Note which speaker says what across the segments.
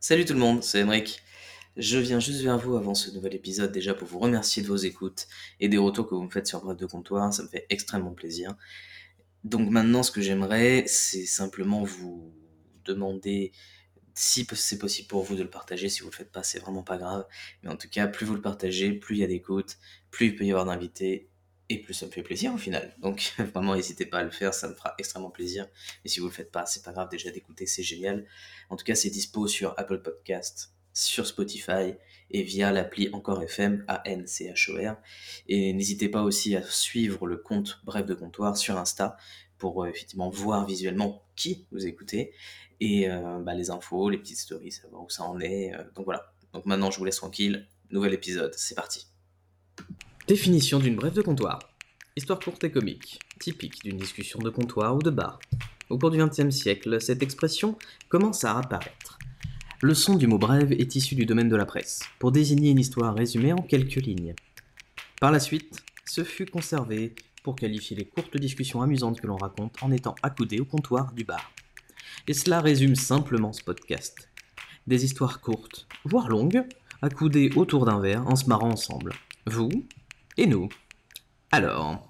Speaker 1: Salut tout le monde, c'est Emric. Je viens juste vers vous avant ce nouvel épisode déjà pour vous remercier de vos écoutes et des retours que vous me faites sur Bref de Comptoir, ça me fait extrêmement plaisir. Donc maintenant ce que j'aimerais, c'est simplement vous demander si po- c'est possible pour vous de le partager, si vous le faites pas, c'est vraiment pas grave. Mais en tout cas, plus vous le partagez, plus il y a d'écoutes, plus il peut y avoir d'invités, et plus ça me fait plaisir au final. Donc vraiment, n'hésitez pas à le faire, ça me fera extrêmement plaisir. Et si vous le faites pas, c'est pas grave, déjà d'écouter, c'est génial. En tout cas, c'est dispo sur Apple Podcast, sur Spotify et via l'appli Encore FM, A-N-C-H-O-R. Et n'hésitez pas aussi à suivre le compte Bref de Comptoir sur Insta pour euh, effectivement voir visuellement qui vous écoutez et euh, bah, les infos, les petites stories, savoir où ça en est. euh, donc voilà. Donc maintenant, je vous laisse tranquille. Nouvel épisode, c'est parti.
Speaker 2: Définition d'une brève de comptoir. Histoire courte et comique, typique d'une discussion de comptoir ou de bar. Au cours du XXe siècle, cette expression commence à apparaître. Le son du mot brève est issu du domaine de la presse, pour désigner une histoire résumée en quelques lignes. Par la suite, ce fut conservé pour qualifier les courtes discussions amusantes que l'on raconte en étant accoudé au comptoir du bar. Et cela résume simplement ce podcast. Des histoires courtes, voire longues, accoudées autour d'un verre en se marrant ensemble. Vous, et nous Alors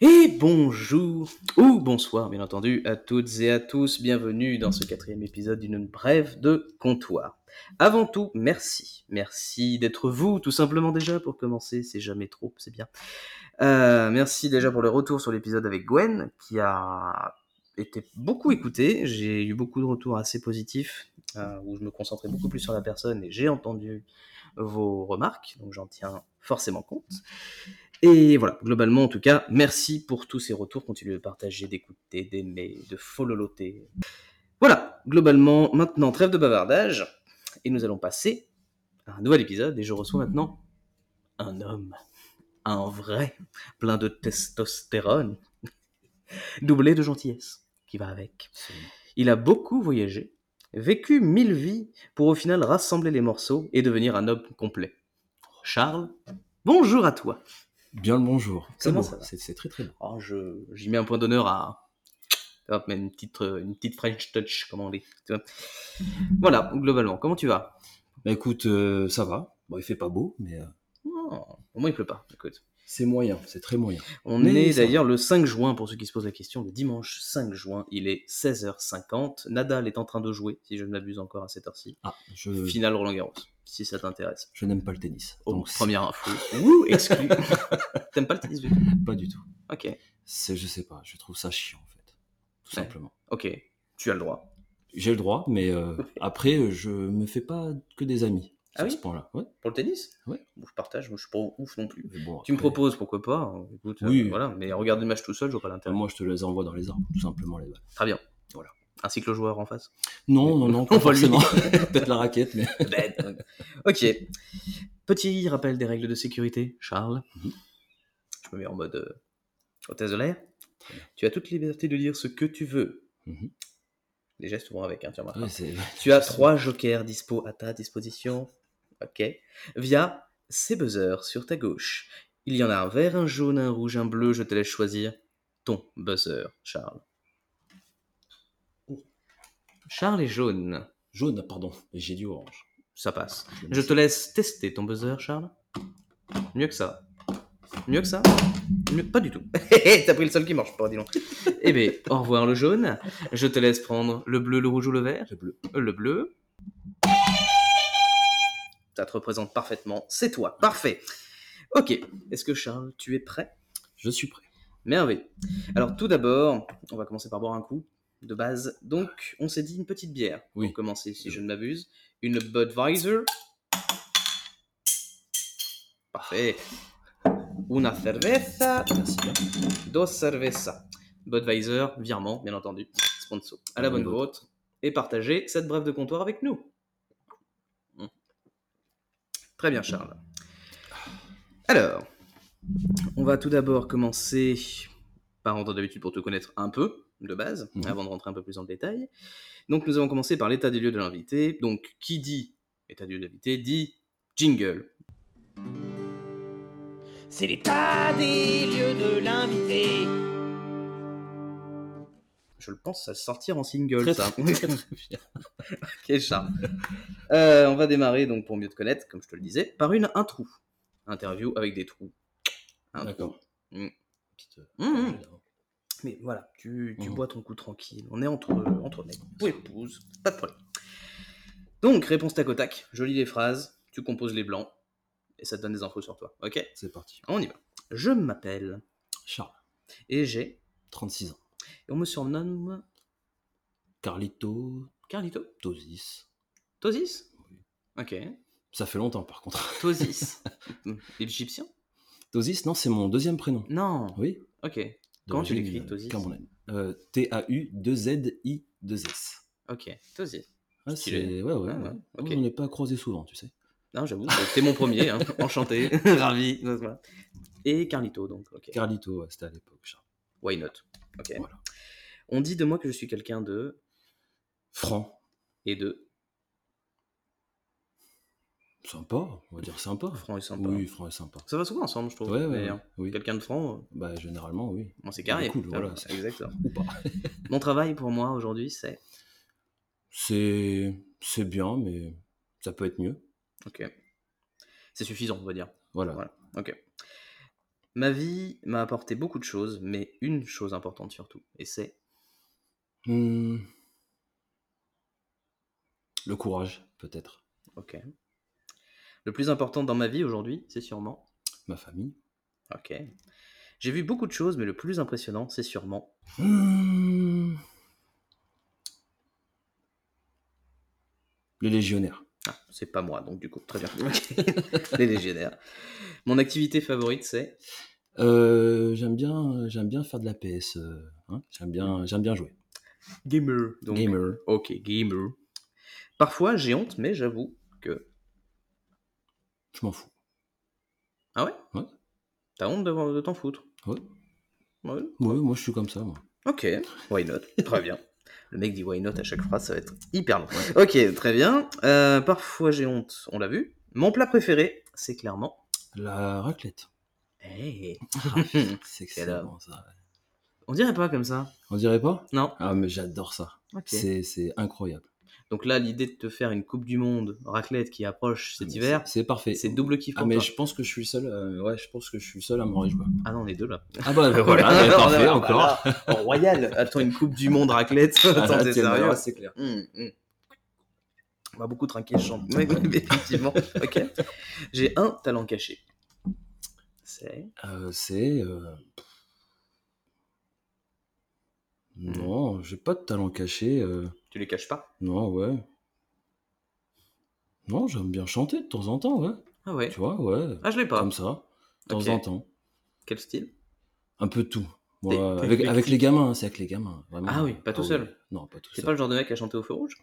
Speaker 2: Et bonjour, ou bonsoir bien entendu, à toutes et à tous, bienvenue dans ce quatrième épisode d'une brève de comptoir. Avant tout, merci, merci d'être vous, tout simplement déjà pour commencer, c'est jamais trop, c'est bien. Euh, merci déjà pour le retour sur l'épisode avec Gwen, qui a été beaucoup écouté. J'ai eu beaucoup de retours assez positifs, euh, où je me concentrais beaucoup plus sur la personne et j'ai entendu vos remarques, donc j'en tiens forcément compte. Et voilà, globalement en tout cas, merci pour tous ces retours. Continuez de partager, d'écouter, d'aimer, de fololoter. Voilà, globalement, maintenant, trêve de bavardage, et nous allons passer à un nouvel épisode, et je reçois maintenant un homme, un vrai, plein de testostérone, doublé de gentillesse, qui va avec. Il a beaucoup voyagé, vécu mille vies, pour au final rassembler les morceaux et devenir un homme complet. Charles, bonjour à toi.
Speaker 3: Bien le bonjour. C'est
Speaker 2: Comment
Speaker 3: beau.
Speaker 2: ça va
Speaker 3: C'est c'est très très beau.
Speaker 2: Oh, je, j'y mets un point d'honneur à. Hop, mais une petite, euh, une petite French touch, comment on dit. tu vois. Voilà, globalement, comment tu vas
Speaker 3: Bah, écoute, euh, ça va. Bon, il fait pas beau, mais euh,
Speaker 2: Oh, Au moins, il pleut pas. Écoute.
Speaker 3: c'est moyen, c'est très moyen.
Speaker 2: On
Speaker 3: Mais
Speaker 2: est
Speaker 3: ça va.
Speaker 2: d'ailleurs le 5 juin, pour ceux qui se posent la question, le dimanche 5 juin, il est 16h50. Nadal est en train de jouer, si je ne m'abuse encore à cette heure-ci.
Speaker 3: Ah, je,
Speaker 2: Finale Roland Garros, si ça t'intéresse.
Speaker 3: je n'aime pas le tennis.
Speaker 2: Oh,
Speaker 3: donc,
Speaker 2: première info. Ouh, exclu. T'aimes pas le tennis du coup
Speaker 3: pas du tout.
Speaker 2: Ok,
Speaker 3: C'est, je sais pas, je trouve ça chiant en fait. Tout
Speaker 2: Ouais.
Speaker 3: simplement.
Speaker 2: ok, tu as le droit.
Speaker 3: J'ai le droit, mais euh, après, euh, je me fais pas que des amis
Speaker 2: Ah
Speaker 3: à
Speaker 2: oui
Speaker 3: ce point-là. Ouais.
Speaker 2: Pour le tennis
Speaker 3: Ouais.
Speaker 2: Bon, je partage, moi je suis pas ouf non plus.
Speaker 3: Mais bon,
Speaker 2: Tu me
Speaker 3: après,
Speaker 2: proposes, pourquoi pas euh, Écoute, euh,
Speaker 3: Oui.
Speaker 2: voilà, mais regarder le match tout seul, j'aurais pas l'intérêt.
Speaker 3: Moi, je te les envoie dans les arbres, tout simplement les balles.
Speaker 2: Très bien.
Speaker 3: Voilà.
Speaker 2: Ainsi que le joueur en face.
Speaker 3: Non, non, non, pas
Speaker 2: On va lui-
Speaker 3: forcément. Peut-être la raquette, mais
Speaker 2: Ben, euh, ok. Petit rappel des règles de sécurité, Charles.
Speaker 3: Mhm.
Speaker 2: Je me mets en mode euh, hôtesse de l'air. Tu as toute liberté de dire ce que tu veux.
Speaker 3: Mhm.
Speaker 2: Les gestes vont avec, hein, tu remarqueras.
Speaker 3: Ouais, c'est-
Speaker 2: Tu as
Speaker 3: c'est-
Speaker 2: trois jokers dispo à ta disposition. Ok. Via ces buzzers sur ta gauche. Il y en a un vert, un jaune, un rouge, un bleu. Je te laisse choisir ton buzzer, Charles. Charles est jaune.
Speaker 3: Jaune, pardon. Et J'ai dit orange.
Speaker 2: Ça passe. Je
Speaker 3: Je-
Speaker 2: te laisse tester ton buzzer, Charles. Mieux que ça. Mieux que ça Mieux- Pas du tout. Hé, hé, T'as pris le seul qui marche pas, dis donc. eh bien, au revoir le jaune. Je te laisse prendre le bleu, le rouge ou le vert.
Speaker 3: Le bleu.
Speaker 2: Euh, Le bleu. Ça te représente parfaitement. C'est toi. Parfait. Ok. Est-ce que Charles, tu es prêt
Speaker 3: Je suis prêt.
Speaker 2: Merveille. Alors tout d'abord, on va commencer par boire un coup de base. Donc, on s'est dit une petite bière
Speaker 3: Oui.
Speaker 2: pour commencer, si je ne m'abuse. Une Budweiser. Parfait. Una cerveza.
Speaker 3: Merci bien.
Speaker 2: Dos cerveza. Budweiser, virement, bien entendu. Sponsor. À la bonne
Speaker 3: Bonne
Speaker 2: vôtre. Et partagez cette brève de comptoir avec nous. Hmm. Très bien, Charles. Alors, on va tout d'abord commencer par rendre d'habitude pour te connaître un peu, de base,
Speaker 3: Mhm.
Speaker 2: avant de rentrer un peu plus dans le détail. Donc, nous avons commencé par l'état des lieux de l'invité. Donc, qui dit état des lieux de l'invité dit jingle.
Speaker 4: C'est l'état des lieux de l'invité.
Speaker 2: Je le pense, ça va sortir en single,
Speaker 3: Très,
Speaker 2: ça.
Speaker 3: très, très, très bien.
Speaker 2: ok, Charles. Euh, on va démarrer, donc, pour mieux te connaître, comme je te le disais, par une un trou. Interview avec des trous. Un trou.
Speaker 3: D'accord.
Speaker 2: Mm.
Speaker 3: Petite, euh,
Speaker 2: Mm.
Speaker 3: là.
Speaker 2: Mais voilà, tu, tu
Speaker 3: Mhm.
Speaker 2: bois ton coup tranquille. On est entre, entre mecs, ou épouse, pas de problème. Donc, réponse tac au tac. Je lis les phrases, tu composes les blancs, et ça te donne des infos sur toi. Ok
Speaker 3: C'est parti.
Speaker 2: On y va. Je m'appelle,
Speaker 3: Charles,
Speaker 2: et j'ai,
Speaker 3: 36 ans.
Speaker 2: et on me surnomme
Speaker 3: Carlito,
Speaker 2: Carlito
Speaker 3: Tosis.
Speaker 2: Tosis
Speaker 3: Oui.
Speaker 2: Ok.
Speaker 3: Ça fait longtemps par contre.
Speaker 2: Tosis. Hmm. L'Égyptien
Speaker 3: Tosis, non, c'est mon deuxième prénom.
Speaker 2: Non.
Speaker 3: Oui.
Speaker 2: Ok. Comment tu
Speaker 3: d'origine,
Speaker 2: l'écris,
Speaker 3: euh,
Speaker 2: Tosis
Speaker 3: camerounaise. Euh, T-A-U-2-Z-I-2-S.
Speaker 2: Ok. Tosis.
Speaker 3: Ah,
Speaker 2: Stylé.
Speaker 3: c'est... Ouais, ouais,
Speaker 2: Ah,
Speaker 3: ouais.
Speaker 2: ouais,
Speaker 3: On
Speaker 2: ok.
Speaker 3: n'est pas croisés souvent, tu sais.
Speaker 2: Non, j'avoue, t'es mon premier. hein. Enchanté. Ravi. Voilà. Et Carlito, donc. Ok.
Speaker 3: Carlito, ouais, c'était à l'époque, Charles.
Speaker 2: Why not Ok.
Speaker 3: Voilà.
Speaker 2: On dit de moi que je suis quelqu'un de
Speaker 3: Franc,
Speaker 2: et de
Speaker 3: sympa, on va dire sympa.
Speaker 2: franc et sympa. hein.
Speaker 3: Oui, franc et sympa.
Speaker 2: Ça va souvent ensemble, je trouve.
Speaker 3: Ouais, ouais,
Speaker 2: d'ailleurs.
Speaker 3: ouais, oui.
Speaker 2: Quelqu'un de franc, euh,
Speaker 3: Bah, généralement, oui.
Speaker 2: bon, c'est carré.
Speaker 3: Cool,
Speaker 2: Ah,
Speaker 3: voilà.
Speaker 2: c'est exactement.
Speaker 3: Ou pas.
Speaker 2: Mon travail pour moi aujourd'hui, c'est
Speaker 3: C'est... c'est bien, mais ça peut être mieux.
Speaker 2: ok. C'est suffisant, on va dire.
Speaker 3: Voilà.
Speaker 2: Voilà. Ok. Ma vie m'a apporté beaucoup de choses, mais une chose importante surtout, et c'est
Speaker 3: Hmm. Le courage, peut-être.
Speaker 2: ok. Le plus important dans ma vie aujourd'hui, c'est sûrement
Speaker 3: Ma famille.
Speaker 2: ok. J'ai vu beaucoup de choses, mais le plus impressionnant, c'est sûrement
Speaker 3: Hmm. Les légionnaires.
Speaker 2: Ah, c'est pas moi, donc du coup, très bien. Ok. Les légionnaires. Mon activité favorite, c'est.
Speaker 3: Euh, j'aime bien, j'aime bien faire de la PS. euh, hein. J'aime bien, j'aime bien jouer.
Speaker 2: Gamer. Hmm. Donc,
Speaker 3: Gamer.
Speaker 2: Ok, gamer. Parfois, j'ai honte, mais j'avoue que.
Speaker 3: Je m'en fous.
Speaker 2: Ah ouais
Speaker 3: Ouais.
Speaker 2: T'as honte de, de t'en foutre
Speaker 3: Ouais.
Speaker 2: Ouais.
Speaker 3: Ouais, moi je suis comme ça. Moi.
Speaker 2: Ok, why not Très bien. Le mec dit why not à chaque phrase, ça va être hyper long. Ok, très bien. Euh, parfois, j'ai honte, on l'a vu. Mon plat préféré, c'est clairement.
Speaker 3: La raclette.
Speaker 2: Hey.
Speaker 3: C'est
Speaker 2: Quel
Speaker 3: excellent ça.
Speaker 2: On dirait pas comme ça.
Speaker 3: On dirait pas
Speaker 2: Non.
Speaker 3: Ah mais j'adore ça.
Speaker 2: Ok.
Speaker 3: C'est, c'est incroyable.
Speaker 2: Donc là, l'idée de te faire une Coupe du Monde raclette qui approche cet
Speaker 3: Mais
Speaker 2: hiver,
Speaker 3: C'est, c'est parfait.
Speaker 2: c'est double kiff
Speaker 3: Ah
Speaker 2: pour
Speaker 3: mais
Speaker 2: toi.
Speaker 3: je pense que je suis le seul. euh, ouais, je pense que je suis le seul à m'en réjouir.
Speaker 2: Ah non, on est deux là.
Speaker 3: Ah bah voilà, bah, parfait
Speaker 2: Voilà,
Speaker 3: encore.
Speaker 2: voilà. En royal. Attends, une Coupe du Monde raclette.
Speaker 3: Ah,
Speaker 2: Attends,
Speaker 3: là,
Speaker 2: t'es
Speaker 3: t'es malin,
Speaker 2: sérieux
Speaker 3: c'est clair.
Speaker 2: Hum, hum. On va beaucoup trinquer, je chante. Oui, oui, mais effectivement. Ok. J'ai un talent caché. C'est.
Speaker 3: Euh, c'est. euh, Non, j'ai pas de talent caché. euh,
Speaker 2: Tu les caches pas
Speaker 3: Non, ouais. Non, j'aime bien chanter de temps en temps, ouais.
Speaker 2: Ah ouais.
Speaker 3: Tu vois, ouais.
Speaker 2: Ah, je l'ai pas.
Speaker 3: Comme ça, de temps
Speaker 2: Ok.
Speaker 3: en temps.
Speaker 2: Quel style
Speaker 3: Un peu de tout. Moi,
Speaker 2: T'es- t'es
Speaker 3: avec, avec
Speaker 2: éclectique.
Speaker 3: les gamins, hein, c'est avec les gamins. vraiment.
Speaker 2: Ah oui, pas tout
Speaker 3: oui.
Speaker 2: seul.
Speaker 3: Non, pas tout
Speaker 2: C'est
Speaker 3: seul.
Speaker 2: pas le genre de mec à chanter au feu rouge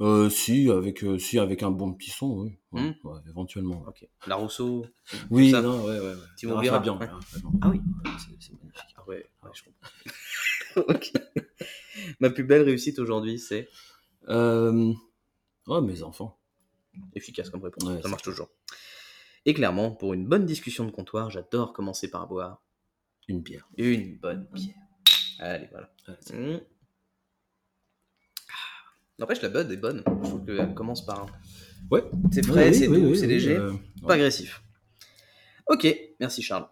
Speaker 3: Euh, si, avec, euh, si, avec un bon petit son, oui. Ouais,
Speaker 2: Hmm.
Speaker 3: ouais, éventuellement. ouais.
Speaker 2: Ok. La Rousseau.
Speaker 3: Oui,
Speaker 2: ça.
Speaker 3: non, ouais, ouais. ouais.
Speaker 2: Timon
Speaker 3: Lara
Speaker 2: Guérin.
Speaker 3: Fabian,
Speaker 2: Ouais.
Speaker 3: Lara Fabian.
Speaker 2: Ah oui.
Speaker 3: Ouais, c'est- c'est magnifique.
Speaker 2: Ah ouais, ouais, je comprends. ok. Ma plus belle réussite aujourd'hui, c'est
Speaker 3: Euh, Ouais, mes enfants.
Speaker 2: efficace comme réponse.
Speaker 3: Ouais,
Speaker 2: Ça
Speaker 3: c'est
Speaker 2: marche toujours. Et clairement, pour une bonne discussion de comptoir, j'adore commencer par boire
Speaker 3: Une bière.
Speaker 2: une bonne bière. Allez, voilà.
Speaker 3: Ouais, c'est-
Speaker 2: Mm. Ah. N'empêche, la Bud est bonne. Je trouve qu'elle commence par.
Speaker 3: Ouais.
Speaker 2: C'est
Speaker 3: Ouais,
Speaker 2: frais,
Speaker 3: oui,
Speaker 2: c'est
Speaker 3: oui,
Speaker 2: doux,
Speaker 3: oui,
Speaker 2: c'est
Speaker 3: oui,
Speaker 2: léger.
Speaker 3: euh,
Speaker 2: Pas agressif. Ok, merci Charles.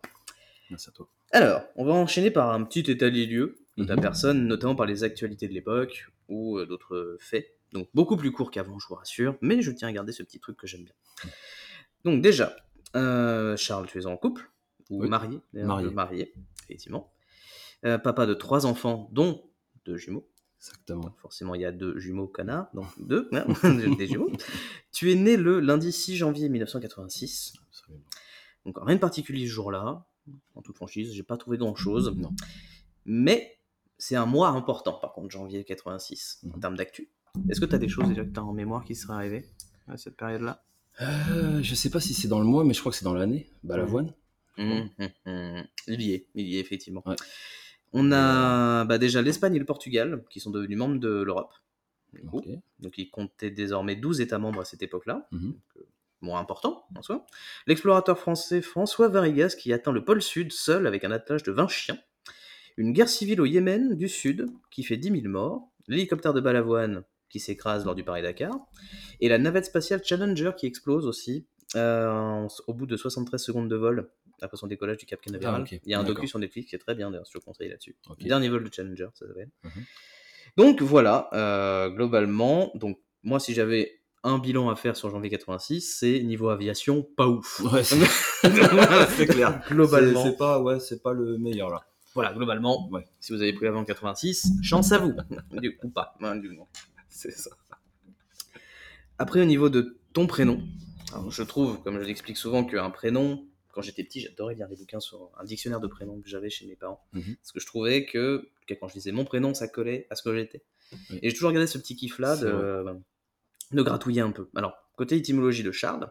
Speaker 3: Merci à toi.
Speaker 2: Alors, on va enchaîner par un petit état des lieux de ta
Speaker 3: Mhm.
Speaker 2: personne, notamment par les actualités de l'époque ou euh, d'autres faits. Donc, beaucoup plus court qu'avant, je vous rassure, mais je tiens à garder ce petit truc que j'aime bien. Donc, déjà, euh, Charles, tu es en couple ou
Speaker 3: Oui.
Speaker 2: marié d'ailleurs,
Speaker 3: Marié.
Speaker 2: Marié, effectivement. Euh, papa de trois enfants, dont deux jumeaux.
Speaker 3: Exactement.
Speaker 2: Forcément, il y a deux jumeaux canards, donc deux, hein, des jumeaux. Tu es né le lundi 6 janvier 1986.
Speaker 3: Absolument.
Speaker 2: Donc rien de particulier ce jour-là, en toute franchise, j'ai pas trouvé grand-chose.
Speaker 3: Non.
Speaker 2: Mais c'est un mois important, par contre, janvier 86, en
Speaker 3: Mhm.
Speaker 2: termes d'actu. Est-ce que tu as des choses déjà que tu as en mémoire qui seraient arrivées à cette période-là
Speaker 3: Euh, je sais pas si c'est dans le mois, mais je crois que c'est dans l'année. Balavoine.
Speaker 2: Mhm, mhm. Il y est, il y est effectivement.
Speaker 3: Ouais.
Speaker 2: On a bah, déjà l'Espagne et le Portugal qui sont devenus membres de l'Europe. du coup.
Speaker 3: Ok.
Speaker 2: Donc ils comptaient désormais 12 États membres à cette époque-là.
Speaker 3: Mhm.
Speaker 2: Donc, euh, moins important en soi, l'explorateur français François Varigas qui atteint le pôle sud seul avec un attelage de 20 chiens, une guerre civile au Yémen du sud qui fait 10 000 morts, l'hélicoptère de Balavoine qui s'écrase lors du Paris-Dakar, et la navette spatiale Challenger qui explose aussi euh, en- au bout de 73 secondes de vol après son décollage du Cap Canaveral.
Speaker 3: Ah, ok.
Speaker 2: Il y a un
Speaker 3: D'accord.
Speaker 2: docu sur Netflix qui est très bien, d'ailleurs, je te conseille là-dessus.
Speaker 3: Ok.
Speaker 2: Le Dernier vol de Challenger, ça s'appelle.
Speaker 3: Mhm.
Speaker 2: Donc voilà, euh, globalement, donc moi si j'avais un bilan à faire sur janvier 86, c'est niveau aviation, pas ouf.
Speaker 3: Ouais, c'est-
Speaker 2: c'est
Speaker 3: clair.
Speaker 2: Globalement,
Speaker 3: C'est c'est pas, ouais, c'est pas le meilleur là.
Speaker 2: voilà, globalement,
Speaker 3: Ouais.
Speaker 2: si vous avez pris l'avant en 86, chance à vous, du coup pas, hein, du moins. C'est ça. Après au niveau de ton prénom, alors, je trouve, comme je l'explique souvent, qu'un prénom, quand j'étais petit, j'adorais lire des bouquins sur un dictionnaire de prénoms que j'avais chez mes parents.
Speaker 3: Mhm.
Speaker 2: Parce que je trouvais que, que quand je disais mon prénom, ça collait à ce que j'étais.
Speaker 3: Oui.
Speaker 2: Et j'ai toujours gardé ce petit kiff-là
Speaker 3: C'est
Speaker 2: de, de gratouiller un peu. Alors, côté étymologie de Charles,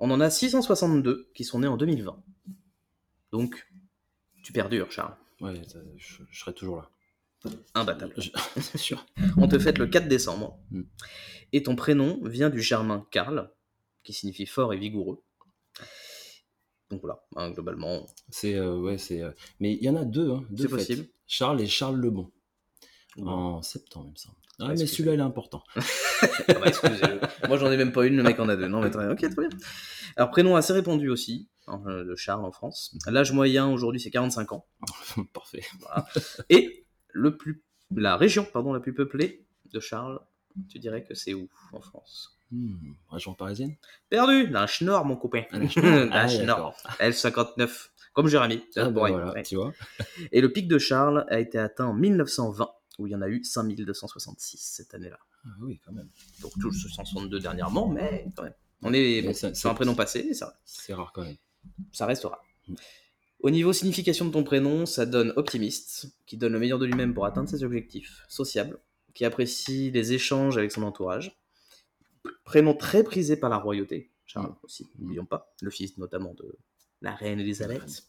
Speaker 2: on en a 662 qui sont nés en 2020. Donc, tu perdures, Charles.
Speaker 3: Ouais, ça- je, je serai toujours là.
Speaker 2: Imbattable.
Speaker 3: Je-
Speaker 2: C'est sûr. On te fête le 4 décembre.
Speaker 3: Mm.
Speaker 2: Et ton prénom vient du germain Karl, qui signifie fort et vigoureux. Donc voilà, hein, globalement.
Speaker 3: C'est, euh, ouais, c'est. euh, Mais il y en a deux, hein,
Speaker 2: C'est
Speaker 3: deux fêtes.
Speaker 2: possible.
Speaker 3: Charles et Charles le Bon.
Speaker 2: Bon,
Speaker 3: En septembre, il me semble. Ah,
Speaker 2: Ouais,
Speaker 3: mais
Speaker 2: excusez.
Speaker 3: celui-là, il est important.
Speaker 2: ah bah, excusez-le. Moi, j'en ai même pas une, le mec en a deux. Non, mais très bien. Ok, très bien. Alors, prénom assez répandu aussi, hein, euh, de Charles en France. L'âge moyen aujourd'hui, c'est 45 ans.
Speaker 3: Parfait.
Speaker 2: Et le plus... la région pardon, la plus peuplée de Charles, tu dirais que c'est où en France
Speaker 3: Hmm, région parisienne
Speaker 2: Perdu D'un schnorr, mon copain.
Speaker 3: Ah,
Speaker 2: D'un
Speaker 3: la
Speaker 2: schnorr.
Speaker 3: d'accord.
Speaker 2: L59, comme Jérémy.
Speaker 3: Ah, bah,
Speaker 2: Bon,
Speaker 3: voilà,
Speaker 2: ouais.
Speaker 3: tu vois.
Speaker 2: Et le pic de Charles a été atteint en 1920, où il y en a eu 5266 cette année-là.
Speaker 3: Ah, oui, quand même.
Speaker 2: Donc toujours 162 dernièrement, mais quand même. On est
Speaker 3: Mais
Speaker 2: bon,
Speaker 3: ça- Mm.
Speaker 2: sur un prénom passé, ça,
Speaker 3: C'est rare quand même.
Speaker 2: ça restera. Au niveau signification de ton prénom, ça donne optimiste, qui donne le meilleur de lui-même pour atteindre ses objectifs, sociable, qui apprécie les échanges avec son entourage, prénom très prisé par la royauté, Charles aussi,
Speaker 3: Mm.
Speaker 2: n'oublions pas, le fils notamment de la reine
Speaker 3: La reine.
Speaker 2: Elisabeth.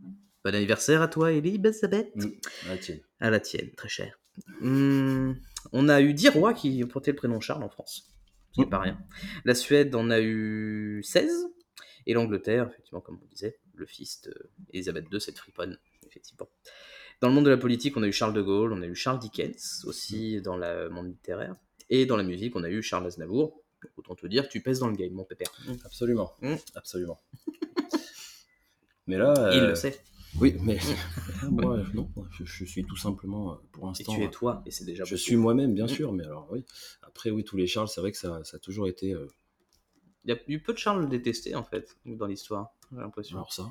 Speaker 2: Bon anniversaire à toi, Elisabeth.
Speaker 3: Mm. Ah, tiens.
Speaker 2: À la tienne, très chère. Hum, on a eu 10 rois qui ont porté le prénom Charles en France. C'est
Speaker 3: Mm.
Speaker 2: pas rien. La Suède en a eu 16. Et l'Angleterre, effectivement, comme on disait, le fils d'Elisabeth II, cette friponne, effectivement. Dans le monde de la politique, on a eu Charles de Gaulle, on a eu Charles Dickens, aussi dans le monde littéraire. Et dans la musique, on a eu Charles Aznavour. Donc, autant te dire, tu pèses dans le game, mon pépère.
Speaker 3: Absolument.
Speaker 2: Mm.
Speaker 3: Absolument. mais là.
Speaker 2: Il
Speaker 3: euh,
Speaker 2: le sait.
Speaker 3: Oui, mais moi, euh, non, moi, je, je suis tout simplement, euh, pour
Speaker 2: Et
Speaker 3: l'instant,
Speaker 2: tu es Hmm. toi, et c'est déjà
Speaker 3: je
Speaker 2: beaucoup.
Speaker 3: suis moi-même, bien sûr, mais alors oui. Après, oui, tous les Charles, c'est vrai que ça, ça a toujours été. euh,
Speaker 2: Il y a eu peu de Charles détestés, en fait, dans l'histoire, j'ai l'impression.
Speaker 3: alors ça.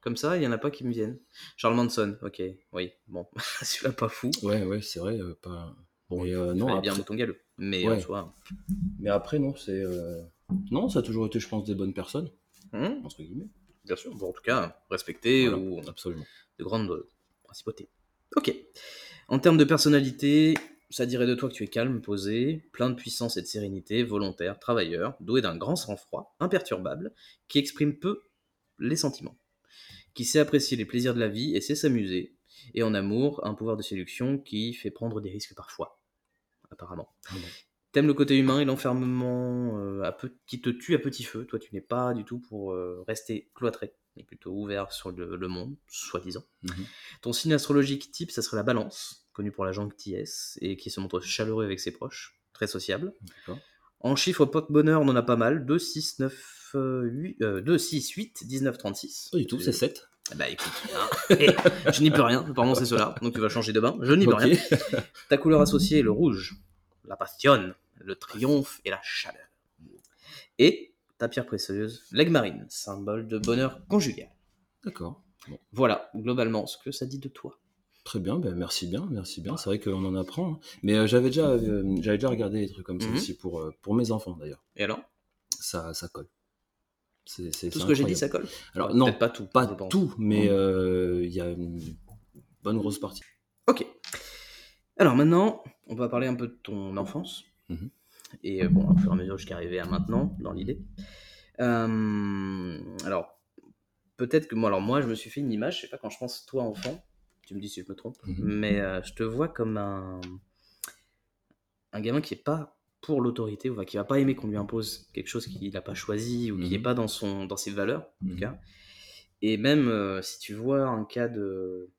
Speaker 2: Comme ça, il n'y en a pas qui me viennent. Charles Manson, ok, oui, bon, celui-là pas fou.
Speaker 3: Ouais, ouais, c'est vrai, euh, pas. Bon, et, euh, non,
Speaker 2: Non, bien
Speaker 3: après-
Speaker 2: mouton galeux. Mais euh,
Speaker 3: Ouais.
Speaker 2: en soi.
Speaker 3: mais après, non, c'est. euh, Non, ça a toujours été, je pense, des bonnes personnes,
Speaker 2: hein,
Speaker 3: entre guillemets.
Speaker 2: bien sûr, bon, en tout cas, respecté
Speaker 3: Voilà,
Speaker 2: ou
Speaker 3: Absolument.
Speaker 2: de grandes principautés. Ok. En termes de personnalité, ça dirait de toi que tu es calme, posé, plein de puissance et de sérénité, volontaire, travailleur, doué d'un grand sang-froid, imperturbable, qui exprime peu les sentiments, qui sait apprécier les plaisirs de la vie et sait s'amuser, et en amour, un pouvoir de séduction qui fait prendre des risques parfois, apparemment.
Speaker 3: Ah bon.
Speaker 2: T'aimes le côté humain et l'enfermement euh, à peu- qui te tue à petit feu. Toi, tu n'es pas du tout pour euh, rester cloîtré, mais plutôt ouvert sur le- le monde, soi-disant.
Speaker 3: Mhm.
Speaker 2: Ton signe astrologique type, ça serait la balance, connu pour la gentillesse et qui se montre chaleureux avec ses proches, très sociable.
Speaker 3: D'accord.
Speaker 2: En chiffres porte-bonheur, on en a pas mal 2, 6, 9, 8, 2, 6, 8, 19, 36.
Speaker 3: Pas du tout, c'est 7.
Speaker 2: Bah écoute, hein, hé, je n'y peux rien, apparemment c'est cela, donc tu vas changer de bain, je n'y peux rien. Ta couleur associée est le rouge, la passion, le triomphe et la chaleur. Et ta pierre précieuse, l'aigle marine, symbole de bonheur conjugal.
Speaker 3: D'accord.
Speaker 2: Voilà, globalement, ce que ça dit de toi.
Speaker 3: Très bien, ben merci bien, merci bien. C'est vrai qu'on en apprend. hein. Mais euh, j'avais déjà, euh, j'avais déjà regardé des trucs comme ça
Speaker 2: Mhm.
Speaker 3: aussi pour, euh, pour mes enfants d'ailleurs.
Speaker 2: Et alors
Speaker 3: ça, ça colle. C'est, c'est-
Speaker 2: Tout
Speaker 3: c'est
Speaker 2: ce que j'ai dit, ça
Speaker 3: incroyable.
Speaker 2: colle
Speaker 3: Alors,
Speaker 2: Ouais,
Speaker 3: non,
Speaker 2: peut-être pas tout.
Speaker 3: pas
Speaker 2: je pense.
Speaker 3: tout, mais
Speaker 2: Mm.
Speaker 3: euh, il y a une bonne grosse partie.
Speaker 2: Ok. Alors maintenant, on va parler un peu de ton enfance.
Speaker 3: Mhm.
Speaker 2: Et euh, bon, au fur et à mesure jusqu'à arriver à maintenant, dans l'idée. Euh, alors, peut-être que moi, alors moi, je me suis fait une image, je sais pas, quand je pense toi enfant, tu me dis si je me trompe,
Speaker 3: Mhm.
Speaker 2: mais euh, je te vois comme un, un gamin qui est pas pour l'autorité, ou qui va pas aimer qu'on lui impose quelque chose qu'il n'a pas choisi ou qui n'est
Speaker 3: Mhm.
Speaker 2: pas dans, son, dans ses valeurs, en tout
Speaker 3: Mhm.
Speaker 2: cas. Et même euh, si tu vois un cas de.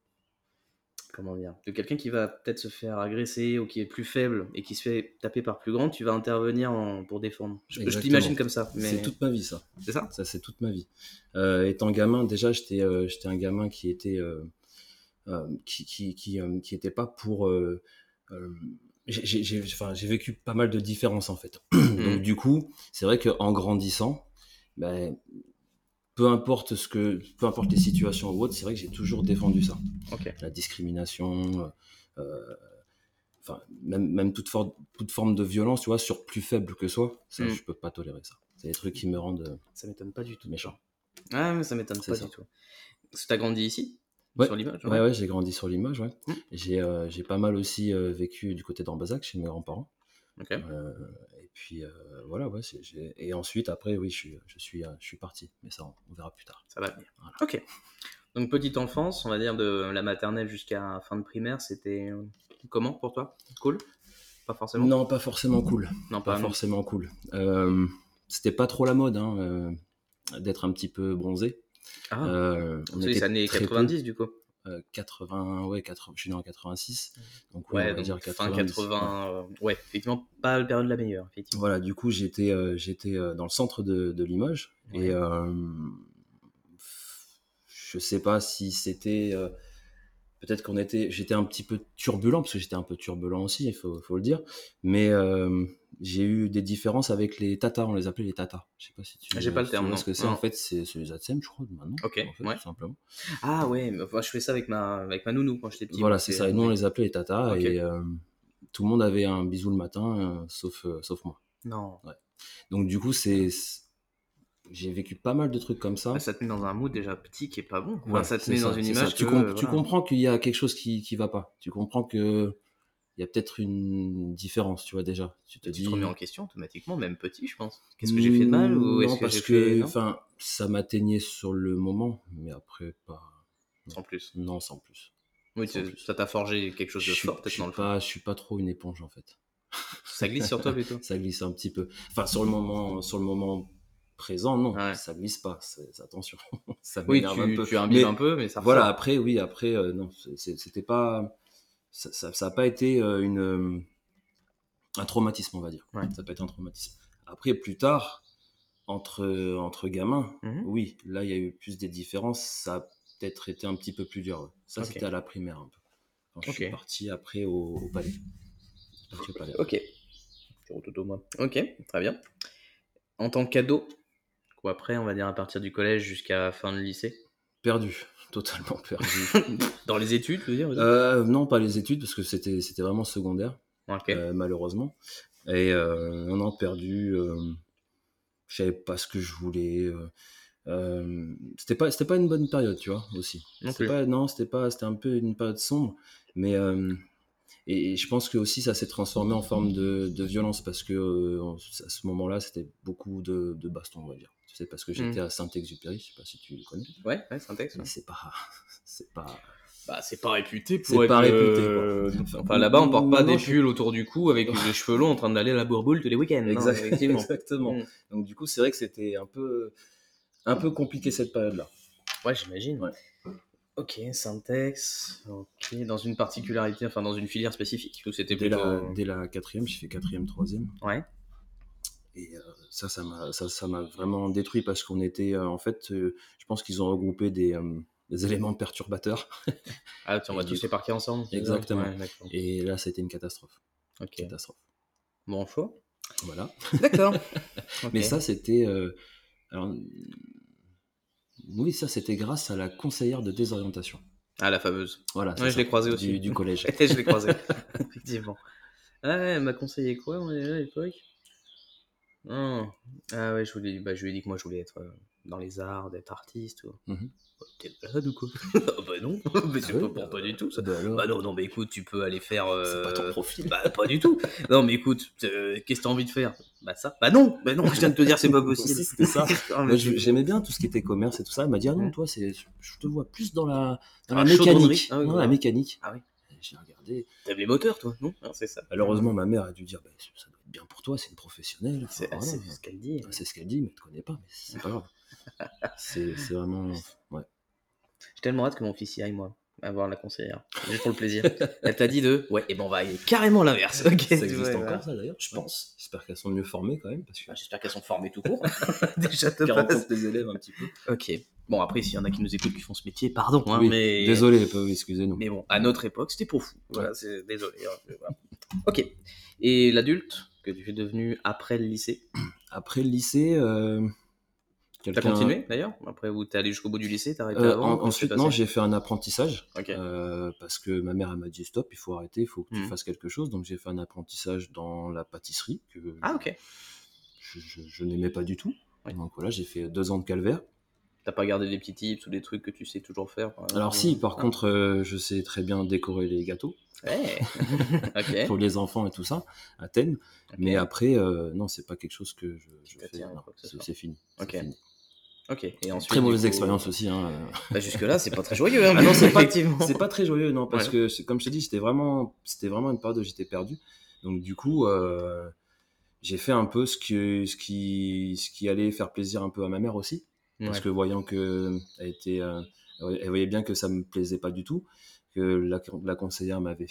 Speaker 2: Comment dire De quelqu'un qui va peut-être se faire agresser ou qui est plus faible et qui se fait taper par plus grand, tu vas intervenir en- pour défendre. Je, je
Speaker 3: Exactement.
Speaker 2: t'imagine comme ça. Mais...
Speaker 3: C'est toute ma vie, ça.
Speaker 2: C'est ça
Speaker 3: Ça, c'est toute ma vie. Euh, étant gamin, déjà, j'étais euh, j'étais un gamin qui était. euh, euh, qui, qui, qui, euh, qui était pas pour. euh, euh, j'ai- j'ai j'ai- enfin, j'ai vécu pas mal de différences, en fait. Donc,
Speaker 2: Mhm.
Speaker 3: du coup, c'est vrai qu'en grandissant, ben, peu importe ce que. peu importe les situations ou autres, c'est vrai que j'ai toujours défendu ça.
Speaker 2: Ok.
Speaker 3: La discrimination. euh, euh, Enfin, même, même toute, for- toute forme de violence, tu vois, sur plus faible que soi, ça,
Speaker 2: Mhm.
Speaker 3: je peux pas tolérer ça. C'est des trucs qui me rendent euh,
Speaker 2: Ça m'étonne pas du tout.
Speaker 3: méchant.
Speaker 2: Ah, mais ça m'étonne
Speaker 3: C'est
Speaker 2: pas
Speaker 3: ça.
Speaker 2: du tout. Parce que t'as grandi ici
Speaker 3: Ouais.
Speaker 2: Sur l'image hein,
Speaker 3: Ouais, ouais, j'ai grandi sur l'image, ouais.
Speaker 2: Mm.
Speaker 3: J'ai euh, j'ai pas mal aussi euh, vécu du côté d'Ambazac chez mes grands-parents.
Speaker 2: Ok.
Speaker 3: Euh, et puis euh, voilà, ouais. c'est- j'ai- Et ensuite, après, oui, je suis, je suis, euh, je suis parti. Mais ça, on, on verra plus tard.
Speaker 2: Ça va venir.
Speaker 3: Voilà.
Speaker 2: Ok. Donc petite enfance, on va dire de la maternelle jusqu'à fin de primaire, c'était euh, comment pour toi Cool Pas forcément
Speaker 3: Non, pas forcément cool.
Speaker 2: Non,
Speaker 3: Pas
Speaker 2: pas non.
Speaker 3: forcément cool. Euh, C'était pas trop la mode hein, euh, d'être un petit peu bronzé.
Speaker 2: Ah,
Speaker 3: Euh,
Speaker 2: parce que c'est années
Speaker 3: très peu.
Speaker 2: 90 du coup.
Speaker 3: Euh, 80, ouais, 80, je suis né en 86. Donc,
Speaker 2: Mmh.
Speaker 3: ouais,
Speaker 2: Ouais,
Speaker 3: on va
Speaker 2: donc
Speaker 3: dire
Speaker 2: fin
Speaker 3: 90.
Speaker 2: 80. euh, ouais, effectivement, pas la période la meilleure. Effectivement.
Speaker 3: Voilà, du coup, j'étais euh, j'étais euh, dans le centre de, de Limoges.
Speaker 2: Ouais.
Speaker 3: Et euh, je sais pas si c'était. euh, Peut-être qu'on était. J'étais un petit peu turbulent, parce que j'étais un peu turbulent aussi, il faut, faut le dire. Mais euh, j'ai eu des différences avec les tatas, on les appelait les tatas. Je sais pas si tu,
Speaker 2: Ah, J'ai pas le
Speaker 3: si tu
Speaker 2: terme,
Speaker 3: vois
Speaker 2: non.
Speaker 3: ce que c'est.
Speaker 2: Non.
Speaker 3: En fait, c'est c'est les ATSEM, je crois, maintenant.
Speaker 2: Ok,
Speaker 3: en fait,
Speaker 2: ouais.
Speaker 3: tout simplement.
Speaker 2: Ah ouais, mais enfin, je fais ça avec ma, avec ma nounou quand j'étais petit.
Speaker 3: Voilà,
Speaker 2: donc
Speaker 3: c'est ça. Et nous, on les appelait les tatas.
Speaker 2: Ok.
Speaker 3: Et euh, tout le monde avait un bisou le matin, euh, sauf, euh, sauf moi.
Speaker 2: Non,
Speaker 3: Donc du coup, c'est c'est- j'ai vécu pas mal de trucs comme ça.
Speaker 2: Ah, ça te met dans un mood déjà petit qui est pas bon. Enfin,
Speaker 3: Ouais,
Speaker 2: ça te
Speaker 3: c'est
Speaker 2: met dans une
Speaker 3: c'est
Speaker 2: image.
Speaker 3: Tu,
Speaker 2: que,
Speaker 3: com-
Speaker 2: euh,
Speaker 3: tu
Speaker 2: voilà.
Speaker 3: comprends qu'il y a quelque chose qui qui va pas. Tu comprends que il y a peut-être une différence, tu vois déjà. Tu te
Speaker 2: Tu
Speaker 3: dis.
Speaker 2: te remets en question automatiquement, même petit, je pense. Qu'est-ce que j'ai fait de mal ou est-ce
Speaker 3: Non,
Speaker 2: que
Speaker 3: parce
Speaker 2: j'ai
Speaker 3: que
Speaker 2: fait- non
Speaker 3: enfin, ça m'atteignait sur le moment, mais après pas.
Speaker 2: sans plus
Speaker 3: Non, sans plus.
Speaker 2: Oui,
Speaker 3: Sans
Speaker 2: tu-
Speaker 3: plus.
Speaker 2: ça t'a forgé quelque chose de
Speaker 3: suis-
Speaker 2: fort peut-être
Speaker 3: suis
Speaker 2: dans le fond.
Speaker 3: pas, je suis pas trop une éponge en fait.
Speaker 2: Ça glisse sur toi plutôt.
Speaker 3: Ça glisse un petit peu. Enfin, sur le moment, sur le moment présent, non,
Speaker 2: Ouais.
Speaker 3: ça glisse pas. C'est- Attention, ça
Speaker 2: Oui,
Speaker 3: m'énerve un
Speaker 2: tu,
Speaker 3: peu.
Speaker 2: tu imbibes
Speaker 3: Mais-
Speaker 2: un peu, mais ça
Speaker 3: voilà
Speaker 2: ressort.
Speaker 3: après oui après euh, non c'est- c'est- c'était pas ça ça, ça a pas été euh, une euh, un traumatisme on va dire
Speaker 2: Ouais.
Speaker 3: ça a pas été un traumatisme après plus tard entre entre gamins
Speaker 2: Mhm.
Speaker 3: oui là il y a eu plus des différences ça a peut-être été un petit peu plus dur ouais. ça
Speaker 2: Ok.
Speaker 3: c'était à la primaire un peu quand je
Speaker 2: Ok.
Speaker 3: suis parti après au, au palais Je suis parti au palais.
Speaker 2: Ok. Je retourne au moi. Ok, très bien. En tant qu'ado, quoi après, on va dire à partir du collège jusqu'à fin de lycée,
Speaker 3: perdu totalement perdu
Speaker 2: dans les études, je veux dire. aussi.
Speaker 3: Euh, non pas les études parce que c'était c'était vraiment secondaire
Speaker 2: ok.
Speaker 3: euh, malheureusement. Et euh, un an perdu, euh, je savais pas ce que je voulais. euh, euh, c'était pas, c'était pas une bonne période, tu vois, aussi.
Speaker 2: Non
Speaker 3: C'était
Speaker 2: plus.
Speaker 3: pas, non, c'était pas, c'était un peu une période sombre. Mais euh, et, et je pense que aussi ça s'est transformé en forme de, de violence parce que euh, en- à ce moment-là, c'était beaucoup de, de baston, on va dire. Tu sais, parce que j'étais à Saint-Exupéry, je sais pas si tu le connais.
Speaker 2: Ouais, ouais, Hmm. c'est un texte.
Speaker 3: mais
Speaker 2: ouais.
Speaker 3: C'est pas, c'est pas.
Speaker 2: Bah, c'est pas réputé pour
Speaker 3: C'est
Speaker 2: être.
Speaker 3: pas réputé,
Speaker 2: euh,
Speaker 3: quoi.
Speaker 2: Enfin, là-bas, on porte pas
Speaker 3: Maintenant,
Speaker 2: des
Speaker 3: je suis-
Speaker 2: pulls autour du cou avec les cheveux longs en train d'aller à la bourboule tous les week-ends. non,
Speaker 3: Exact-
Speaker 2: effectivement.
Speaker 3: Exactement.
Speaker 2: Mm.
Speaker 3: Donc du coup, c'est vrai que c'était un peu, un peu compliqué cette période-là.
Speaker 2: Ouais, j'imagine.
Speaker 3: Ouais.
Speaker 2: Ok, syntax. Ok, dans une particularité, enfin dans une filière spécifique. Où c'était
Speaker 3: Dès
Speaker 2: plutôt. euh,
Speaker 3: la, dès la quatrième, j'ai fait quatrième, troisième.
Speaker 2: Ouais.
Speaker 3: Et euh, ça, ça m'a, ça, ça m'a vraiment détruit parce qu'on était, euh, en fait, euh, je pense qu'ils ont regroupé des, euh, des éléments perturbateurs.
Speaker 2: Ah, tiens, on va tous les parquer ensemble. c'est ça
Speaker 3: Exactement.
Speaker 2: Ouais, d'accord.
Speaker 3: Et là, c'était une catastrophe.
Speaker 2: ok.
Speaker 3: Catastrophe.
Speaker 2: Bon choix.
Speaker 3: Voilà.
Speaker 2: D'accord.
Speaker 3: Mais ça, c'était, euh, alors, oui, ça, c'était grâce à la conseillère de désorientation.
Speaker 2: Ah, la fameuse.
Speaker 3: Voilà. c'est
Speaker 2: Ouais, je
Speaker 3: ça,
Speaker 2: l'ai croisée
Speaker 3: du-
Speaker 2: aussi.
Speaker 3: du collège.
Speaker 2: je l'ai croisée. Effectivement. Ah, ouais, elle m'a conseillé quoi on est là, à l'époque Non. Ah, ouais, je, voulais... bah, je lui ai dit que moi je voulais être euh, dans les arts, d'être artiste. Ou...
Speaker 3: Mhm.
Speaker 2: Bah, T'es malade ou quoi Ah, Bah non, mais c'est
Speaker 3: Ah oui,
Speaker 2: pas pour
Speaker 3: bah,
Speaker 2: toi du tout ça.
Speaker 3: bah alors,
Speaker 2: Bah non, non, mais écoute, tu peux aller faire.
Speaker 3: c'est pas ton
Speaker 2: euh,
Speaker 3: profil.
Speaker 2: Bah pas du tout. Non mais écoute, euh, qu'est-ce que t'as envie de faire Bah ça. Bah non, bah non, je viens de te dire c'est pas possible.
Speaker 3: Si, c'était ça.
Speaker 2: Ah, mais
Speaker 3: Moi,
Speaker 2: c'est-
Speaker 3: je- j'aimais bien tout ce qui était commerce et tout ça. elle m'a dit ah non
Speaker 2: Ouais.
Speaker 3: toi c'est je te vois plus dans la dans
Speaker 2: Ah,
Speaker 3: la
Speaker 2: chaudronnerie.
Speaker 3: mécanique
Speaker 2: Ah oui,
Speaker 3: Non,
Speaker 2: voilà.
Speaker 3: la mécanique
Speaker 2: Ah oui.
Speaker 3: Je- j'ai regardé.
Speaker 2: T'aimes les moteurs, toi, non Ah, C'est ça.
Speaker 3: Malheureusement, ma mère a dû dire bah, ça doit être bien pour toi, c'est une professionnelle. enfin,
Speaker 2: C'est
Speaker 3: voilà.
Speaker 2: Ah, c'est ce qu'elle dit.
Speaker 3: C'est ce qu'elle dit, mais elle ne connaît pas, mais c'est pas grave. c'est c'est vraiment. Ouais.
Speaker 2: J'ai tellement hâte que mon fils y aille, moi, à voir la conseillère. Juste pour le plaisir. Elle t'a dit de Ouais, et ben on va aller carrément l'inverse. Ok,
Speaker 3: ça
Speaker 2: tu vois,
Speaker 3: existe
Speaker 2: voilà.
Speaker 3: encore, ça d'ailleurs Je pense. J'espère qu'elles sont mieux formées quand même, parce que
Speaker 2: Bah, J'espère qu'elles sont formées tout court. Déjà de
Speaker 3: je
Speaker 2: base.
Speaker 3: rencontre les élèves un petit peu.
Speaker 2: Ok. Bon, après, s'il y en a qui nous écoutent qui font ce métier, pardon, hein,
Speaker 3: Oui,
Speaker 2: mais.
Speaker 3: Désolé, les pauvres, excusez-nous.
Speaker 2: Mais bon, à notre époque, c'était pour fou. Voilà, c'est désolé. hein, mais voilà. Ok. Et l'adulte que tu es devenu après le lycée
Speaker 3: Après le lycée, euh,
Speaker 2: T'as
Speaker 3: quelqu'un-
Speaker 2: continué d'ailleurs Après, où t'es allé jusqu'au bout du lycée T'as arrêté
Speaker 3: Euh,
Speaker 2: avant
Speaker 3: en-
Speaker 2: Comment c'est
Speaker 3: ensuite,
Speaker 2: passé
Speaker 3: non, j'ai fait un apprentissage
Speaker 2: Ok.
Speaker 3: euh, parce que ma mère elle m'a dit stop, il faut arrêter, il faut que tu
Speaker 2: Mhm.
Speaker 3: fasses quelque chose. Donc j'ai fait un apprentissage dans la pâtisserie que
Speaker 2: Ah, ok.
Speaker 3: je, je- je n'aimais pas du tout.
Speaker 2: Ouais.
Speaker 3: Donc voilà, j'ai fait deux ans de calvaire.
Speaker 2: T'as pas gardé des petits tips ou des trucs que tu sais toujours faire par
Speaker 3: Alors
Speaker 2: exemple
Speaker 3: si, par
Speaker 2: Ah.
Speaker 3: contre, euh, je sais très bien décorer les gâteaux
Speaker 2: Ouais. ok.
Speaker 3: pour les enfants et tout ça, à thème.
Speaker 2: Eh. Ok.
Speaker 3: Mais après, euh, non, c'est pas quelque chose que je, je fais.
Speaker 2: t'attire,
Speaker 3: non,
Speaker 2: quoi que ce
Speaker 3: c'est
Speaker 2: soit.
Speaker 3: c'est fini. c'est
Speaker 2: Ok.
Speaker 3: fini.
Speaker 2: Ok. Et ensuite,
Speaker 3: euh, Très mauvaise
Speaker 2: du coup-
Speaker 3: expérience aussi. Hein.
Speaker 2: Bah, Jusque-là, c'est pas très joyeux. hein,
Speaker 3: Ah non, c'est pas-
Speaker 2: effectivement.
Speaker 3: c'est pas très joyeux non parce
Speaker 2: Ouais.
Speaker 3: que c'est- comme je te dis j'étais vraiment c'était vraiment une période où j'étais perdu donc du coup euh, j'ai fait un peu ce que ce qui ce qui allait faire plaisir un peu à ma mère aussi parce
Speaker 2: Ouais.
Speaker 3: que voyant que elle était euh, elle voyait bien que ça me plaisait pas du tout que la, la conseillère m'avait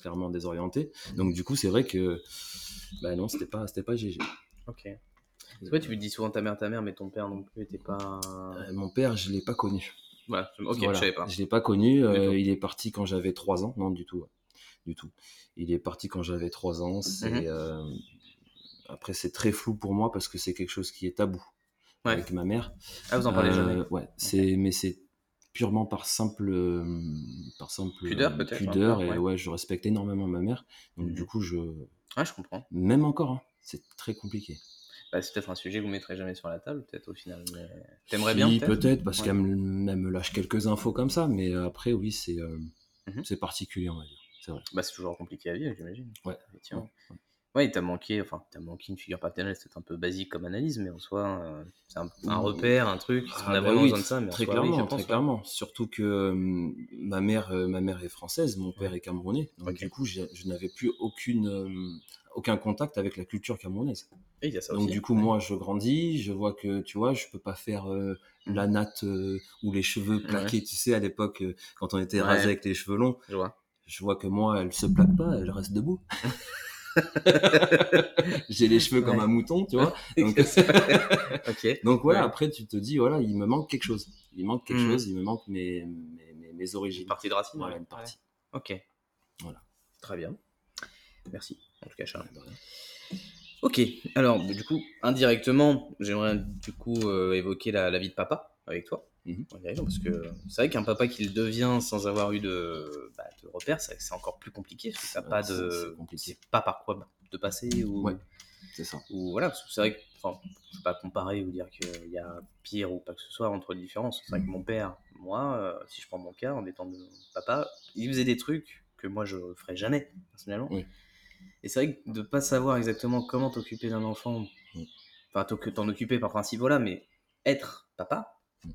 Speaker 3: clairement désorienté donc du coup c'est vrai que bah non c'était pas c'était pas GG
Speaker 2: Ok. C'est vrai, tu lui dis souvent ta mère, ta mère, mais ton père non plus était pas.
Speaker 3: Euh, mon père je l'ai pas connu
Speaker 2: Voilà. Ok,
Speaker 3: Voilà.
Speaker 2: je savais pas.
Speaker 3: Je l'ai pas connu. euh,
Speaker 2: Du tout.
Speaker 3: il est parti quand j'avais 3 ans. Non, du tout. ouais. Du tout. Il est parti quand j'avais 3 ans. C'est,
Speaker 2: Mhm.
Speaker 3: euh, Après, c'est très flou pour moi parce que c'est quelque chose qui est tabou
Speaker 2: Ouais.
Speaker 3: avec ma mère.
Speaker 2: Ah, vous en parlez
Speaker 3: Euh,
Speaker 2: jamais.
Speaker 3: Ouais, c'est... mais c'est purement par simple, euh, par simple
Speaker 2: Pudeur,
Speaker 3: euh,
Speaker 2: peut-être,
Speaker 3: pudeur,
Speaker 2: un peu,
Speaker 3: et
Speaker 2: ouais.
Speaker 3: ouais. je respecte énormément ma mère. Donc,
Speaker 2: Mhm.
Speaker 3: du coup, je...
Speaker 2: Ah, je comprends.
Speaker 3: même encore, hein, c'est très compliqué.
Speaker 2: Bah, c'est peut-être un sujet que vous mettrez jamais sur la table, peut-être au final. mais T'aimerais
Speaker 3: Si,
Speaker 2: bien peut-être.
Speaker 3: Peut-être, parce
Speaker 2: Ouais.
Speaker 3: qu'elle me, elle me lâche quelques infos comme ça, mais après, oui, c'est, euh,
Speaker 2: Mhm.
Speaker 3: c'est particulier, on va dire. C'est vrai.
Speaker 2: Bah, c'est toujours compliqué à vivre, j'imagine.
Speaker 3: Ouais.
Speaker 2: Effectivement. Ouais, il t'a manqué, enfin, t'as manqué une figure paternelle, c'est un peu basique comme analyse, mais en soi, euh, c'est un, un
Speaker 3: Ouh.
Speaker 2: repère, un truc,
Speaker 3: Ah,
Speaker 2: on a
Speaker 3: bah
Speaker 2: vraiment
Speaker 3: oui,
Speaker 2: besoin de ça, mais en
Speaker 3: Très
Speaker 2: soi, oui,
Speaker 3: clairement,
Speaker 2: je pense,
Speaker 3: très
Speaker 2: ouais.
Speaker 3: clairement. Surtout que euh, ma, mère, euh, ma mère est française, mon père est camerounais. Donc,
Speaker 2: Ok.
Speaker 3: du coup, j'ai- je n'avais plus aucune, euh, aucun contact avec la culture camerounaise.
Speaker 2: Et il y a ça
Speaker 3: Donc,
Speaker 2: Bah aussi.
Speaker 3: du coup, moi, je grandis, je vois que, tu vois, je peux pas faire euh,
Speaker 2: Mmh.
Speaker 3: la natte euh, ou les cheveux plaqués. Tu sais, à l'époque, euh, quand on était
Speaker 2: Ouais.
Speaker 3: rasé avec les cheveux longs,
Speaker 2: Je vois.
Speaker 3: je vois que moi, elle se plaque pas, elle reste debout. J'ai les cheveux comme
Speaker 2: Ouais.
Speaker 3: un mouton, tu vois. Donc,
Speaker 2: ok.
Speaker 3: donc voilà,
Speaker 2: Ouais.
Speaker 3: après tu te dis, voilà, il me manque quelque chose. Il manque quelque
Speaker 2: Mhm.
Speaker 3: chose, il me manque mes, mes, mes, mes
Speaker 2: J'ai
Speaker 3: origines.
Speaker 2: une partie de racine.
Speaker 3: Voilà,
Speaker 2: ouais.
Speaker 3: une partie.
Speaker 2: Ok.
Speaker 3: Voilà.
Speaker 2: Très bien. Merci, en tout cas, Charles.
Speaker 3: Ouais, bah,
Speaker 2: Ok, alors du coup, indirectement, j'aimerais du coup euh, évoquer la, la vie de papa avec toi.
Speaker 3: Mhm.
Speaker 2: Indirectement, Parce que c'est vrai qu'un papa qui le devient sans avoir eu de, bah, de repères, c'est c'est encore plus compliqué. Parce que t'as
Speaker 3: Ouais,
Speaker 2: pas
Speaker 3: c'est-
Speaker 2: de.
Speaker 3: c'est compliqué.
Speaker 2: c'est pas par quoi te passer ou,
Speaker 3: Ouais. C'est ça.
Speaker 2: ou voilà. Parce que c'est vrai que, enfin, je peux pas comparer ou dire qu'il y a pire ou pas que ce soit entre les différences. C'est vrai que mon père, moi, euh, si je prends mon cas en étant de papa, il faisait des trucs que moi je ferais jamais personnellement.
Speaker 3: Oui.
Speaker 2: Et c'est vrai que de pas savoir exactement comment t'occuper d'un enfant,
Speaker 3: Oui.
Speaker 2: enfin t'oc- t'en occuper par principe, voilà, mais être papa,
Speaker 3: Oui.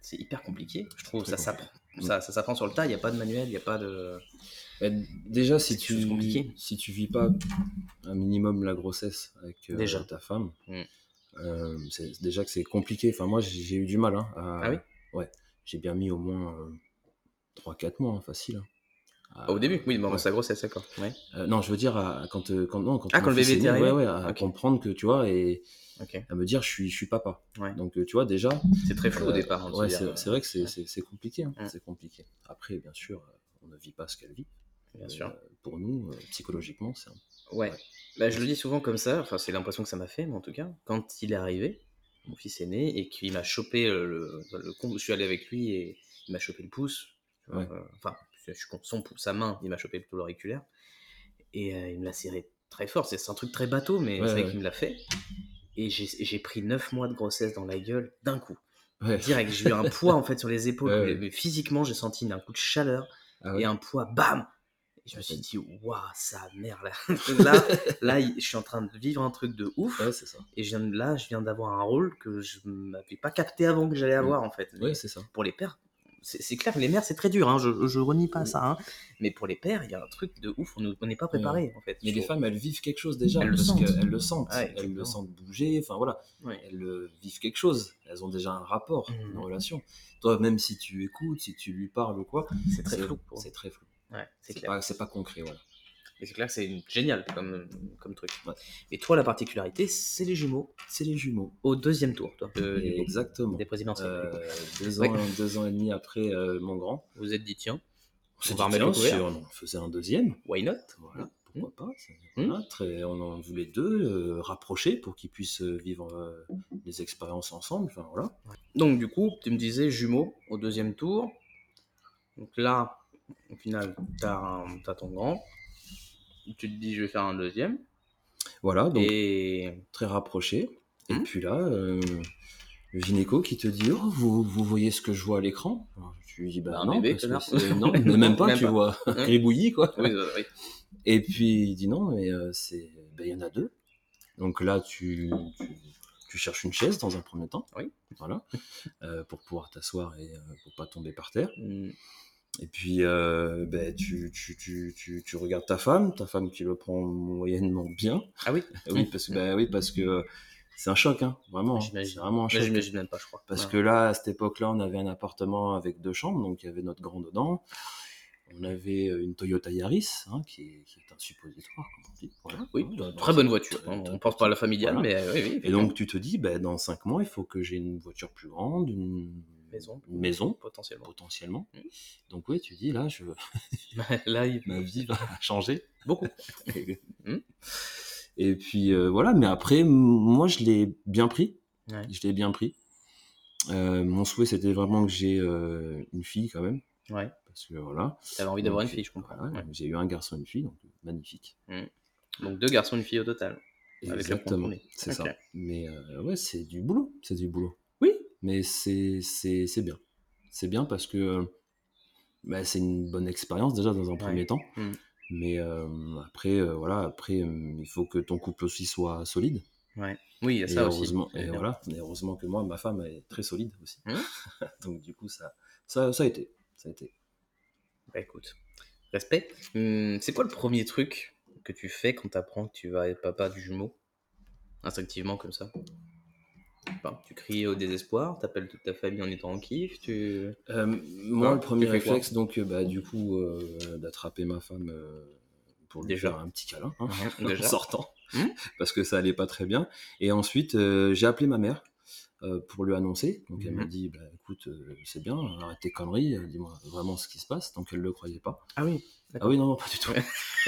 Speaker 2: c'est hyper compliqué. Mm. Je trouve
Speaker 3: Très
Speaker 2: ça
Speaker 3: compliqué.
Speaker 2: s'apprend. Ça, ça s'apprend sur le tas. Il n'y a pas de manuel, il n'y a pas de.
Speaker 3: Et Bah, déjà, si
Speaker 2: C'est quelque chose
Speaker 3: tu,
Speaker 2: compliqué.
Speaker 3: si tu vis pas un minimum la grossesse avec euh,
Speaker 2: Déjà.
Speaker 3: ta femme,
Speaker 2: Mm.
Speaker 3: euh, c'est déjà que c'est compliqué. Enfin, moi, j'ai j'ai eu du mal. hein, à-
Speaker 2: Ah oui
Speaker 3: Ouais. J'ai bien mis au moins 3-4 mois, hein, facile. hein, à-
Speaker 2: Ah, Au début, oui,
Speaker 3: Ouais.
Speaker 2: pendant sa grossesse, d'accord. Ouais.
Speaker 3: Euh, non, je veux dire, à- à- quand, euh, quand, non, quand,
Speaker 2: Ah,
Speaker 3: mon
Speaker 2: quand le
Speaker 3: fils
Speaker 2: bébé
Speaker 3: est
Speaker 2: était
Speaker 3: né, ouais,
Speaker 2: arrivé
Speaker 3: ouais, à
Speaker 2: Ok.
Speaker 3: comprendre que tu vois, et
Speaker 2: Ok.
Speaker 3: à me dire, je suis, je suis papa.
Speaker 2: Ouais.
Speaker 3: Donc, euh, tu vois, déjà,
Speaker 2: C'est très flou au
Speaker 3: euh,
Speaker 2: départ. hein, de se
Speaker 3: ouais,
Speaker 2: dire,
Speaker 3: c'est
Speaker 2: euh,
Speaker 3: c'est vrai que c'est-
Speaker 2: ouais.
Speaker 3: c'est c'est compliqué. hein,
Speaker 2: Mm.
Speaker 3: C'est compliqué. Après, bien sûr, euh, on ne vit pas ce qu'elle vit.
Speaker 2: Bien
Speaker 3: Mais,
Speaker 2: sûr.
Speaker 3: euh, Pour nous, euh, psychologiquement, c'est un
Speaker 2: Ouais.
Speaker 3: Ouais.
Speaker 2: Bah, je le dis souvent comme ça, enfin, c'est l'impression que ça m'a fait, mais en tout cas, quand il est arrivé, mon fils est né, et qu'il m'a chopé euh, le, le con- Je suis allé avec lui et il m'a chopé le pouce. tu vois,
Speaker 3: Ouais.
Speaker 2: euh, Enfin, je suis contre son pouce, sa main, il m'a chopé plutôt l'auriculaire. Et euh, il me l'a serré très fort. C'est c'est un truc très bateau, mais
Speaker 3: Ouais,
Speaker 2: c'est vrai
Speaker 3: ouais.
Speaker 2: qu'il me l'a fait. Et j'ai j'ai pris 9 mois de grossesse dans la gueule d'un coup.
Speaker 3: Ouais.
Speaker 2: Direct, j'ai eu un poids en fait sur les épaules.
Speaker 3: Ouais, ouais.
Speaker 2: Mais physiquement, j'ai senti un coup de chaleur
Speaker 3: Ah ouais.
Speaker 2: et un poids, bam Et je me suis dit, waouh, sa mère, là, là, là, il- je suis en train de vivre un truc de ouf,
Speaker 3: Ouais, c'est ça.
Speaker 2: et je viens de, là, je viens d'avoir un rôle que je m'avais pas capté avant que j'allais avoir, en fait. Mais
Speaker 3: Ouais, c'est ça.
Speaker 2: pour les pères, c'est c'est clair, les mères, c'est très dur, hein, je, je renie pas ça. hein. Mais pour les pères, il y a un truc de ouf, on ne- on n'est pas préparé, en fait.
Speaker 3: Mais les
Speaker 2: Je-
Speaker 3: femmes, elles vivent quelque chose déjà,
Speaker 2: Elles le
Speaker 3: parce
Speaker 2: sentent.
Speaker 3: qu'elles le sentent.
Speaker 2: Ouais,
Speaker 3: elles
Speaker 2: exactement.
Speaker 3: le sentent bouger, enfin voilà. Mmh,
Speaker 2: Ouais.
Speaker 3: Elles euh, vivent quelque chose. Elles ont déjà un rapport,
Speaker 2: Mhm.
Speaker 3: une relation. Toi, même si tu écoutes, si tu lui parles ou quoi,
Speaker 2: C'est très flou. pour-
Speaker 3: C'est très flou.
Speaker 2: Ouais, c'est
Speaker 3: C'est
Speaker 2: clair.
Speaker 3: pas, c'est pas concret, voilà.
Speaker 2: Et c'est clair, c'est une- génial comme, comme truc.
Speaker 3: Ouais.
Speaker 2: Et toi, la particularité, c'est les jumeaux
Speaker 3: C'est les jumeaux.
Speaker 2: au deuxième tour, toi, de- du coup,
Speaker 3: Exactement.
Speaker 2: des présidentielles.
Speaker 3: Euh,
Speaker 2: du coup.
Speaker 3: deux,
Speaker 2: Ouais.
Speaker 3: ans, deux ans et demi après euh, mon grand.
Speaker 2: Vous êtes dit, tiens,
Speaker 3: On s'est
Speaker 2: va
Speaker 3: dit,
Speaker 2: remettre
Speaker 3: tiens,
Speaker 2: le couvert.
Speaker 3: si on en faisait un deuxième.
Speaker 2: why not
Speaker 3: Voilà, pourquoi pas. ça-
Speaker 2: Mhm.
Speaker 3: voilà, très- on en voulait deux, euh, rapprochés, pour qu'ils puissent euh, vivre euh,
Speaker 2: Mmh.
Speaker 3: des expériences ensemble. Enfin, voilà.
Speaker 2: Donc, du coup, tu me disais jumeaux au deuxième tour. Donc là, au final, t'as, un- t'as ton grand. Tu te dis, je vais faire un deuxième.
Speaker 3: Voilà, donc
Speaker 2: Et
Speaker 3: très rapprochés. Et
Speaker 2: Mhm.
Speaker 3: puis là, euh, le gynéco qui te dit Oh, vous, vous voyez ce que je vois à l'écran Alors, Tu lui dis Bah,
Speaker 2: Bah, un
Speaker 3: non,
Speaker 2: bébé,
Speaker 3: parce que
Speaker 2: connard.
Speaker 3: c'est- non, mais même pas,
Speaker 2: Même
Speaker 3: tu
Speaker 2: pas. Mmh.
Speaker 3: vois,
Speaker 2: Ouais.
Speaker 3: gribouillis, quoi.
Speaker 2: oui, oui, oui.
Speaker 3: Et puis il dit non, mais euh, c'est, ben, il y en a deux. Donc là, tu, tu, tu cherches une chaise dans un premier temps.
Speaker 2: Oui.
Speaker 3: Voilà. euh, pour pouvoir t'asseoir et euh, pour pas tomber par terre.
Speaker 2: Mm.
Speaker 3: Et puis euh, ben, tu, tu, tu, tu, tu regardes ta femme, ta femme qui le prend moyennement bien.
Speaker 2: Ah oui,
Speaker 3: oui, parce que ben, oui, parce que euh, c'est un choc, hein, vraiment. hein,
Speaker 2: J'imagine.
Speaker 3: C'est vraiment un
Speaker 2: Mais
Speaker 3: choc.
Speaker 2: Bah, j'imagine même pas, je crois. Bah.
Speaker 3: Parce que là, à cette époque-là, on avait un appartement avec deux chambres, donc il y avait notre grand dedans. On avait euh, une Toyota Yaris, hein, qui, est, qui est un suppositoire, comme on dit. Voilà.
Speaker 2: Ah, Oui,
Speaker 3: Hein, dans-
Speaker 2: très
Speaker 3: dans-
Speaker 2: bonne voiture.
Speaker 3: très-
Speaker 2: hein.
Speaker 3: très-
Speaker 2: On pense pas à la familiale,
Speaker 3: Voilà.
Speaker 2: mais euh, oui, oui.
Speaker 3: Et donc, tu te dis, ben, dans cinq mois, il faut que j'ai une voiture plus grande, une
Speaker 2: Maison.
Speaker 3: une maison
Speaker 2: potentiellement.
Speaker 3: potentiellement.
Speaker 2: Mm.
Speaker 3: Donc, oui, tu dis, là, je...
Speaker 2: là, il-
Speaker 3: ma vie va changer. hmm.
Speaker 2: beaucoup. Mm.
Speaker 3: Et puis, euh, voilà. Mais après, m- moi, je l'ai bien pris.
Speaker 2: Ouais.
Speaker 3: Je l'ai bien pris. Euh, mon souhait, c'était vraiment que j'ai euh, une fille quand même.
Speaker 2: Ouais.
Speaker 3: Parce que voilà.
Speaker 2: T'avais envie d'avoir une fille, je comprends.
Speaker 3: Voilà,
Speaker 2: Ouais.
Speaker 3: J'ai eu un garçon et une fille, donc magnifique.
Speaker 2: Donc deux garçons, une fille au total. Avec
Speaker 3: Exactement.
Speaker 2: le point tourné.
Speaker 3: C'est
Speaker 2: Ok.
Speaker 3: ça. Mais euh, ouais, c'est du boulot. C'est du boulot.
Speaker 2: Oui.
Speaker 3: Mais c'est c'est c'est bien. C'est bien parce que euh, bah, c'est une bonne expérience déjà dans un premier temps.
Speaker 2: Mm.
Speaker 3: Mais euh, après, euh, voilà, après, euh, il faut que ton couple aussi soit solide.
Speaker 2: Oui, il y a
Speaker 3: Et
Speaker 2: ça aussi.
Speaker 3: heureusement,
Speaker 2: C'est
Speaker 3: et
Speaker 2: bien.
Speaker 3: voilà, et heureusement que moi, ma femme elle est très solide aussi.
Speaker 2: Hein
Speaker 3: Donc du coup, ça, ça, ça a été, ça a été.
Speaker 2: Bah, écoute, respect. Hum, c'est quoi le premier truc que tu fais quand t'apprends que tu vas être papa du jumeau Instinctivement, comme ça Enfin, Tu cries au désespoir, t'appelles toute ta famille en étant en kiff, tu.
Speaker 3: Euh, moi,
Speaker 2: Ah,
Speaker 3: le premier
Speaker 2: tu fais quoi
Speaker 3: réflexe, donc, euh, bah, du coup, euh, d'attraper ma femme euh, pour lui
Speaker 2: Déjà.
Speaker 3: faire un petit câlin, hein, en
Speaker 2: Déjà.
Speaker 3: sortant,
Speaker 2: Hein
Speaker 3: parce que ça allait pas très bien. Et ensuite, euh, j'ai appelé ma mère. euh, pour lui annoncer, donc elle m'a
Speaker 2: Mhm.
Speaker 3: dit bah, écoute, euh, c'est bien, arrête tes conneries, euh, dis-moi vraiment ce qui se passe, donc elle le croyait pas.
Speaker 2: Ah oui.
Speaker 3: Ah
Speaker 2: D'accord.
Speaker 3: oui, non, non, pas du tout.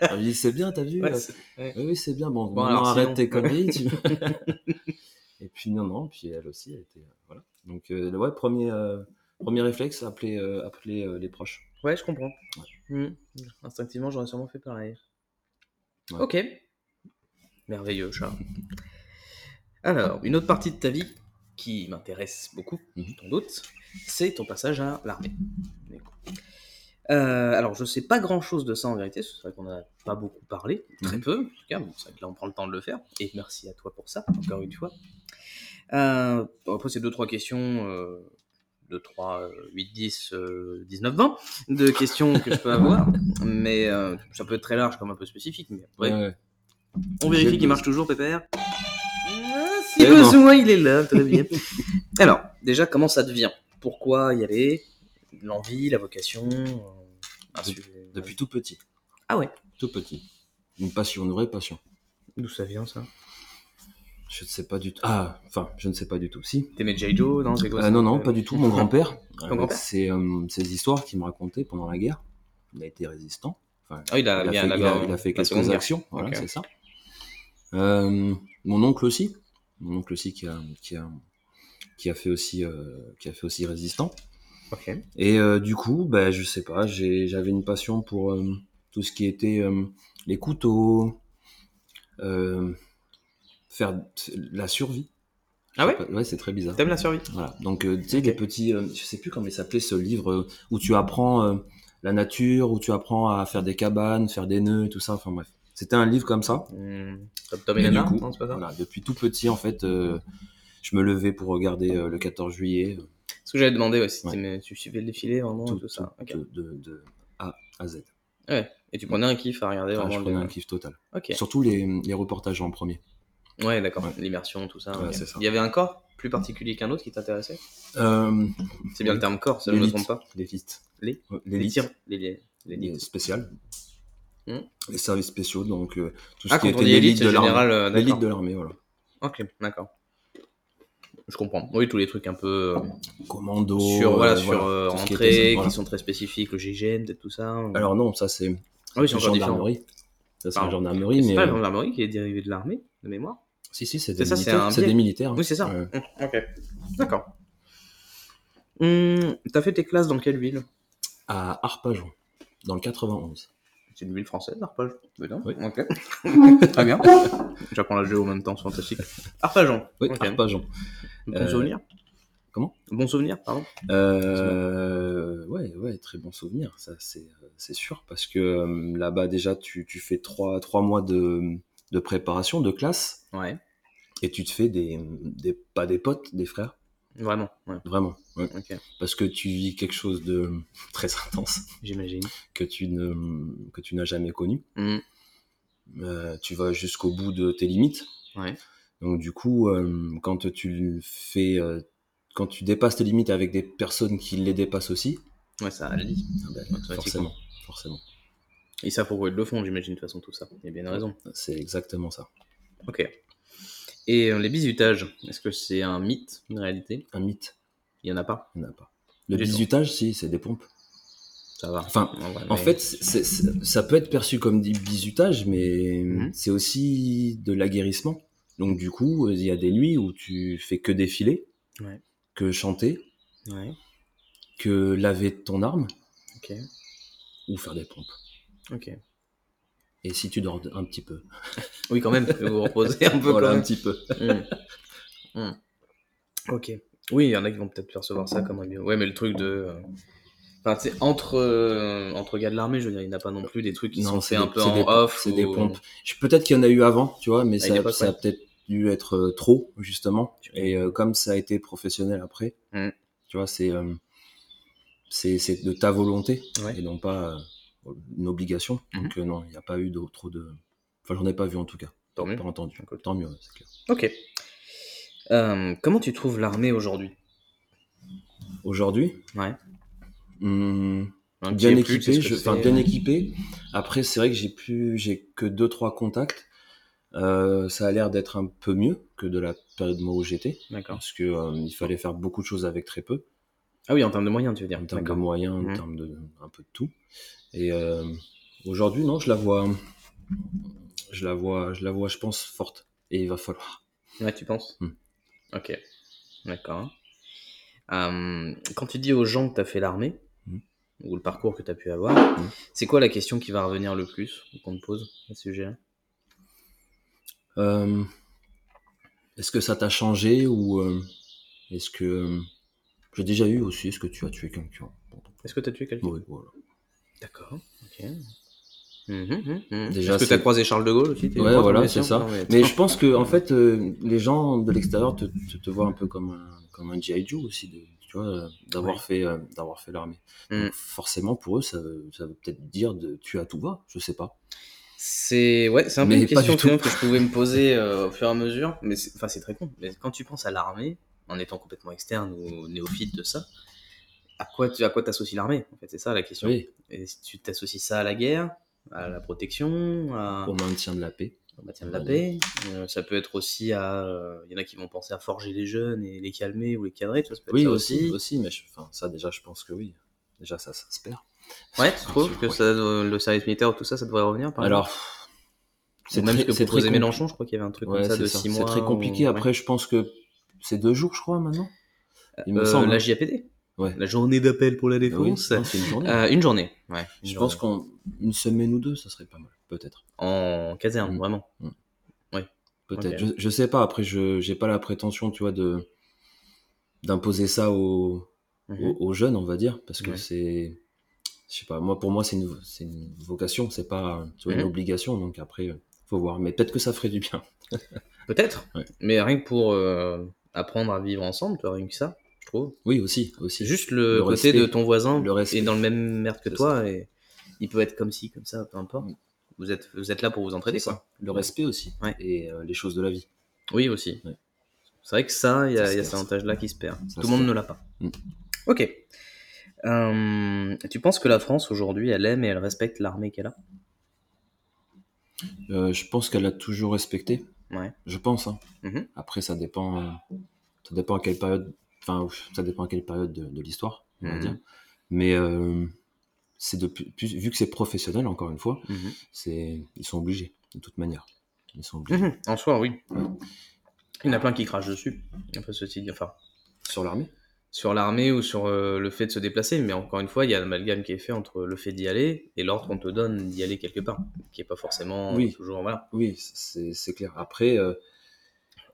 Speaker 3: elle me dit c'est bien, t'as vu,
Speaker 2: Ouais,
Speaker 3: euh,
Speaker 2: c'est- ouais.
Speaker 3: Oui, oui, c'est bien. Bon,
Speaker 2: Bon,
Speaker 3: maintenant,
Speaker 2: alors,
Speaker 3: arrête
Speaker 2: sinon-
Speaker 3: tes conneries. tu- et puis, non, non. Puis, elle aussi, elle était. Voilà. Donc, euh, ouais, premier, euh, premier réflexe, appeler, euh, appeler euh, les proches.
Speaker 2: Ouais, je comprends. Hum. Instinctivement, j'aurais sûrement fait pareil.
Speaker 3: Ouais.
Speaker 2: Ok. Merveilleux, chat. Alors, une autre partie de ta vie qui m'intéresse beaucoup,
Speaker 3: Mhm.
Speaker 2: sans doute, c'est ton passage à l'armée. Euh, alors, je sais pas grand chose de ça en vérité, c'est vrai qu'on n'a pas beaucoup parlé, très peu, en tout cas, bon, c'est vrai que là on prend le temps de le faire, et merci à toi pour ça, encore une fois. Euh, bon, après, c'est deux, trois questions, euh, 2, 3, 8, 10, euh, 19, 20, de questions que je peux avoir, mais euh, ça peut être très large comme un peu spécifique, mais après, on
Speaker 3: J'ai
Speaker 2: vérifie
Speaker 3: le
Speaker 2: qu'il
Speaker 3: buzz.
Speaker 2: marche toujours, Pépère. Ah, si
Speaker 3: Eh non.
Speaker 2: besoin, il est là, très bien. Alors, déjà, comment ça devient Pourquoi y aller L'envie, la vocation euh, un
Speaker 3: Depuis-
Speaker 2: sujet- euh,
Speaker 3: Depuis tout petit.
Speaker 2: Ah ouais
Speaker 3: Tout petit. Une passion, une vraie passion.
Speaker 2: D'où ça vient ça
Speaker 3: Je ne sais pas du tout. Ah, enfin, je ne sais pas du tout. Si.
Speaker 2: T'aimais J. Joe Non, c'est quoi
Speaker 3: Euh,
Speaker 2: ça
Speaker 3: non, non, pas du tout. Mon grand-père, avec
Speaker 2: grand-père
Speaker 3: ses, euh, ses histoires qu'il me racontait pendant la guerre, il a été résistant.
Speaker 2: Ah, il a,
Speaker 3: il,
Speaker 2: la-
Speaker 3: a fait, il
Speaker 2: la-
Speaker 3: a- il a fait
Speaker 2: la
Speaker 3: quelques
Speaker 2: seconde guerre.
Speaker 3: actions, voilà,
Speaker 2: Ok.
Speaker 3: c'est ça. Euh, mon oncle aussi, mon oncle aussi qui a, qui a, qui a fait aussi, euh, qui a fait aussi résistant.
Speaker 2: Ok.
Speaker 3: Et euh, du coup, ben je sais pas, j'ai- j'avais une passion pour euh, tout ce qui était euh, les couteaux, euh, faire la survie.
Speaker 2: Ah ouais
Speaker 3: Je sais pas- Ouais, c'est très bizarre.
Speaker 2: T'aimes la survie
Speaker 3: Voilà. Donc, euh, tu sais, des petits. euh, je sais plus comment il s'appelait ce livre euh, où tu apprends euh, la nature, où tu apprends à faire des cabanes, faire des nœuds, et tout ça. Enfin, bref. C'était un livre comme ça.
Speaker 2: Hum, Top Tom
Speaker 3: Et
Speaker 2: et
Speaker 3: Mmh. du
Speaker 2: Nana
Speaker 3: coup,
Speaker 2: Ah. Non, c'est pas ça
Speaker 3: Voilà. Depuis tout petit, en fait, euh, je me levais pour regarder euh, le 14 juillet.
Speaker 2: Ce que j'avais demandé, ouais, si
Speaker 3: Ouais.
Speaker 2: t'aimais- tu suivais le défilé vraiment, Oh, tout,
Speaker 3: Tout,
Speaker 2: ça. Ok.
Speaker 3: de, de- de A à Z.
Speaker 2: Ouais. Et tu prenais un kiff à regarder
Speaker 3: Ah, je
Speaker 2: vraiment
Speaker 3: prenais
Speaker 2: le-
Speaker 3: un kiff total.
Speaker 2: Ok.
Speaker 3: Surtout les, les reportages en premier.
Speaker 2: Ouais, d'accord.
Speaker 3: Ouais.
Speaker 2: L'immersion, tout ça.
Speaker 3: Ouais,
Speaker 2: ok.
Speaker 3: c'est ça.
Speaker 2: Il y avait un corps plus particulier qu'un autre qui t'intéressait
Speaker 3: Euh,
Speaker 2: C'est bien le terme corps, ça je me
Speaker 3: l'élite.
Speaker 2: trompe pas.
Speaker 3: L'élite.
Speaker 2: Les-
Speaker 3: Ouais,
Speaker 2: Les
Speaker 3: L'élite.
Speaker 2: tirs. Les, les, les-
Speaker 3: Les spéciales.
Speaker 2: Hmm.
Speaker 3: Les services spéciaux, donc euh, tout ce
Speaker 2: Ah,
Speaker 3: qui
Speaker 2: quand on
Speaker 3: était
Speaker 2: dit élite,
Speaker 3: l'élite de
Speaker 2: c'est
Speaker 3: l'armée.
Speaker 2: général. euh,
Speaker 3: L'élite
Speaker 2: d'accord.
Speaker 3: de l'armée, voilà.
Speaker 2: Ok, d'accord. Je comprends. Oui, tous les trucs un peu euh,
Speaker 3: Commando.
Speaker 2: sur, voilà,
Speaker 3: euh,
Speaker 2: sur euh,
Speaker 3: tout ce qui
Speaker 2: entrée, qui,
Speaker 3: était- voilà.
Speaker 2: sont très spécifiques, le GGN, peut-être tout ça. ou-
Speaker 3: Alors non, ça c'est
Speaker 2: ah oui, c'est
Speaker 3: la
Speaker 2: encore différent.
Speaker 3: gendarmerie. Ça c'est
Speaker 2: Pardon.
Speaker 3: la gendarmerie,
Speaker 2: C'est
Speaker 3: mais euh,
Speaker 2: pas la gendarmerie qui est dérivée de l'armée, de mémoire
Speaker 3: si si, c'est
Speaker 2: C'est
Speaker 3: des,
Speaker 2: ça, c'est un
Speaker 3: militaires. C'est
Speaker 2: biais.
Speaker 3: des militaires. euh,
Speaker 2: Oui, c'est ça.
Speaker 3: Ouais.
Speaker 2: Mmh, Ok, d'accord. Mmh, T'as fait tes classes dans quelle ville
Speaker 3: À Arpajon, dans le 91.
Speaker 2: C'est une ville française, Arpage non
Speaker 3: Oui.
Speaker 2: Ok. Très bien. J'apprends la géo en même temps, c'est fantastique. Arpajon.
Speaker 3: Oui,
Speaker 2: ok.
Speaker 3: Arpajon.
Speaker 2: Bon
Speaker 3: Euh,
Speaker 2: souvenir
Speaker 3: comment
Speaker 2: Bon souvenir, pardon.
Speaker 3: Euh, ouais, ouais, très bon souvenir, ça c'est euh, c'est sûr, parce que euh, là-bas déjà tu, tu fais trois, trois mois de, de préparation, de classe,
Speaker 2: Ouais,
Speaker 3: et tu te fais des, des pas des potes, des frères,
Speaker 2: vraiment. Ouais.
Speaker 3: vraiment, ouais.
Speaker 2: Ok,
Speaker 3: parce que tu vis quelque chose de très intense
Speaker 2: j'imagine.
Speaker 3: que tu ne que tu n'as jamais connu.
Speaker 2: Mmh.
Speaker 3: Euh, tu vas jusqu'au bout de tes limites.
Speaker 2: Ouais.
Speaker 3: Donc du coup, euh, quand tu fais, euh, quand tu dépasses tes limites avec des personnes qui les dépassent aussi,
Speaker 2: Ouais, ça lit.
Speaker 3: ah ben,
Speaker 2: Automatiquement.
Speaker 3: forcément, forcément,
Speaker 2: Ils savent pourquoi ils le font, j'imagine, de toute façon, tout ça. Il y a bien une raison.
Speaker 3: c'est exactement ça.
Speaker 2: Ok. Et euh, les bisutages, est-ce que c'est un mythe, une réalité
Speaker 3: Un mythe,
Speaker 2: Il y en a pas
Speaker 3: il n'y en a pas. Le
Speaker 2: Du tout.
Speaker 3: bisutage, si, c'est des pompes.
Speaker 2: Ça va.
Speaker 3: Enfin,
Speaker 2: ouais,
Speaker 3: En
Speaker 2: mais-
Speaker 3: fait, c'est- c'est- ça peut être perçu comme du bizutage, mais
Speaker 2: Mhm.
Speaker 3: c'est aussi de l'aguerrissement. Donc du coup, il y a des nuits où tu fais que défiler,
Speaker 2: Ouais.
Speaker 3: que chanter,
Speaker 2: Ouais,
Speaker 3: que laver ton arme
Speaker 2: ok.
Speaker 3: ou faire des pompes.
Speaker 2: Ok.
Speaker 3: Et si tu dors un petit peu,
Speaker 2: Oui, quand même, vous vous reposez un peu
Speaker 3: voilà
Speaker 2: quand
Speaker 3: un
Speaker 2: même.
Speaker 3: petit peu.
Speaker 2: Mm. Mm. Ok. Oui, il y en a qui vont peut-être percevoir ça comme un bio. Ouais, mais le truc de. euh, Enfin, tu sais, entre, euh, entre gars de l'armée, je veux dire, il n'y en a pas non plus des trucs qui sont
Speaker 3: c'est
Speaker 2: faits un
Speaker 3: des-
Speaker 2: peu
Speaker 3: c'est
Speaker 2: en
Speaker 3: des pompes,
Speaker 2: off.
Speaker 3: C'est des
Speaker 2: ou- euh,
Speaker 3: pompes. Je- Peut-être qu'il y en a eu avant, tu vois, mais
Speaker 2: À
Speaker 3: ça,
Speaker 2: une époque,
Speaker 3: ça a
Speaker 2: ouais.
Speaker 3: peut-être dû être euh, trop, justement. Et euh, comme ça a été professionnel après,
Speaker 2: Mm.
Speaker 3: tu vois, c'est euh, c'est c'est de ta volonté
Speaker 2: Ouais. Mmh.
Speaker 3: et non pas euh, une obligation. Donc euh, non, il n'y a pas eu de, trop de... Enfin, j'en ai pas vu en tout cas.
Speaker 2: Tant mieux.
Speaker 3: Pas entendu.
Speaker 2: Écoute.
Speaker 3: Tant mieux, c'est clair.
Speaker 2: Ok. Euh, comment tu trouves l'armée aujourd'hui
Speaker 3: Aujourd'hui
Speaker 2: Ouais.
Speaker 3: hum,
Speaker 2: Un
Speaker 3: bien
Speaker 2: petit Hein, plus, tu sais
Speaker 3: équipé.
Speaker 2: ce
Speaker 3: je-
Speaker 2: que
Speaker 3: Enfin,
Speaker 2: c'est,
Speaker 3: bien
Speaker 2: euh,
Speaker 3: équipé. Après, c'est vrai que j'ai plus, j'ai que deux trois contacts. Euh, ça a l'air d'être un peu mieux que de la période moi où j'étais,
Speaker 2: D'accord.
Speaker 3: parce que euh, il fallait faire beaucoup de choses avec très peu,
Speaker 2: Ah oui, en termes de moyens, tu veux dire.
Speaker 3: en termes de
Speaker 2: D'accord.
Speaker 3: moyens, en
Speaker 2: Mhm.
Speaker 3: termes de un peu de tout. Et euh, aujourd'hui, non, je la vois, je la vois, je la vois, je pense forte. Et il va falloir.
Speaker 2: Ouais, tu penses
Speaker 3: Hmm.
Speaker 2: Ok. D'accord. Euh, quand tu dis aux gens que tu as fait l'armée,
Speaker 3: Hmm.
Speaker 2: ou le parcours que tu as pu avoir,
Speaker 3: Hmm.
Speaker 2: c'est quoi la question qui va revenir le plus ou qu'on te pose à ce sujet-là
Speaker 3: Euh, est-ce que ça t'a changé ou euh, est-ce que euh, j'ai déjà eu aussi, est-ce que tu as tué quelqu'un
Speaker 2: Est-ce que tu as tué quelqu'un
Speaker 3: Oui, voilà.
Speaker 2: D'accord. Ok. Mhm, mhm, mhm. Est-ce
Speaker 3: Déjà,
Speaker 2: que
Speaker 3: c'est-
Speaker 2: tu as croisé Charles de Gaulle aussi t'es-
Speaker 3: Ouais,
Speaker 2: Oh,
Speaker 3: voilà,
Speaker 2: mais
Speaker 3: c'est
Speaker 2: tiens,
Speaker 3: ça.
Speaker 2: non, mais-
Speaker 3: Mais je pense que en fait, euh, les gens de l'extérieur te, te, te voient un peu comme un, comme un GI Joe aussi, de- tu vois, euh, d'avoir
Speaker 2: Ouais.
Speaker 3: fait euh, d'avoir fait l'armée.
Speaker 2: Mm.
Speaker 3: Donc, Forcément, pour eux, ça veut, ça veut peut-être dire de tu à tout va, je sais pas.
Speaker 2: C'est ouais, c'est un peu
Speaker 3: Mais
Speaker 2: une
Speaker 3: pas
Speaker 2: question
Speaker 3: du tout.
Speaker 2: finalement, que je pouvais me poser euh, au fur et à mesure. Mais c'est- enfin, c'est très con. Mais quand tu penses à l'armée, en étant complètement externe ou néophyte de ça, à quoi tu à quoi t'associes l'armée En fait, c'est ça la question.
Speaker 3: Oui,
Speaker 2: Et si tu t'associes ça à la guerre, à la protection, à-
Speaker 3: au maintien de la paix.
Speaker 2: au maintien Ah. de la paix. euh, ça peut être aussi à. Il y en a qui vont penser à forger les jeunes et les calmer ou les cadrer. Tu vois, ça peut être
Speaker 3: Oui,
Speaker 2: ça
Speaker 3: aussi, aussi, mais je- enfin, ça déjà, je pense que oui. Déjà, ça, ça se perd.
Speaker 2: Ouais, tu trouves que
Speaker 3: Ouais.
Speaker 2: ça, euh, le service militaire ou tout ça, ça devrait revenir par exemple
Speaker 3: Alors,
Speaker 2: Ou même ce que
Speaker 3: c'est
Speaker 2: proposait
Speaker 3: compli-
Speaker 2: Mélenchon, je crois qu'il y avait un truc
Speaker 3: Ouais,
Speaker 2: comme ça
Speaker 3: c'est
Speaker 2: de
Speaker 3: ça.
Speaker 2: 6
Speaker 3: C'est
Speaker 2: mois.
Speaker 3: très
Speaker 2: ou-
Speaker 3: compliqué.
Speaker 2: ouais.
Speaker 3: Après, je pense que c'est deux jours, je crois, maintenant. Il me
Speaker 2: Euh,
Speaker 3: semble.
Speaker 2: la
Speaker 3: hein.
Speaker 2: JAPD
Speaker 3: Ouais.
Speaker 2: La journée d'appel pour la
Speaker 3: Ah oui,
Speaker 2: défense
Speaker 3: non, c'est une journée.
Speaker 2: Euh, Une journée, ouais. une
Speaker 3: Je pense
Speaker 2: journée.
Speaker 3: qu'en une semaine ou deux, ça serait pas mal, peut-être.
Speaker 2: En caserne,
Speaker 3: Mm.
Speaker 2: vraiment.
Speaker 3: Peut-être.
Speaker 2: Ok.
Speaker 3: Je, je sais pas. Après, je n'ai pas la prétention, tu vois, de d'imposer ça aux,
Speaker 2: Mhm.
Speaker 3: aux, aux jeunes, on va dire, parce que
Speaker 2: Ouais.
Speaker 3: c'est, je sais pas. Moi, pour moi, c'est une, c'est une vocation, c'est pas tu vois,
Speaker 2: Mhm.
Speaker 3: une obligation. Donc après, euh, faut voir. Mais peut-être que ça ferait du bien.
Speaker 2: Peut-être,
Speaker 3: Ouais.
Speaker 2: mais rien que pour euh, apprendre à vivre ensemble, tu vois, rien que ça. je trouve.
Speaker 3: Oui, aussi,
Speaker 2: C'est
Speaker 3: aussi.
Speaker 2: juste le,
Speaker 3: Le
Speaker 2: côté
Speaker 3: respect.
Speaker 2: de ton voisin
Speaker 3: Le respect.
Speaker 2: est dans le même merde que
Speaker 3: C'est
Speaker 2: toi et il peut être comme ci, comme ça, peu importe.
Speaker 3: Oui.
Speaker 2: Vous êtes, vous êtes là pour vous entraider,
Speaker 3: C'est
Speaker 2: quoi.
Speaker 3: ça. Le respect aussi.
Speaker 2: Ouais.
Speaker 3: Et euh, les choses de la vie.
Speaker 2: Oui, aussi.
Speaker 3: Ouais.
Speaker 2: C'est vrai que ça, il y a,
Speaker 3: Ça se
Speaker 2: il y a
Speaker 3: perd,
Speaker 2: cet avantage-là qui se perd.
Speaker 3: Ça
Speaker 2: Tout
Speaker 3: se
Speaker 2: le monde
Speaker 3: perd.
Speaker 2: ne l'a pas.
Speaker 3: Mm.
Speaker 2: Ok. Euh, tu penses que la France aujourd'hui, elle aime et elle respecte l'armée qu'elle a
Speaker 3: Euh, je pense qu'elle l'a toujours respecté.
Speaker 2: Ouais.
Speaker 3: Je pense. hein.
Speaker 2: Mhm.
Speaker 3: Après, ça dépend. euh, ça dépend à quelle période. Enfin, ouf, ça dépend à quelle période de, de l'histoire, on va
Speaker 2: Mhm.
Speaker 3: dire. Mais euh, c'est de plus- plus- vu que c'est professionnel, encore une fois,
Speaker 2: Mhm.
Speaker 3: c'est ils sont obligés de toute manière. Ils sont obligés.
Speaker 2: Mhm. En soi, oui. Il y en a plein qui crachent dessus. Enfin, ceci dit, enfin,
Speaker 3: Sur l'armée.
Speaker 2: sur l'armée ou sur euh, le fait de se déplacer, mais encore une fois, il y a l'amalgame qui est fait entre le fait d'y aller et l'ordre qu'on te donne d'y aller quelque part, qui est pas forcément
Speaker 3: Oui.
Speaker 2: toujours voilà.
Speaker 3: Oui, c'est c'est clair. Après, euh,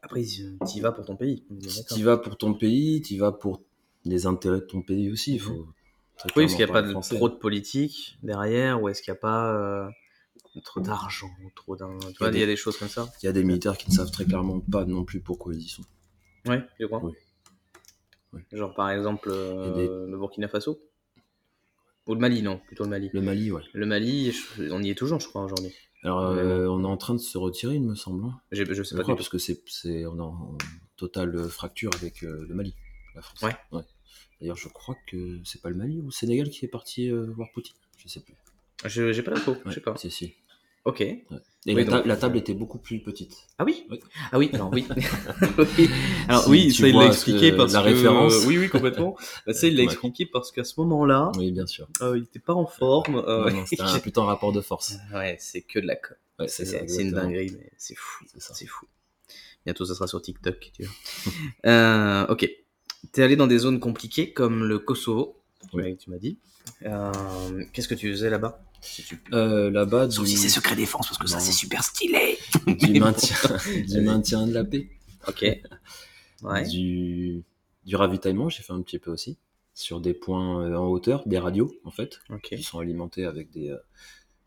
Speaker 2: Après, t'y vas pour ton pays. on est bien d'accord.
Speaker 3: tu vas pour ton pays, tu vas pour les intérêts de ton pays aussi. Il faut. très
Speaker 2: Mhm. Oui, parce qu'il n'y a
Speaker 3: clairement
Speaker 2: pas
Speaker 3: parler
Speaker 2: de-
Speaker 3: français.
Speaker 2: trop de politique derrière, ou est-ce qu'il n'y a pas euh, trop d'argent, ou trop d'un. Tu vois, il y a des choses comme ça.
Speaker 3: Il y a des militaires qui ne savent très clairement pas non plus pourquoi ils y sont.
Speaker 2: Ouais, je crois.
Speaker 3: Oui. Oui.
Speaker 2: Genre par exemple euh,
Speaker 3: Il y a
Speaker 2: le Burkina Faso ou le Mali, non, plutôt le Mali.
Speaker 3: Le Mali, ouais.
Speaker 2: Le Mali, je- on y est toujours, je crois, aujourd'hui.
Speaker 3: Alors,
Speaker 2: Ouais.
Speaker 3: euh, on est en train de se retirer, il me semble. hein.
Speaker 2: J'ai- Je sais
Speaker 3: Je
Speaker 2: pas
Speaker 3: crois,
Speaker 2: du tout.
Speaker 3: parce que c'est, c'est- on est en, en totale euh, fracture avec euh, le Mali, la France.
Speaker 2: Ouais.
Speaker 3: D'ailleurs, je crois que c'est pas le Mali ou le Sénégal qui est parti euh, voir Poutine. Je sais plus.
Speaker 2: Je- J'ai pas l'info, je sais
Speaker 3: Ouais,
Speaker 2: pas.
Speaker 3: Si, si.
Speaker 2: Ok.
Speaker 3: Et
Speaker 2: Oui,
Speaker 3: la, ta-
Speaker 2: donc, euh,
Speaker 3: la table était beaucoup plus petite.
Speaker 2: Ah oui
Speaker 3: Oui.
Speaker 2: Ah oui, alors oui. Oui. Alors
Speaker 3: Si
Speaker 2: oui,
Speaker 3: tu
Speaker 2: ça il
Speaker 3: vois
Speaker 2: l'a
Speaker 3: ce
Speaker 2: expliqué
Speaker 3: que-
Speaker 2: parce
Speaker 3: la
Speaker 2: que...
Speaker 3: référence.
Speaker 2: Oui, oui, complètement. Bah, ça il l'a
Speaker 3: Ouais.
Speaker 2: expliqué parce qu'à ce moment-là,
Speaker 3: Oui, bien sûr.
Speaker 2: euh, il était pas en forme. euh,
Speaker 3: Non, non, c'était un putain de rapport de force.
Speaker 2: ouais, c'est que de la com.
Speaker 3: Ouais,
Speaker 2: C'est
Speaker 3: c'est ça,
Speaker 2: c'est une
Speaker 3: exactement.
Speaker 2: dinguerie, mais c'est fou.
Speaker 3: C'est ça.
Speaker 2: C'est fou. Bientôt, ça sera sur TikTok. Tu vois. Euh, ok. T'es allé dans des zones compliquées comme le Kosovo. tu
Speaker 3: Oui.
Speaker 2: m'as- Tu m'as dit. Euh, Qu'est-ce que tu faisais là-bas Si tu-
Speaker 3: Euh, là-bas, du,
Speaker 1: Sauf si c'est secret défense, parce que ça,
Speaker 3: Non.
Speaker 1: c'est super stylé.
Speaker 3: du
Speaker 2: Mais bon.
Speaker 3: maintien, du maintien de la paix,
Speaker 2: Ok. Ouais.
Speaker 3: du, du ravitaillement, j'ai fait un petit peu aussi, sur des points euh, en hauteur, des radios, en fait.
Speaker 2: Ok.
Speaker 3: qui sont alimentés avec des, euh,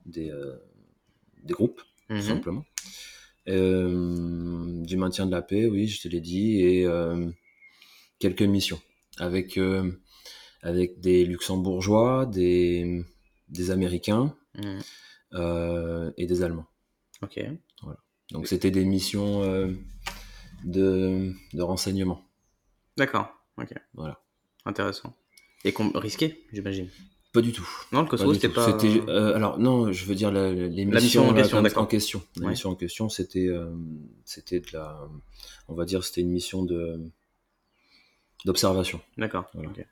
Speaker 3: des, euh, des groupes,
Speaker 2: Mhm.
Speaker 3: tout simplement. Euh, du maintien de la paix, oui, je te l'ai dit, et euh, quelques missions avec, euh, avec des luxembourgeois, des, des américains
Speaker 2: Mhm.
Speaker 3: euh, et des allemands.
Speaker 2: Ok.
Speaker 3: Donc c'était des missions euh, de, de renseignement.
Speaker 2: D'accord. Ok.
Speaker 3: Voilà.
Speaker 2: Intéressant. Et com- risqué, j'imagine.
Speaker 3: Pas du tout.
Speaker 2: Non, le
Speaker 3: Pas
Speaker 2: Kosovo,
Speaker 3: du
Speaker 2: c'était
Speaker 3: tout.
Speaker 2: pas.
Speaker 3: C'était, euh, alors non, je veux dire la, la- les
Speaker 2: La mission
Speaker 3: missions,
Speaker 2: en
Speaker 3: là,
Speaker 2: question,
Speaker 3: comme-
Speaker 2: d'accord.
Speaker 3: en question. La
Speaker 2: Ouais.
Speaker 3: mission en question, c'était, euh, c'était de la, on va dire, c'était une mission de d'observation.
Speaker 2: D'accord.
Speaker 3: Voilà.
Speaker 2: ok.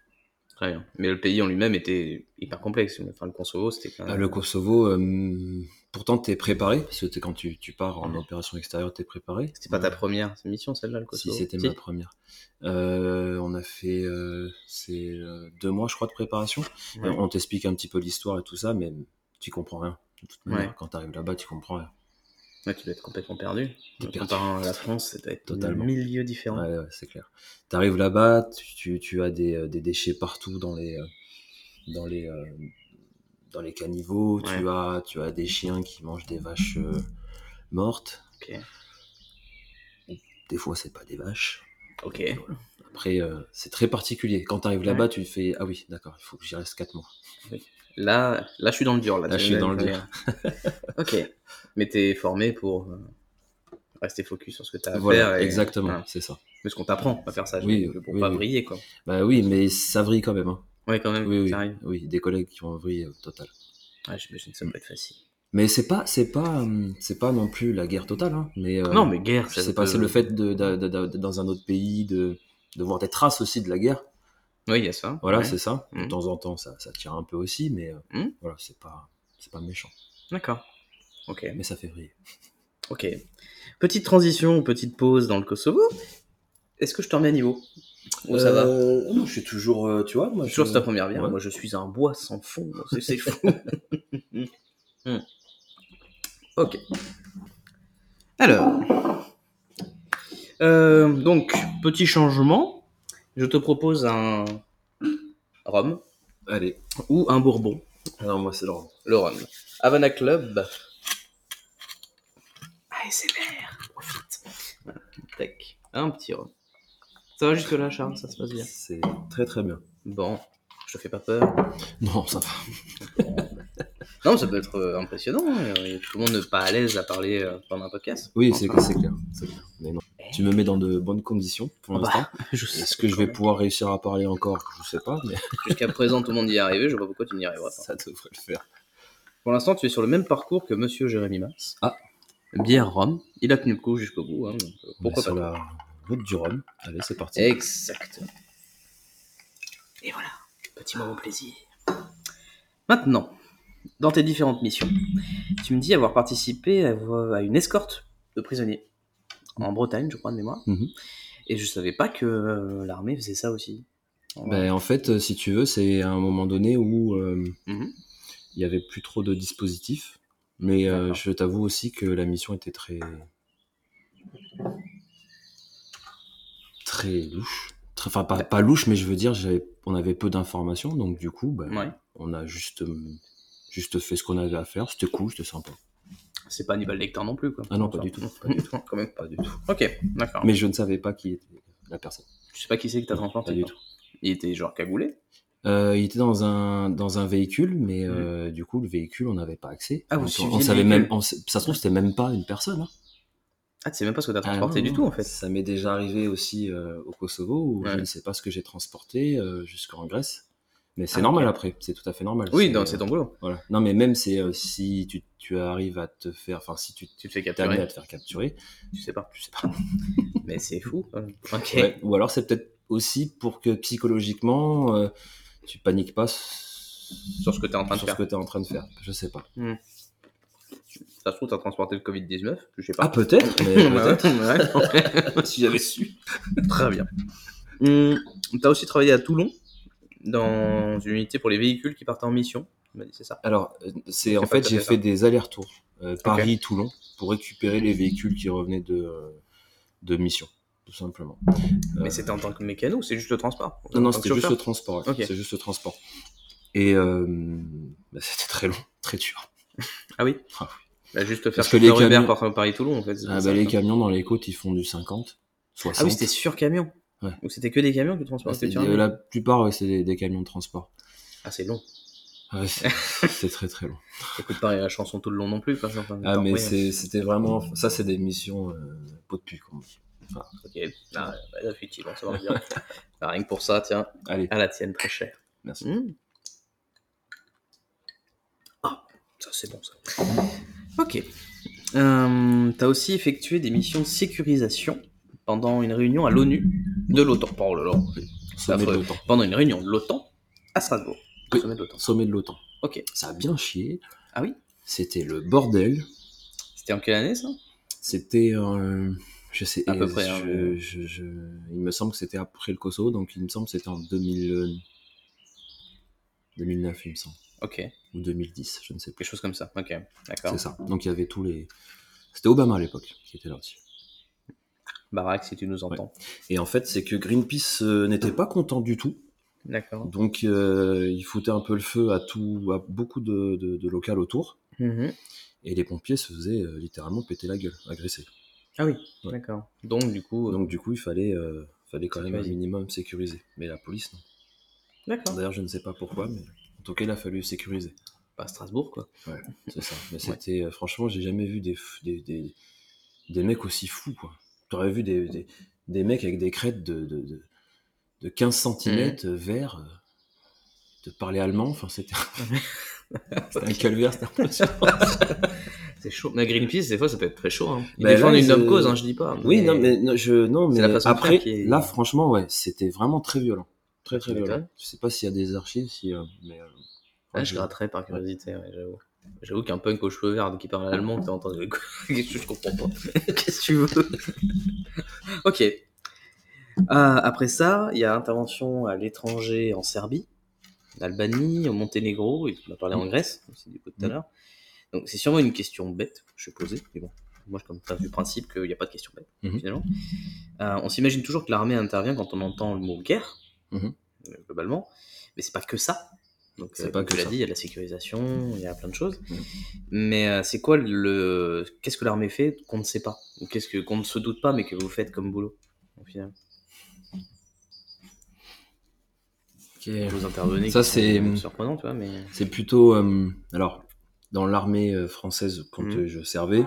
Speaker 2: Très bien. Mais le pays en lui-même était hyper complexe. Enfin, le Kosovo, c'était quand
Speaker 3: Ah,
Speaker 2: même.
Speaker 3: Le Kosovo, euh, pourtant, t'es préparé parce que t'es- quand tu, tu pars en opération extérieure, t'es préparé.
Speaker 2: C'était pas ta première mission, celle-là, le
Speaker 3: Si
Speaker 2: Kosovo
Speaker 3: c'était ma première. Euh, on a fait euh, c'est, euh, deux mois, je crois, de préparation.
Speaker 2: Ouais.
Speaker 3: Et On t'explique un petit peu l'histoire et tout ça, mais tu comprends rien. De toute manière,
Speaker 2: Ouais.
Speaker 3: quand t'arrives là-bas, tu comprends rien.
Speaker 2: Ouais, tu dois être complètement perdu.
Speaker 3: T'es perdu.
Speaker 2: Comparant à la France, ça doit être
Speaker 3: Totalement.
Speaker 2: un milieu différent.
Speaker 3: Ouais, ouais, c'est clair. Tu arrives là-bas, tu, tu- tu as des, euh, des déchets partout dans les, euh, dans les, euh, dans les caniveaux, tu,
Speaker 2: Ouais.
Speaker 3: as, tu as des chiens qui mangent des vaches euh, mortes.
Speaker 2: Ok.
Speaker 3: Des fois, c'est pas des vaches.
Speaker 2: Ok.
Speaker 3: Après, euh, c'est très particulier. Quand tu arrives là-bas, tu fais Ah oui, d'accord, il faut que j'y reste 4 mois.
Speaker 2: Là, là, je suis dans le dur. Là,
Speaker 3: Là, je
Speaker 2: tu-
Speaker 3: suis dans le
Speaker 2: tu-
Speaker 3: dur.
Speaker 2: ok. Mais t'es formé pour euh, rester focus sur ce que t'as à faire.
Speaker 3: Voilà,
Speaker 2: et-
Speaker 3: exactement,
Speaker 2: Voilà.
Speaker 3: c'est ça.
Speaker 2: Parce qu'on t'apprend à faire ça. je
Speaker 3: Oui,
Speaker 2: veux dire, pour
Speaker 3: oui,
Speaker 2: pas
Speaker 3: oui.
Speaker 2: briller, quoi.
Speaker 3: Bah oui, mais ça vrille quand même. hein.
Speaker 2: Ouais, quand même.
Speaker 3: Oui, oui,
Speaker 2: ça arrive.
Speaker 3: oui, des collègues qui ont vrillé euh, total.
Speaker 2: Ouais, j'imagine que ça peut être facile.
Speaker 3: Mais c'est pas, c'est pas, hum, c'est pas non plus la guerre totale. hein, mais, euh,
Speaker 2: non, mais guerre, ça
Speaker 3: C'est
Speaker 2: peut-
Speaker 3: passé le fait de, de- de- de- dans un autre pays de, de voir des traces aussi de la guerre.
Speaker 2: Oui, il y a ça.
Speaker 3: Voilà,
Speaker 2: ouais.
Speaker 3: c'est ça. De
Speaker 2: Mhm.
Speaker 3: temps en temps, ça, ça tire un peu aussi, mais euh,
Speaker 2: Mhm.
Speaker 3: voilà, c'est pas, c'est pas méchant.
Speaker 2: D'accord. Ok.
Speaker 3: Mais ça fait rire.
Speaker 2: Ok. Petite transition, petite pause dans le Kosovo. Est-ce que je te remets à niveau Ou
Speaker 3: Euh,
Speaker 2: ça va
Speaker 3: Non, je suis toujours, euh, tu vois, moi.
Speaker 2: Toujours
Speaker 3: je-
Speaker 2: c'est ta première bière.
Speaker 3: Ouais.
Speaker 2: Moi, je suis un bois sans fond. C'est- C'est fou. Hmm. ok. Alors. Euh, donc, petit changement. Je te propose un rhum
Speaker 3: Allez.
Speaker 2: ou un bourbon.
Speaker 3: Alors moi, c'est Laurent.
Speaker 2: Le rhum. Havana Club. ASMR. Profite. Voilà. Tac. Un petit rhum. Ça va jusque-là, Charles Ça se passe bien.
Speaker 3: C'est très très bien.
Speaker 2: Bon, je te fais pas peur.
Speaker 3: Non, ça va.
Speaker 2: Non, ça peut être euh, impressionnant. hein. Euh, Tout le monde n'est pas à l'aise à parler euh, pendant un podcast.
Speaker 3: Oui,
Speaker 2: Enfin,
Speaker 3: c'est c'est clair, c'est clair. Mais non. Tu me mets dans de bonnes conditions pour
Speaker 2: Bah,
Speaker 3: l'instant.
Speaker 2: je sais.
Speaker 3: Est-ce que je vais pouvoir réussir à parler encore Je sais pas, mais
Speaker 2: Jusqu'à présent, tout le monde y est arrivé. Je vois pas pourquoi tu n'y arriveras pas.
Speaker 3: ça devrait le faire.
Speaker 2: Pour l'instant, tu es sur le même parcours que Monsieur Jérémy Mars.
Speaker 3: Ah.
Speaker 2: Bien Rome. Il a tenu le coup jusqu'au bout. hein, donc, euh, pourquoi
Speaker 3: On est
Speaker 2: pas
Speaker 3: sur la route du Rhum Allez, c'est parti.
Speaker 2: Exactement. Et voilà, petit moment plaisir. Maintenant, dans tes différentes missions, tu me dis avoir participé à, vo- à une escorte de prisonniers en Bretagne, je crois de mémoire.
Speaker 3: Mhm.
Speaker 2: Et je savais pas que euh, l'armée faisait ça aussi.
Speaker 3: Ben, en fait, euh, si tu veux, c'est à un moment donné où euh, il
Speaker 2: Mhm.
Speaker 3: y avait plus trop de dispositifs. Mais euh,
Speaker 2: D'accord.
Speaker 3: je t'avoue aussi que la mission était très. très louche. Très- Enfin, pas, pas louche, mais je veux dire, j'avais- on avait peu d'informations. Donc, du coup, ben,
Speaker 2: Ouais.
Speaker 3: on a juste, euh, juste fait ce qu'on avait à faire. C'était cool, c'était sympa.
Speaker 2: C'est pas Nibal Lecter non plus, quoi.
Speaker 3: Ah non, pas du tout, pas du
Speaker 2: tout. Quand même pas du tout. Ok, d'accord.
Speaker 3: Mais je ne savais pas qui était la personne.
Speaker 2: Je sais pas qui c'est que t'as transporté.
Speaker 3: Pas du
Speaker 2: quoi. Il était genre cagoulé.
Speaker 3: Euh, il était dans un, dans un véhicule, mais euh, du coup, le véhicule, on n'avait pas accès.
Speaker 2: Mm. Ah, vous
Speaker 3: Donc, on,
Speaker 2: suiviez
Speaker 3: on
Speaker 2: le
Speaker 3: savait
Speaker 2: véhicule.
Speaker 3: même, on s- ça se trouve, c'était même pas une personne. hein.
Speaker 2: Ah, tu sais même pas ce que t'as
Speaker 3: Ah,
Speaker 2: transporté
Speaker 3: non,
Speaker 2: du
Speaker 3: non.
Speaker 2: tout, en fait.
Speaker 3: Ça m'est déjà arrivé aussi euh, au Kosovo, où
Speaker 2: Ouais.
Speaker 3: je ne sais pas ce que j'ai transporté euh, jusqu'en Grèce. Mais c'est
Speaker 2: Ah,
Speaker 3: normal
Speaker 2: ok.
Speaker 3: après, c'est tout à fait normal.
Speaker 2: Oui, non, c'est ton boulot.
Speaker 3: Voilà. Non, mais même c'est euh, si tu, tu arrives à te faire, enfin, si tu
Speaker 2: Tu te fais
Speaker 3: t'es amené à
Speaker 2: capturer.
Speaker 3: te faire capturer,
Speaker 2: Tu sais pas.
Speaker 3: je sais pas.
Speaker 2: Mais c'est
Speaker 3: Ah
Speaker 2: fou. quand même. Ok.
Speaker 3: Ouais. Ou alors c'est peut-être aussi pour que psychologiquement, euh, tu paniques pas sur
Speaker 2: Sur ce que t'es en train de
Speaker 3: sur ce
Speaker 2: faire.
Speaker 3: que tu es en train de faire. Je sais pas.
Speaker 2: Ça se trouve, t'as transporté le Covid-19. Je sais
Speaker 3: Ah,
Speaker 2: pas.
Speaker 3: peut-être, mais peut-être.
Speaker 2: peut-être. si j'avais su. Très bien. Hum, t'as aussi travaillé à Toulon, dans une unité pour les véhicules qui partaient en mission. Tu m'as dit, c'est ça.
Speaker 3: Alors, euh, c'est en
Speaker 2: pas tout
Speaker 3: fait,
Speaker 2: à
Speaker 3: j'ai
Speaker 2: fait
Speaker 3: fait des allers-retours euh, Paris-Toulon pour récupérer les véhicules qui revenaient de, euh, de mission, tout simplement. Euh,
Speaker 2: Mais c'était en tant que mécano ou c'est juste le transport
Speaker 3: Non, non,
Speaker 2: En tant que
Speaker 3: c'était juste
Speaker 2: chauffeur
Speaker 3: le transport. ouais.
Speaker 2: Ok.
Speaker 3: C'est juste le transport. Et euh, bah, c'était très long, très dur.
Speaker 2: Ah oui
Speaker 3: Ah
Speaker 2: Bah, juste faire
Speaker 3: Parce
Speaker 2: que
Speaker 3: que les
Speaker 2: les Uber
Speaker 3: camions-
Speaker 2: par Paris-Toulon, en fait. c'est
Speaker 3: Ah,
Speaker 2: ça,
Speaker 3: bah, les
Speaker 2: quoi.
Speaker 3: camions dans les côtes, ils font du 50, 60.
Speaker 2: Ah oui, c'était sur camion.
Speaker 3: Ouais.
Speaker 2: Ou c'était que des camions que tu
Speaker 3: Ouais,
Speaker 2: transportais tu
Speaker 3: c'était- euh, La plupart, ouais, c'est des, des camions de transport.
Speaker 2: Ah, c'est long.
Speaker 3: Ah ouais, c'est c'est très très long.
Speaker 2: T'écoutes pas la chanson tout le long non plus. Par exemple. hein.
Speaker 3: Ah,
Speaker 2: Attends,
Speaker 3: mais
Speaker 2: oui.
Speaker 3: c'est- c'était vraiment. Ça, c'est des missions euh, peau de pute, comme on dit.
Speaker 2: Ok, ah, ouais, bah, effectivement, ça va bien. Bah, rien que pour ça, tiens,
Speaker 3: Allez,
Speaker 2: à la tienne, très chère.
Speaker 3: merci.
Speaker 2: Hmm. Ah, ça c'est bon ça. Ok. Euh, T'as aussi effectué des missions de sécurisation pendant une réunion à l'ONU de l'OTAN. Oh là là.
Speaker 3: Sommet de
Speaker 2: affreux.
Speaker 3: l'OTAN.
Speaker 2: Pendant une réunion de l'OTAN à Strasbourg.
Speaker 3: Oui.
Speaker 2: Sommet de l'OTAN.
Speaker 3: Sommet de l'OTAN.
Speaker 2: Ok.
Speaker 3: Ça a bien chié.
Speaker 2: Ah oui
Speaker 3: C'était le bordel.
Speaker 2: C'était en quelle année ça
Speaker 3: C'était, euh, je sais,
Speaker 2: À peu
Speaker 3: euh,
Speaker 2: près, hein,
Speaker 3: je-
Speaker 2: mais-
Speaker 3: je- je- il me semble que c'était après le Kosovo, donc il me semble que c'était en 2000, euh, 2009, il me semble,
Speaker 2: Ok, quelque
Speaker 3: ou 2010, je ne sais plus.
Speaker 2: chose comme ça. Ok, d'accord.
Speaker 3: C'est ça. Donc il y avait tous les. C'était Obama à l'époque qui était là aussi.
Speaker 2: Barack, si tu nous entends.
Speaker 3: Et en fait, c'est que Greenpeace euh, n'était pas content du tout.
Speaker 2: D'accord.
Speaker 3: Donc euh, il foutait un peu le feu à tout, à beaucoup de, de, de locales autour.
Speaker 2: Mhm.
Speaker 3: Et les pompiers se faisaient euh, littéralement péter la gueule, agresser.
Speaker 2: Ah oui,
Speaker 3: Ouais.
Speaker 2: d'accord. Donc du coup.
Speaker 3: Donc du coup, il fallait, euh, fallait quand même un
Speaker 2: Sécuriser.
Speaker 3: minimum sécuriser. Mais la police, non.
Speaker 2: euh, D'accord.
Speaker 3: D'ailleurs, je ne sais pas pourquoi, mais en tout cas, il a fallu sécuriser.
Speaker 2: Pas à Strasbourg quoi.
Speaker 3: C'est ça. Mais
Speaker 2: Ouais.
Speaker 3: c'était, euh, franchement, j'ai jamais vu des, f- des, des, des mecs aussi fous, quoi. T'aurais vu des, des, des mecs avec des crêtes de, de, de, de 15 cm
Speaker 2: Mmh.
Speaker 3: verts, euh, de parler allemand, enfin, c'était c'était un calvaire, c'était impressionnant.
Speaker 2: C'est chaud. Mais Greenpeace, des fois, ça peut être très chaud. Hein. Ils
Speaker 3: Bah
Speaker 2: défendent
Speaker 3: là,
Speaker 2: une
Speaker 3: c'est-
Speaker 2: noble cause, hein, je dis pas.
Speaker 3: Oui, non, mais, non, je, non,
Speaker 2: C'est
Speaker 3: mais
Speaker 2: la façon de
Speaker 3: après,
Speaker 2: faire qui est-
Speaker 3: là, franchement, ouais, c'était vraiment très violent. Très, très
Speaker 2: Tu
Speaker 3: violent.
Speaker 2: m'étonnes.
Speaker 3: Je sais pas s'il y a des archives, si, euh, mais, euh,
Speaker 2: Ah, je
Speaker 3: je-
Speaker 2: gratterais par curiosité, ouais, j'avoue. J'avoue qu'un punk aux cheveux verts qui parle allemand, t'as entendu quoi Qu'est-ce que je comprends pas Qu'est-ce que tu veux Ok. Euh, après ça, il y a intervention à l'étranger en Serbie, en Albanie, au Monténégro, et on a parlé en Grèce, aussi du coup tout à l'heure. Donc c'est sûrement une question bête que je suis posée, mais bon, moi je comme pas du principe qu'il n'y a pas de question bête,
Speaker 3: Mhm.
Speaker 2: finalement. Euh, on s'imagine toujours que l'armée intervient quand on entend le mot guerre,
Speaker 3: Mhm.
Speaker 2: euh, globalement, mais c'est pas que ça. Donc,
Speaker 3: C'est
Speaker 2: euh,
Speaker 3: pas
Speaker 2: comme
Speaker 3: que
Speaker 2: tu l'as
Speaker 3: ça.
Speaker 2: dit, il y a de la sécurisation, il y a plein de choses.
Speaker 3: Mhm.
Speaker 2: Mais euh, c'est quoi le. Qu'est-ce que l'armée fait qu'on ne sait pas Ou qu'est-ce que- qu'on ne se doute pas, mais que vous faites comme boulot, au final Vous intervenez.
Speaker 3: Ça,
Speaker 2: qui sont
Speaker 3: c'est-
Speaker 2: surprenant, tu vois, mais.
Speaker 3: C'est plutôt. euh, alors, dans l'armée euh, française, quand
Speaker 2: Mhm.
Speaker 3: euh, je servais,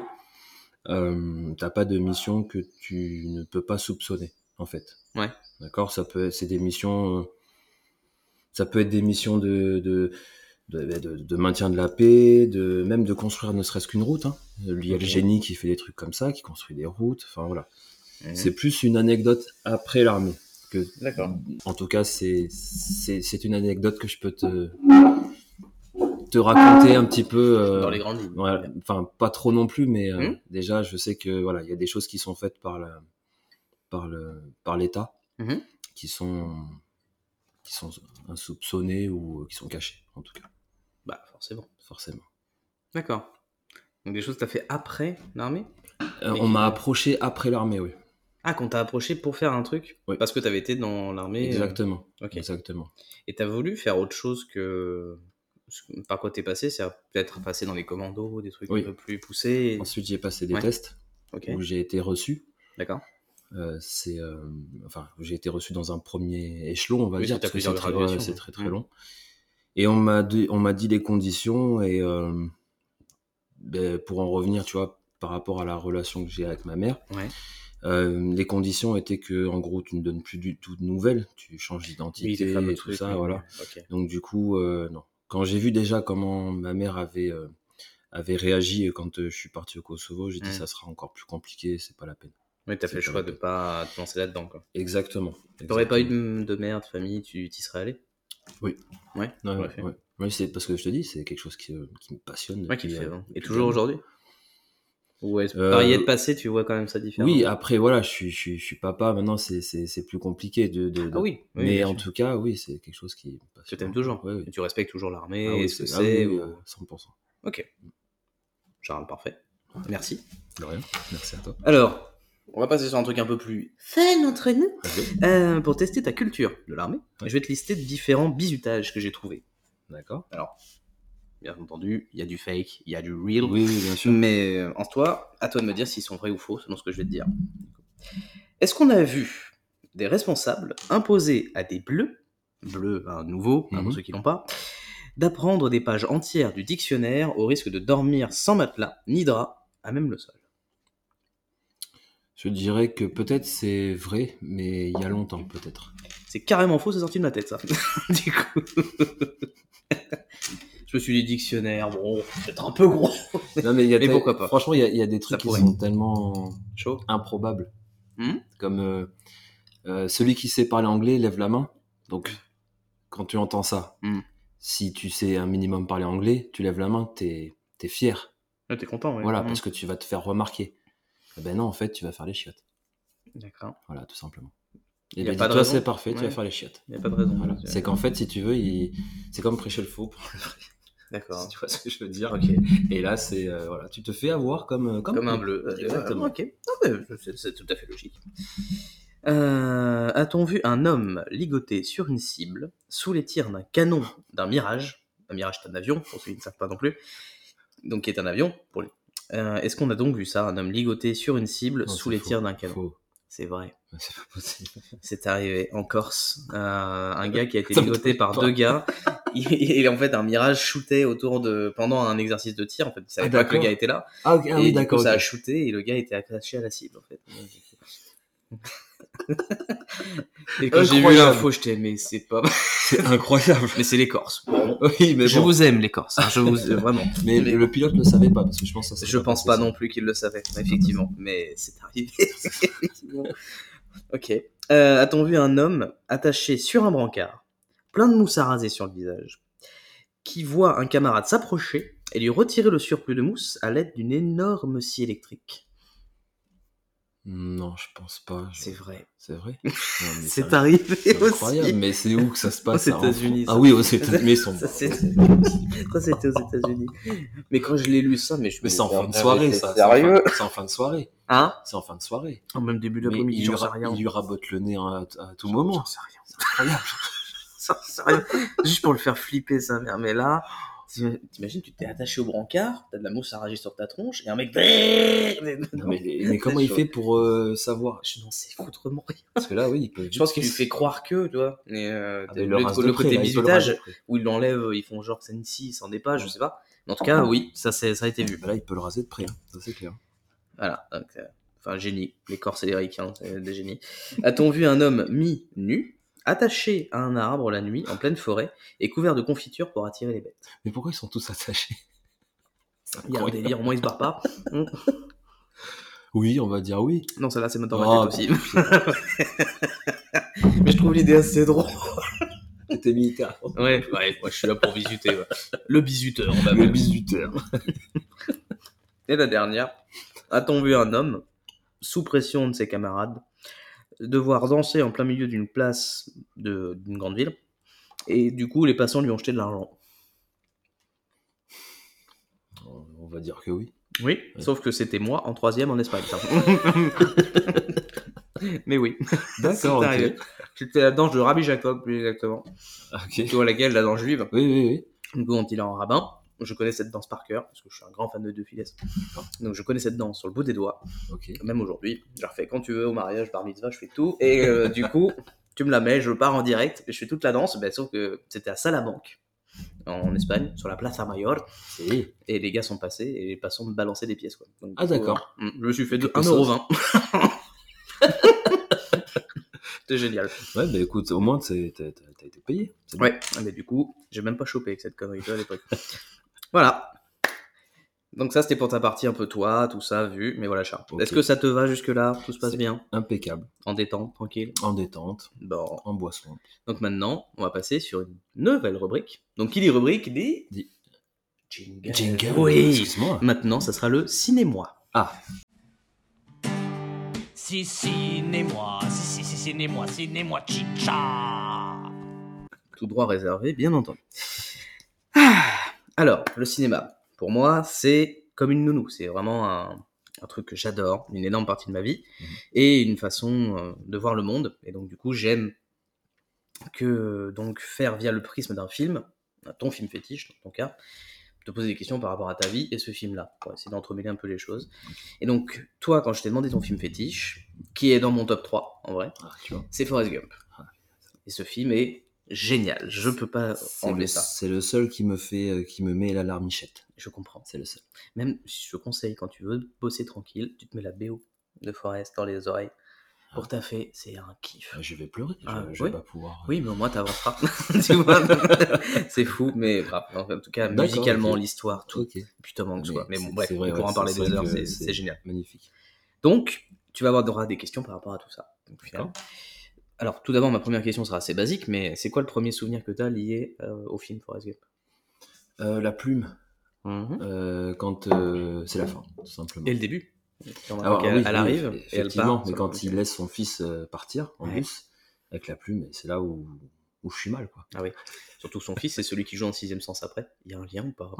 Speaker 3: euh, t'as pas de mission que tu ne peux pas soupçonner, en fait.
Speaker 2: Ouais.
Speaker 3: D'accord Ça peut être- C'est des missions. euh, ça peut être des missions de. de de, bah, de- de maintien de la paix, de même de construire ne serait-ce qu'une route. hein. Il y a le génie qui fait des trucs comme ça, qui construit des routes. Enfin voilà, c'est plus une anecdote après l'armée.
Speaker 2: D'accord.
Speaker 3: En tout cas, c'est c'est c'est une anecdote que je peux te te raconter un petit peu. euh,
Speaker 2: Dans les grandes lignes.
Speaker 3: voilà. enfin, pas trop non plus, mais euh,
Speaker 2: Mhm.
Speaker 3: déjà, je sais que voilà, il y a des choses qui sont faites par la par le par l'État
Speaker 2: Mhm.
Speaker 3: qui sont qui sont insoupçonnées ou euh, qui sont cachées, en tout cas,
Speaker 2: Bah, forcément.
Speaker 3: forcément.
Speaker 2: D'accord. Donc, des choses que t'as fait après l'armée
Speaker 3: Euh,
Speaker 2: Et
Speaker 3: on
Speaker 2: qui-
Speaker 3: m'a approché après l'armée, oui.
Speaker 2: Ah, quand t'as approché pour faire un truc
Speaker 3: Oui.
Speaker 2: Parce que t'avais été dans l'armée. euh,
Speaker 3: Exactement,
Speaker 2: Ok.
Speaker 3: exactement.
Speaker 2: Et t'as voulu faire autre chose que ce que- par quoi t'es passé, c'est peut-être passer dans les commandos, des trucs
Speaker 3: Oui.
Speaker 2: un peu plus poussés.
Speaker 3: Ensuite, j'ai passé des
Speaker 2: Ouais.
Speaker 3: tests
Speaker 2: Ok,
Speaker 3: où j'ai été reçu.
Speaker 2: d'accord.
Speaker 3: Euh, c'est euh, enfin j'ai été reçu dans un premier échelon on va
Speaker 2: Oui,
Speaker 3: dire
Speaker 2: c'est ta
Speaker 3: parce que
Speaker 2: plusieurs
Speaker 3: c'est très,
Speaker 2: graduations,
Speaker 3: ouais, c'est
Speaker 2: ouais.
Speaker 3: très très
Speaker 2: Mm.
Speaker 3: long et on m'a dit, on m'a dit les conditions et euh, ben, pour en revenir tu vois par rapport à la relation que j'ai avec ma mère
Speaker 2: Ouais.
Speaker 3: euh, les conditions étaient que en gros tu ne donnes plus du tout de nouvelles tu changes d'identité
Speaker 2: fameux
Speaker 3: et tout
Speaker 2: trucs,
Speaker 3: ça
Speaker 2: oui,
Speaker 3: voilà
Speaker 2: oui, ok.
Speaker 3: donc du coup, euh, non. Quand j'ai vu déjà comment ma mère avait, euh, avait réagi quand euh, je suis parti au Kosovo, j'ai dit
Speaker 2: Mm.
Speaker 3: ça sera encore plus compliqué, c'est pas la peine.
Speaker 2: Oui, t'as
Speaker 3: C'est
Speaker 2: fait le
Speaker 3: pas
Speaker 2: choix
Speaker 3: la
Speaker 2: de pas te lancer là-dedans. quoi.
Speaker 3: Exactement.
Speaker 2: T'aurais pas eu
Speaker 3: Exactement.
Speaker 2: de, de mère, de famille, tu t'y serais allé
Speaker 3: Oui.
Speaker 2: Ouais,
Speaker 3: Ouais,
Speaker 2: t'aurais fait.
Speaker 3: ouais. Ouais, c'est parce que je te dis, c'est quelque chose qui, euh, qui me passionne.
Speaker 2: Ouais, qui
Speaker 3: depuis,
Speaker 2: fait
Speaker 3: euh,
Speaker 2: avant. Et
Speaker 3: depuis
Speaker 2: toujours
Speaker 3: gamin.
Speaker 2: aujourd'hui Ou est-ce
Speaker 3: Euh,
Speaker 2: par y être passé, tu vois quand même ça différent Ah
Speaker 3: Oui, après, voilà, je suis, je suis, je suis papa, maintenant c'est- c'est c'est plus compliqué de. de- de-
Speaker 2: Ah oui, oui,
Speaker 3: Mais
Speaker 2: bien
Speaker 3: en
Speaker 2: sûr.
Speaker 3: tout cas, oui, c'est quelque chose qui. me
Speaker 2: Tu
Speaker 3: passionne.
Speaker 2: t'aimes toujours.
Speaker 3: Ouais,
Speaker 2: Et
Speaker 3: oui.
Speaker 2: Tu respectes toujours l'armée,
Speaker 3: Ah oui,
Speaker 2: ce que
Speaker 3: ah oui,
Speaker 2: c'est.
Speaker 3: oui,
Speaker 2: ou-
Speaker 3: euh, 100%.
Speaker 2: Ok. Charles, parfait. Merci.
Speaker 3: De rien. Merci à toi.
Speaker 2: Alors, on va passer sur un truc un peu plus fun entre nous. Euh, pour tester ta culture de l'armée,
Speaker 3: Ouais.
Speaker 2: je vais te lister différents bisutages que j'ai trouvés.
Speaker 3: D'accord.
Speaker 2: Bien entendu, il y a du fake, il y a du real.
Speaker 3: Oui, oui, bien sûr.
Speaker 2: Mais euh, en toi, à toi de me dire s'ils sont vrais ou faux, selon ce que je vais te dire. Est-ce qu'on a vu des responsables imposer à des bleus, bleus à nouveau, hein,
Speaker 3: Mhm.
Speaker 2: pour ceux qui l'ont pas, d'apprendre des pages entières du dictionnaire au risque de dormir sans matelas, ni drap, à même le sol
Speaker 3: Je dirais que peut-être c'est vrai, mais il y a longtemps, peut-être.
Speaker 2: C'est carrément faux, c'est sorti de ma tête, ça. du coup. je me suis dit dictionnaire, bon, c'est peut-être un peu gros.
Speaker 3: Non, mais, il y a
Speaker 2: Mais
Speaker 3: tel-
Speaker 2: pourquoi pas.
Speaker 3: Franchement, il y, a- il y a des
Speaker 2: Ça
Speaker 3: trucs qui
Speaker 2: pourrait.
Speaker 3: sont tellement
Speaker 2: Chaud.
Speaker 3: improbables.
Speaker 2: Hmm
Speaker 3: Comme euh, euh, celui qui sait parler anglais lève la main. Donc, quand tu entends ça,
Speaker 2: Hmm.
Speaker 3: si tu sais un minimum parler anglais, tu lèves la main, t'es es fier.
Speaker 2: Là, t'es content, ouais.
Speaker 3: Voilà,
Speaker 2: Mmh.
Speaker 3: parce que tu vas te faire remarquer. Eh ben non, en fait, tu vas faire les chiottes.
Speaker 2: D'accord.
Speaker 3: Voilà, tout simplement.
Speaker 2: Y
Speaker 3: Et
Speaker 2: a
Speaker 3: ben,
Speaker 2: pas de
Speaker 3: dis-toi,
Speaker 2: raison.
Speaker 3: c'est parfait, tu
Speaker 2: Ouais.
Speaker 3: vas faire les chiottes.
Speaker 2: Il n'y a pas de raison.
Speaker 3: Voilà. C'est qu'en fait, si tu veux, il- c'est comme prêcher le faux pour le vrai.
Speaker 2: D'accord.
Speaker 3: Si tu vois ce que je veux dire.
Speaker 2: Ok.
Speaker 3: Et là, c'est euh, voilà, tu te fais avoir comme euh, comme,
Speaker 2: Comme un bleu. Euh,
Speaker 3: Exactement.
Speaker 2: Ok. Non, mais c'est- C'est tout à fait logique. Euh, A-t-on vu un homme ligoté sur une cible, sous les tirs d'un canon d'un Mirage Un Mirage, c'est un avion, pour ceux qui ne savent pas non plus. Donc, qui est un avion. pour les- Euh, Est-ce qu'on a donc vu ça Un homme ligoté sur une cible,
Speaker 3: Non,
Speaker 2: sous
Speaker 3: c'est
Speaker 2: les
Speaker 3: faux.
Speaker 2: tirs d'un canon
Speaker 3: Faux.
Speaker 2: C'est vrai.
Speaker 3: Mais C'est pas possible.
Speaker 2: C'est arrivé en Corse. Euh, un gars qui a été
Speaker 3: Ça me
Speaker 2: ligoté
Speaker 3: donne
Speaker 2: par
Speaker 3: pas.
Speaker 2: deux gars. Il, il- en fait, un Mirage shootait autour de. pendant un exercice de tir. En fait, il savait
Speaker 3: Ah,
Speaker 2: pas que le
Speaker 3: d'accord.
Speaker 2: gars était là.
Speaker 3: Ah, ok, ah
Speaker 2: et
Speaker 3: oui,
Speaker 2: du coup,
Speaker 3: d'accord.
Speaker 2: ça a
Speaker 3: ok.
Speaker 2: shooté et le gars était accroché à la cible en fait.
Speaker 3: Euh,
Speaker 2: et quand j'ai vu
Speaker 3: Incroyable.
Speaker 2: l'info, je t'ai mais c'est pas.
Speaker 3: C'est incroyable.
Speaker 2: Mais c'est les Corses.
Speaker 3: oui, mais
Speaker 2: je
Speaker 3: bon.
Speaker 2: vous aime les Corses. hein, je vous vraiment.
Speaker 3: Mais
Speaker 2: mais-
Speaker 3: le pilote ne le savait pas parce que je pense que ça.
Speaker 2: Je pense pas non plus qu'il le savait effectivement, mais c'est arrivé. ok. Euh, A-t-on vu un homme attaché sur un brancard, plein de mousse à raser sur le visage, qui voit un camarade s'approcher et lui retirer le surplus de mousse à l'aide d'une énorme scie électrique
Speaker 3: Non, je pense pas. Je-
Speaker 2: C'est vrai.
Speaker 3: C'est vrai. Non, mais
Speaker 2: C'est
Speaker 3: sérieux,
Speaker 2: arrivé
Speaker 3: c'est incroyable.
Speaker 2: aussi.
Speaker 3: Mais c'est où que ça se passe
Speaker 2: Aux
Speaker 3: ça, en France
Speaker 2: États-Unis, ça.
Speaker 3: Ah oui, aux États-Unis. Mais ils sont-
Speaker 2: Ça, c'est- Ça, c'était aux États-Unis. Mais quand je l'ai lu, ça, mais je me
Speaker 3: Mais c'est en
Speaker 2: suis
Speaker 3: fin de
Speaker 2: dit,
Speaker 3: soirée,
Speaker 2: mais
Speaker 3: ça.
Speaker 2: c'est
Speaker 3: C'est en fin-
Speaker 2: Sérieux
Speaker 3: C'est en fin de soirée.
Speaker 2: Hein
Speaker 3: C'est en fin de soirée.
Speaker 2: En même début
Speaker 3: Mais
Speaker 2: d'après-midi,
Speaker 3: il,
Speaker 2: j'en
Speaker 3: lui
Speaker 2: sais
Speaker 3: ra-
Speaker 2: rien.
Speaker 3: il lui rabote le nez à, à tout moment.
Speaker 2: J'en sais rien.
Speaker 3: C'est incroyable.
Speaker 2: J'en sais rien. Juste pour le faire flipper, sa mère. Mais là, t'im- T'imagines, tu t'es attaché au brancard, t'as de la mousse arrachée sur ta tronche, et un mec. Non,
Speaker 3: Non, mais, mais comment il
Speaker 2: chaud.
Speaker 3: fait pour euh, savoir
Speaker 2: Je n'en sais foutrement rien.
Speaker 3: Parce que là, oui, il peut.
Speaker 2: Je pense qu'il lui fait croire que, tu vois. Mais euh,
Speaker 3: Ah, mais
Speaker 2: le,
Speaker 3: le rase de
Speaker 2: le
Speaker 3: près,
Speaker 2: côté
Speaker 3: là, il peut le
Speaker 2: bisutage,
Speaker 3: raser de près.
Speaker 2: où ils l'enlèvent, ils font genre Sensi, il s'en est pas, je sais pas. Mais
Speaker 3: Ah.
Speaker 2: en tout cas, oui, ça, c'est- ça a été vu.
Speaker 3: Bah là, il peut le raser de près, hein. ça c'est clair.
Speaker 2: Voilà. donc, euh, enfin, génie. Les Corses et les Ricains, c'est des génies. A-t-on vu un homme mi-nu, attaché à un arbre la nuit, en pleine forêt, et couvert de confiture pour attirer les bêtes
Speaker 3: Mais pourquoi ils sont tous attachés C'est
Speaker 2: Il y a un
Speaker 3: incroyable.
Speaker 2: délire, au moins il se barre pas.
Speaker 3: Oui, on va dire oui.
Speaker 2: Non, celle-là, c'est maintenant
Speaker 3: Oh,
Speaker 2: ma tête aussi. Mais je trouve l'idée assez drôle.
Speaker 3: C'était militaire.
Speaker 2: Ouais, ouais, moi je suis là pour bisuter. ouais. Le bisuteur, on va
Speaker 3: Le
Speaker 2: appeler.
Speaker 3: bisuteur.
Speaker 2: Et la dernière, a-t-on vu un homme, sous pression de ses camarades, devoir danser en plein milieu d'une place de- d'une grande ville, et du coup les passants lui ont jeté de l'argent
Speaker 3: On on va dire que oui.
Speaker 2: Oui,
Speaker 3: Ouais.
Speaker 2: sauf que c'était moi en troisième en Espagne. ça. Mais oui,
Speaker 3: D'accord,
Speaker 2: C'est
Speaker 3: ok.
Speaker 2: arrivé. c'était la danse de Rabbi Jacob, plus exactement.
Speaker 3: Ok. Oui,
Speaker 2: Plutôt laquelle la danse juive,
Speaker 3: oui, oui.
Speaker 2: du coup, quand il est en rabbin, je connais cette danse par cœur, parce que je suis un grand fan de De Files. Donc je connais cette danse sur le bout des doigts.
Speaker 3: Ok.
Speaker 2: même aujourd'hui. Je la refais quand tu veux au mariage, bar mitzvah, je fais tout. Et euh, du coup, tu me la mets, je pars en direct, et je fais toute la danse, ben, sauf que c'était à Salamanque, en Espagne, sur la Plaza Mayor,
Speaker 3: C'est-
Speaker 2: et les gars sont passés, et les passants me balançaient des pièces. Quoi. Donc,
Speaker 3: Ah, d'accord.
Speaker 2: euh, je me suis fait de
Speaker 3: Quelque
Speaker 2: 1,20€. C'était génial.
Speaker 3: Ouais, bah écoute, au moins t'es- t'as t'as- t'as été payé. C'est bien.
Speaker 2: Ouais, Ah, mais du coup, j'ai même pas chopé avec cette connerie toi, à l'époque. voilà. Donc ça, c'était pour ta partie un peu toi, tout ça, vu. Mais voilà, Charles.
Speaker 3: Ok.
Speaker 2: Est-ce que ça te va jusque-là Tout se passe
Speaker 3: C'est-
Speaker 2: bien
Speaker 3: Impeccable.
Speaker 2: En détente, tranquille
Speaker 3: En détente,
Speaker 2: Bon.
Speaker 3: en boisson.
Speaker 2: Donc maintenant, on va passer sur une nouvelle rubrique. Donc qui dit rubrique dit...
Speaker 3: Dit-
Speaker 2: Jingle. Oui
Speaker 3: Euh, Excuse-moi.
Speaker 2: Maintenant, ça sera le cinémois.
Speaker 4: Si, si, moi si, si, si, si, moi si, moi chicha.
Speaker 2: Tout droit réservé, bien entendu. Ah. Alors, le cinéma, pour moi, c'est comme une nounou. C'est vraiment un, un truc que j'adore, une énorme partie de ma vie,
Speaker 3: Mhm.
Speaker 2: et une façon euh, de voir le monde. Et donc, du coup, j'aime que euh, donc faire via le prisme d'un film, ton film fétiche dans ton cas, te poser des questions par rapport à ta vie et ce film-là, pour essayer d'entremêler un peu les choses. Et donc, toi, quand je t'ai demandé ton film fétiche, qui est dans mon top 3, en vrai,
Speaker 3: Ah, tu vois.
Speaker 2: c'est Forrest Gump. Et ce film est génial. Je peux pas
Speaker 3: C'est
Speaker 2: enlever
Speaker 3: le,
Speaker 2: ça.
Speaker 3: c'est le seul qui me fait, euh, qui me met la larmichette.
Speaker 2: Je comprends.
Speaker 3: C'est le seul.
Speaker 2: Même si je te conseille, quand tu veux bosser tranquille, tu te mets la BO de Forest dans les oreilles. Pour ta fée, c'est un kiff.
Speaker 3: Ah, Je vais pleurer. Je,
Speaker 2: Ah,
Speaker 3: je
Speaker 2: oui.
Speaker 3: vais pas pouvoir.
Speaker 2: Oui, mais au moins t'avanceras. tu vois C'est fou, mais grave. En tout cas,
Speaker 3: D'accord,
Speaker 2: musicalement,
Speaker 3: ok.
Speaker 2: l'histoire, tout.
Speaker 3: euh, Ok.
Speaker 2: Puis Tom Hanks,
Speaker 3: Mais
Speaker 2: quoi. Mais
Speaker 3: c'est-
Speaker 2: bon, bref,
Speaker 3: c'est vrai,
Speaker 2: on pourra
Speaker 3: ouais,
Speaker 2: en parler
Speaker 3: c'est
Speaker 2: des
Speaker 3: vrai
Speaker 2: heures,
Speaker 3: que
Speaker 2: c'est
Speaker 3: c'est-
Speaker 2: c'est génial.
Speaker 3: Magnifique.
Speaker 2: Donc, tu vas avoir droit à des questions par rapport à tout ça. Donc, finalement. Alors, tout d'abord, ma première question sera assez basique, mais c'est quoi le premier souvenir que tu as lié euh, au film Forrest Gump
Speaker 3: Euh, la plume, euh, quand euh, c'est la fin, tout simplement.
Speaker 2: Et le début
Speaker 3: Alors,
Speaker 2: elle,
Speaker 3: oui,
Speaker 2: elle
Speaker 3: oui,
Speaker 2: arrive, et elle
Speaker 3: effectivement,
Speaker 2: part.
Speaker 3: mais
Speaker 2: ça
Speaker 3: quand
Speaker 2: va.
Speaker 3: il laisse son fils euh, partir en
Speaker 2: Ouais.
Speaker 3: bus avec la plume, et c'est là où, où je suis mal, quoi.
Speaker 2: Surtout que son fils, c'est celui qui joue en sixième sens après. Il y a un lien ou pas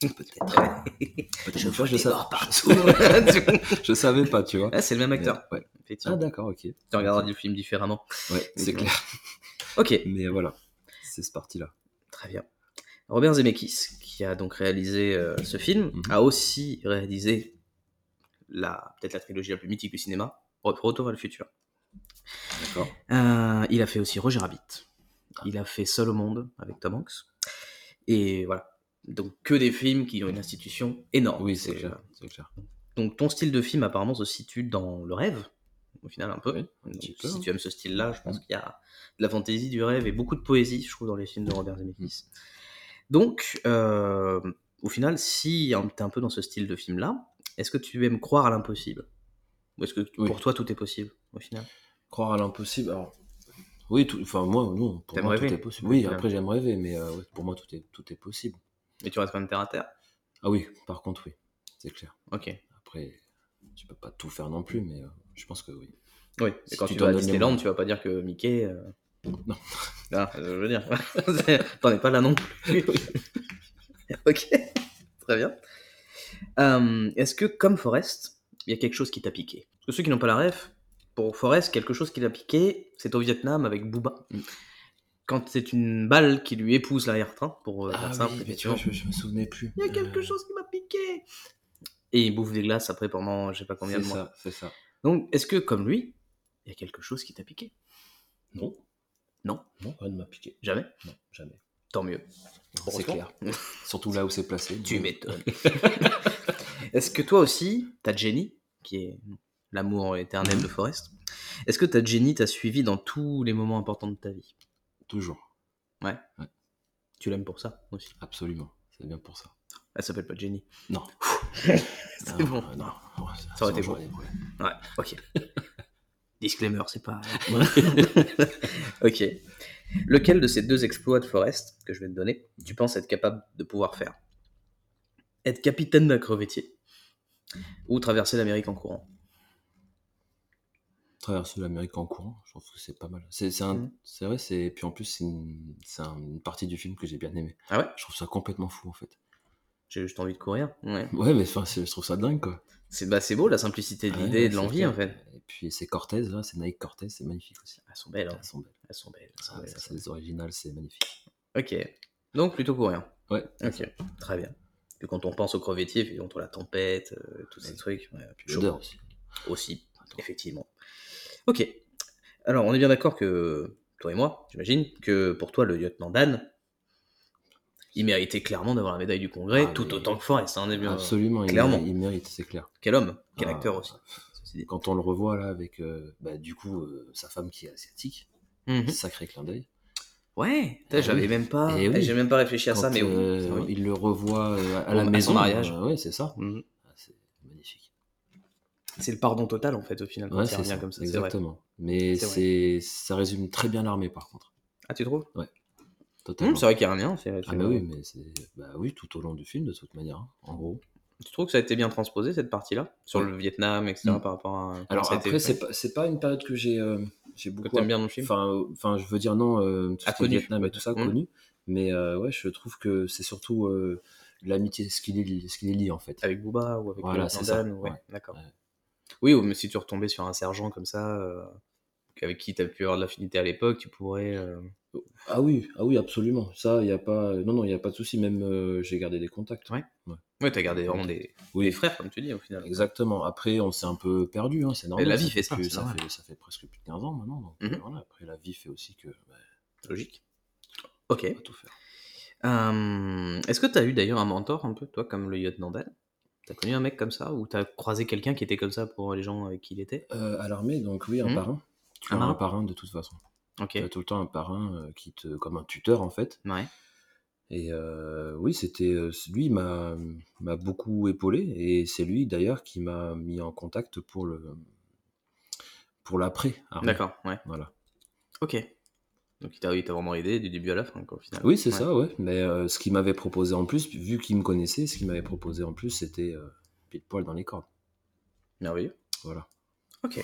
Speaker 3: Peut-être. Hum. Peut-être
Speaker 2: Je
Speaker 3: que
Speaker 2: vois
Speaker 3: je,
Speaker 2: des
Speaker 3: savais,
Speaker 2: morts partout.
Speaker 3: je savais pas, tu vois.
Speaker 2: Ah, c'est le même acteur.
Speaker 3: Mais, ouais. Ah
Speaker 2: Effectivement.
Speaker 3: d'accord, ok.
Speaker 2: tu regarderas le film différemment.
Speaker 3: Ouais, c'est
Speaker 2: Effectivement.
Speaker 3: clair.
Speaker 2: Ok,
Speaker 3: Mais voilà, c'est ce parti-là.
Speaker 2: Très bien. Robert Zemeckis, qui a donc réalisé euh, ce film,
Speaker 3: Mhm.
Speaker 2: a aussi réalisé la peut-être la trilogie la plus mythique du cinéma, Re- Retour vers le futur.
Speaker 3: D'accord.
Speaker 2: Euh, il a fait aussi Roger Rabbit. Il a fait Seul au monde avec Tom Hanks. Et voilà. Donc que des films qui ont une institution énorme.
Speaker 3: Oui, c'est
Speaker 2: Et,
Speaker 3: clair.
Speaker 2: euh,
Speaker 3: C'est clair.
Speaker 2: Donc ton style de film apparemment se situe dans le rêve, au final un peu.
Speaker 3: Oui, un
Speaker 2: Donc,
Speaker 3: petit peu,
Speaker 2: si
Speaker 3: hein.
Speaker 2: tu aimes ce style-là, je pense qu'il y a de la fantaisie, du rêve et beaucoup de poésie, je trouve, dans les films de
Speaker 3: Mm.
Speaker 2: Robert Zemeckis. Donc, euh, au final, si tu es un peu dans ce style de film-là, est-ce que tu aimes croire à l'impossible Ou est-ce que
Speaker 3: Oui.
Speaker 2: pour toi, tout est possible, au final
Speaker 3: Croire à l'impossible. Alors, oui, tout- enfin moi, non. Pour
Speaker 2: T'aimes
Speaker 3: moi, tout
Speaker 2: rêver,
Speaker 3: est possible.
Speaker 2: au
Speaker 3: Oui,
Speaker 2: final.
Speaker 3: après j'aime rêver, mais euh, ouais, pour moi, tout est tout est possible.
Speaker 2: Mais tu restes quand même terre à terre
Speaker 3: Ah oui, par contre, oui, c'est clair.
Speaker 2: Ok.
Speaker 3: Après, tu peux pas tout faire non plus, mais euh, je pense que oui.
Speaker 2: Oui, et
Speaker 3: Si
Speaker 2: quand tu,
Speaker 3: tu t'en
Speaker 2: vas à
Speaker 3: donnes les
Speaker 2: Disneyland,
Speaker 3: moyens.
Speaker 2: tu vas pas dire que Mickey. euh,
Speaker 3: Non.
Speaker 2: Ah, je veux dire, c'est- t'en es pas là non plus. ok, très bien. Euh, Est-ce que, comme Forrest, il y a quelque chose qui t'a piqué Parce que ceux qui
Speaker 3: Mm.
Speaker 2: n'ont pas la ref, pour Forrest, quelque chose qui t'a piqué, c'est au Vietnam avec Booba. quand c'est une balle qui lui épouse l'arrière-train, pour euh, faire simple,
Speaker 3: Ah mais tu vois, je, je me souvenais plus.
Speaker 2: il y a quelque
Speaker 3: Euh,
Speaker 2: chose qui m'a piqué. Et il bouffe des glaces après pendant je sais pas combien
Speaker 3: C'est
Speaker 2: de mois.
Speaker 3: ça, c'est ça.
Speaker 2: Donc, est-ce que, comme lui, il y a quelque chose qui t'a piqué
Speaker 3: Non.
Speaker 2: Non.
Speaker 3: Non, rien ne m'a piqué.
Speaker 2: Jamais
Speaker 3: Non, jamais.
Speaker 2: Tant mieux.
Speaker 3: C'est clair. Surtout là où c'est placé.
Speaker 2: Tu m'étonnes. est-ce que toi aussi, ta Jenny, qui est l'amour éternel de Forrest, est-ce que ta Jenny t'a suivi dans tous les moments importants de ta vie
Speaker 3: Toujours.
Speaker 2: Tu l'aimes pour ça aussi
Speaker 3: Absolument. C'est bien pour ça.
Speaker 2: Elle s'appelle pas Jenny.
Speaker 3: Non.
Speaker 2: c'est
Speaker 3: Non,
Speaker 2: bon.
Speaker 3: euh, Non. Ouais,
Speaker 2: Ça aurait été
Speaker 3: j'aurais
Speaker 2: bon.
Speaker 3: des problèmes.
Speaker 2: Ouais, ok. Disclaimer, c'est pas. ok. Lequel de ces deux exploits de Forest que je vais te donner, tu penses être capable de pouvoir faire Être capitaine d'un crevettier ou traverser l'Amérique en courant
Speaker 3: Traverser l'Amérique en courant, je trouve que c'est pas mal. C'est c'est un-
Speaker 2: Mhm.
Speaker 3: c'est vrai, c'est puis en plus c'est une, c'est un- une partie du film que j'ai bien aimé.
Speaker 2: Ah ouais
Speaker 3: Je trouve ça complètement fou en fait.
Speaker 2: J'ai juste envie de courir. Ouais.
Speaker 3: Ouais, mais enfin, c'est- je trouve ça dingue quoi.
Speaker 2: C'est bah, c'est beau la simplicité de
Speaker 3: Ah Ouais,
Speaker 2: l'idée et de
Speaker 3: c'est
Speaker 2: l'envie
Speaker 3: clair.
Speaker 2: en fait.
Speaker 3: Et puis c'est Cortez là, c'est Nike Cortez, c'est magnifique aussi.
Speaker 2: Elles sont belles, hein.
Speaker 3: Elles sont belles.
Speaker 2: elles sont belles. elles sont
Speaker 3: Ah,
Speaker 2: belles,
Speaker 3: ça,
Speaker 2: elles sont
Speaker 3: c'est les originales, c'est magnifique.
Speaker 2: belles. Ok. Donc plutôt courir.
Speaker 3: Ouais.
Speaker 2: Ok. Très bien. Puis quand on pense au crevettier, puis contre la tempête, euh, tous ces
Speaker 3: Ouais.
Speaker 2: trucs. ouais,
Speaker 3: Puis
Speaker 2: chaud.
Speaker 3: l'odeur aussi.
Speaker 2: Aussi, effectivement. Ok. Alors, on est bien d'accord que, toi et moi, j'imagine, que pour toi, le lieutenant Dan, il méritait clairement d'avoir la médaille du Congrès,
Speaker 3: Ah,
Speaker 2: tout
Speaker 3: mais-
Speaker 2: autant que Forrest. hein, on est bien-
Speaker 3: Absolument, il,
Speaker 2: clairement.
Speaker 3: il mérite, c'est clair.
Speaker 2: Quel homme, quel
Speaker 3: Ah.
Speaker 2: acteur aussi. ceci dit.
Speaker 3: Quand on le revoit là avec euh, bah, du coup euh, sa femme qui est asiatique,
Speaker 2: Mhm.
Speaker 3: sacré clin d'œil.
Speaker 2: Ouais, putain,
Speaker 3: Eh
Speaker 2: j'avais
Speaker 3: oui.
Speaker 2: même pas,
Speaker 3: Eh oui.
Speaker 2: j'ai même pas réfléchi à
Speaker 3: Quand,
Speaker 2: ça, mais Ah oui,
Speaker 3: euh,
Speaker 2: c'est vrai.
Speaker 3: il le revoit euh, à, à
Speaker 2: À
Speaker 3: la
Speaker 2: son
Speaker 3: maison.
Speaker 2: mariage.
Speaker 3: euh, ouais, c'est ça.
Speaker 2: Mhm.
Speaker 3: Ah, c'est magnifique.
Speaker 2: c'est le pardon total en fait au final quand
Speaker 3: Ouais,
Speaker 2: il
Speaker 3: c'est
Speaker 2: revient
Speaker 3: ça,
Speaker 2: comme ça. C'est vrai.
Speaker 3: exactement. Mais
Speaker 2: C'est vrai.
Speaker 3: c'est ça résume très bien l'armée par contre.
Speaker 2: Ah, tu trouves
Speaker 3: Totalement.
Speaker 2: Hum, C'est vrai qu'il y a un lien. c'est-
Speaker 3: ah
Speaker 2: c'est-
Speaker 3: bah oui, mais c'est bah oui tout au long du film de toute manière, hein, en gros.
Speaker 2: Tu trouves que ça a été bien transposé cette partie-là sur le Vietnam, etc.
Speaker 3: Mm.
Speaker 2: Par rapport à comment
Speaker 3: Alors
Speaker 2: ça a été
Speaker 3: après
Speaker 2: fait
Speaker 3: c'est pas c'est pas une période que j'ai euh, j'ai
Speaker 2: Ah, que
Speaker 3: beaucoup
Speaker 2: t'aimes bien dans le film.
Speaker 3: Enfin, euh, enfin, je veux dire non, euh, tout ce
Speaker 2: Ah,
Speaker 3: qui est
Speaker 2: connu,
Speaker 3: Vietnam et tout ça,
Speaker 2: Mhm.
Speaker 3: connu. Mais euh, ouais, je trouve que c'est surtout euh, l'amitié, ce qui les lie, ce qui les lie, en fait.
Speaker 2: Avec Booba ou avec
Speaker 3: Voilà,
Speaker 2: le
Speaker 3: c'est ça,
Speaker 2: Dan, ouais,
Speaker 3: ouais,
Speaker 2: d'accord.
Speaker 3: ouais.
Speaker 2: Oui, ou même si tu retombais sur un sergent comme ça, euh, avec qui tu as pu avoir de l'affinité à l'époque, tu pourrais. euh,
Speaker 3: Ah oui, ah oui, absolument. Ça, il y a pas, non, non, il y a pas de souci. Même euh, j'ai gardé des contacts.
Speaker 2: Ouais. Ouais, t'as gardé vraiment des...
Speaker 3: Oui.
Speaker 2: des frères, comme tu dis, au final.
Speaker 3: Exactement. Après, on s'est un peu perdu, hein, c'est normal.
Speaker 2: la vie fait
Speaker 3: fait
Speaker 2: ça,
Speaker 3: plus-
Speaker 2: c'est
Speaker 3: ça,
Speaker 2: normal.
Speaker 3: fait, ça fait presque plus de 15 ans maintenant. donc,
Speaker 2: Mhm.
Speaker 3: euh, voilà. Après, la vie fait aussi que bah,
Speaker 2: Logique. Ok.
Speaker 3: on peut pas tout faire.
Speaker 2: Euh, Est-ce que t'as eu d'ailleurs un mentor un peu, toi, comme le lieutenant Dan T'as connu un mec comme ça Ou t'as croisé quelqu'un qui était comme ça pour les gens avec qui il était
Speaker 3: Euh, à l'armée, donc oui, un
Speaker 2: Mhm.
Speaker 3: parrain. Tu
Speaker 2: Un
Speaker 3: as
Speaker 2: parrain
Speaker 3: un parrain de toute façon.
Speaker 2: Ok.
Speaker 3: Tu as tout le temps un parrain euh, qui te, comme un tuteur en fait.
Speaker 2: Ouais.
Speaker 3: Et euh, oui, c'était euh, c- lui m'a m'a beaucoup épaulé et c'est lui d'ailleurs qui m'a mis en contact pour le pour l'après. armée.
Speaker 2: D'accord, ouais.
Speaker 3: Voilà.
Speaker 2: Ok. Donc il t'a il t'a vraiment aidé du début à la fin, quoi, au final.
Speaker 3: Oui, c'est
Speaker 2: Ouais.
Speaker 3: ça, ouais. Mais euh, ce qu'il m'avait proposé en plus, vu qu'il me connaissait, ce qu'il m'avait proposé en plus, c'était euh, pile poil dans les cordes. Euh,
Speaker 2: Merveilleux.
Speaker 3: Voilà.
Speaker 2: Ok.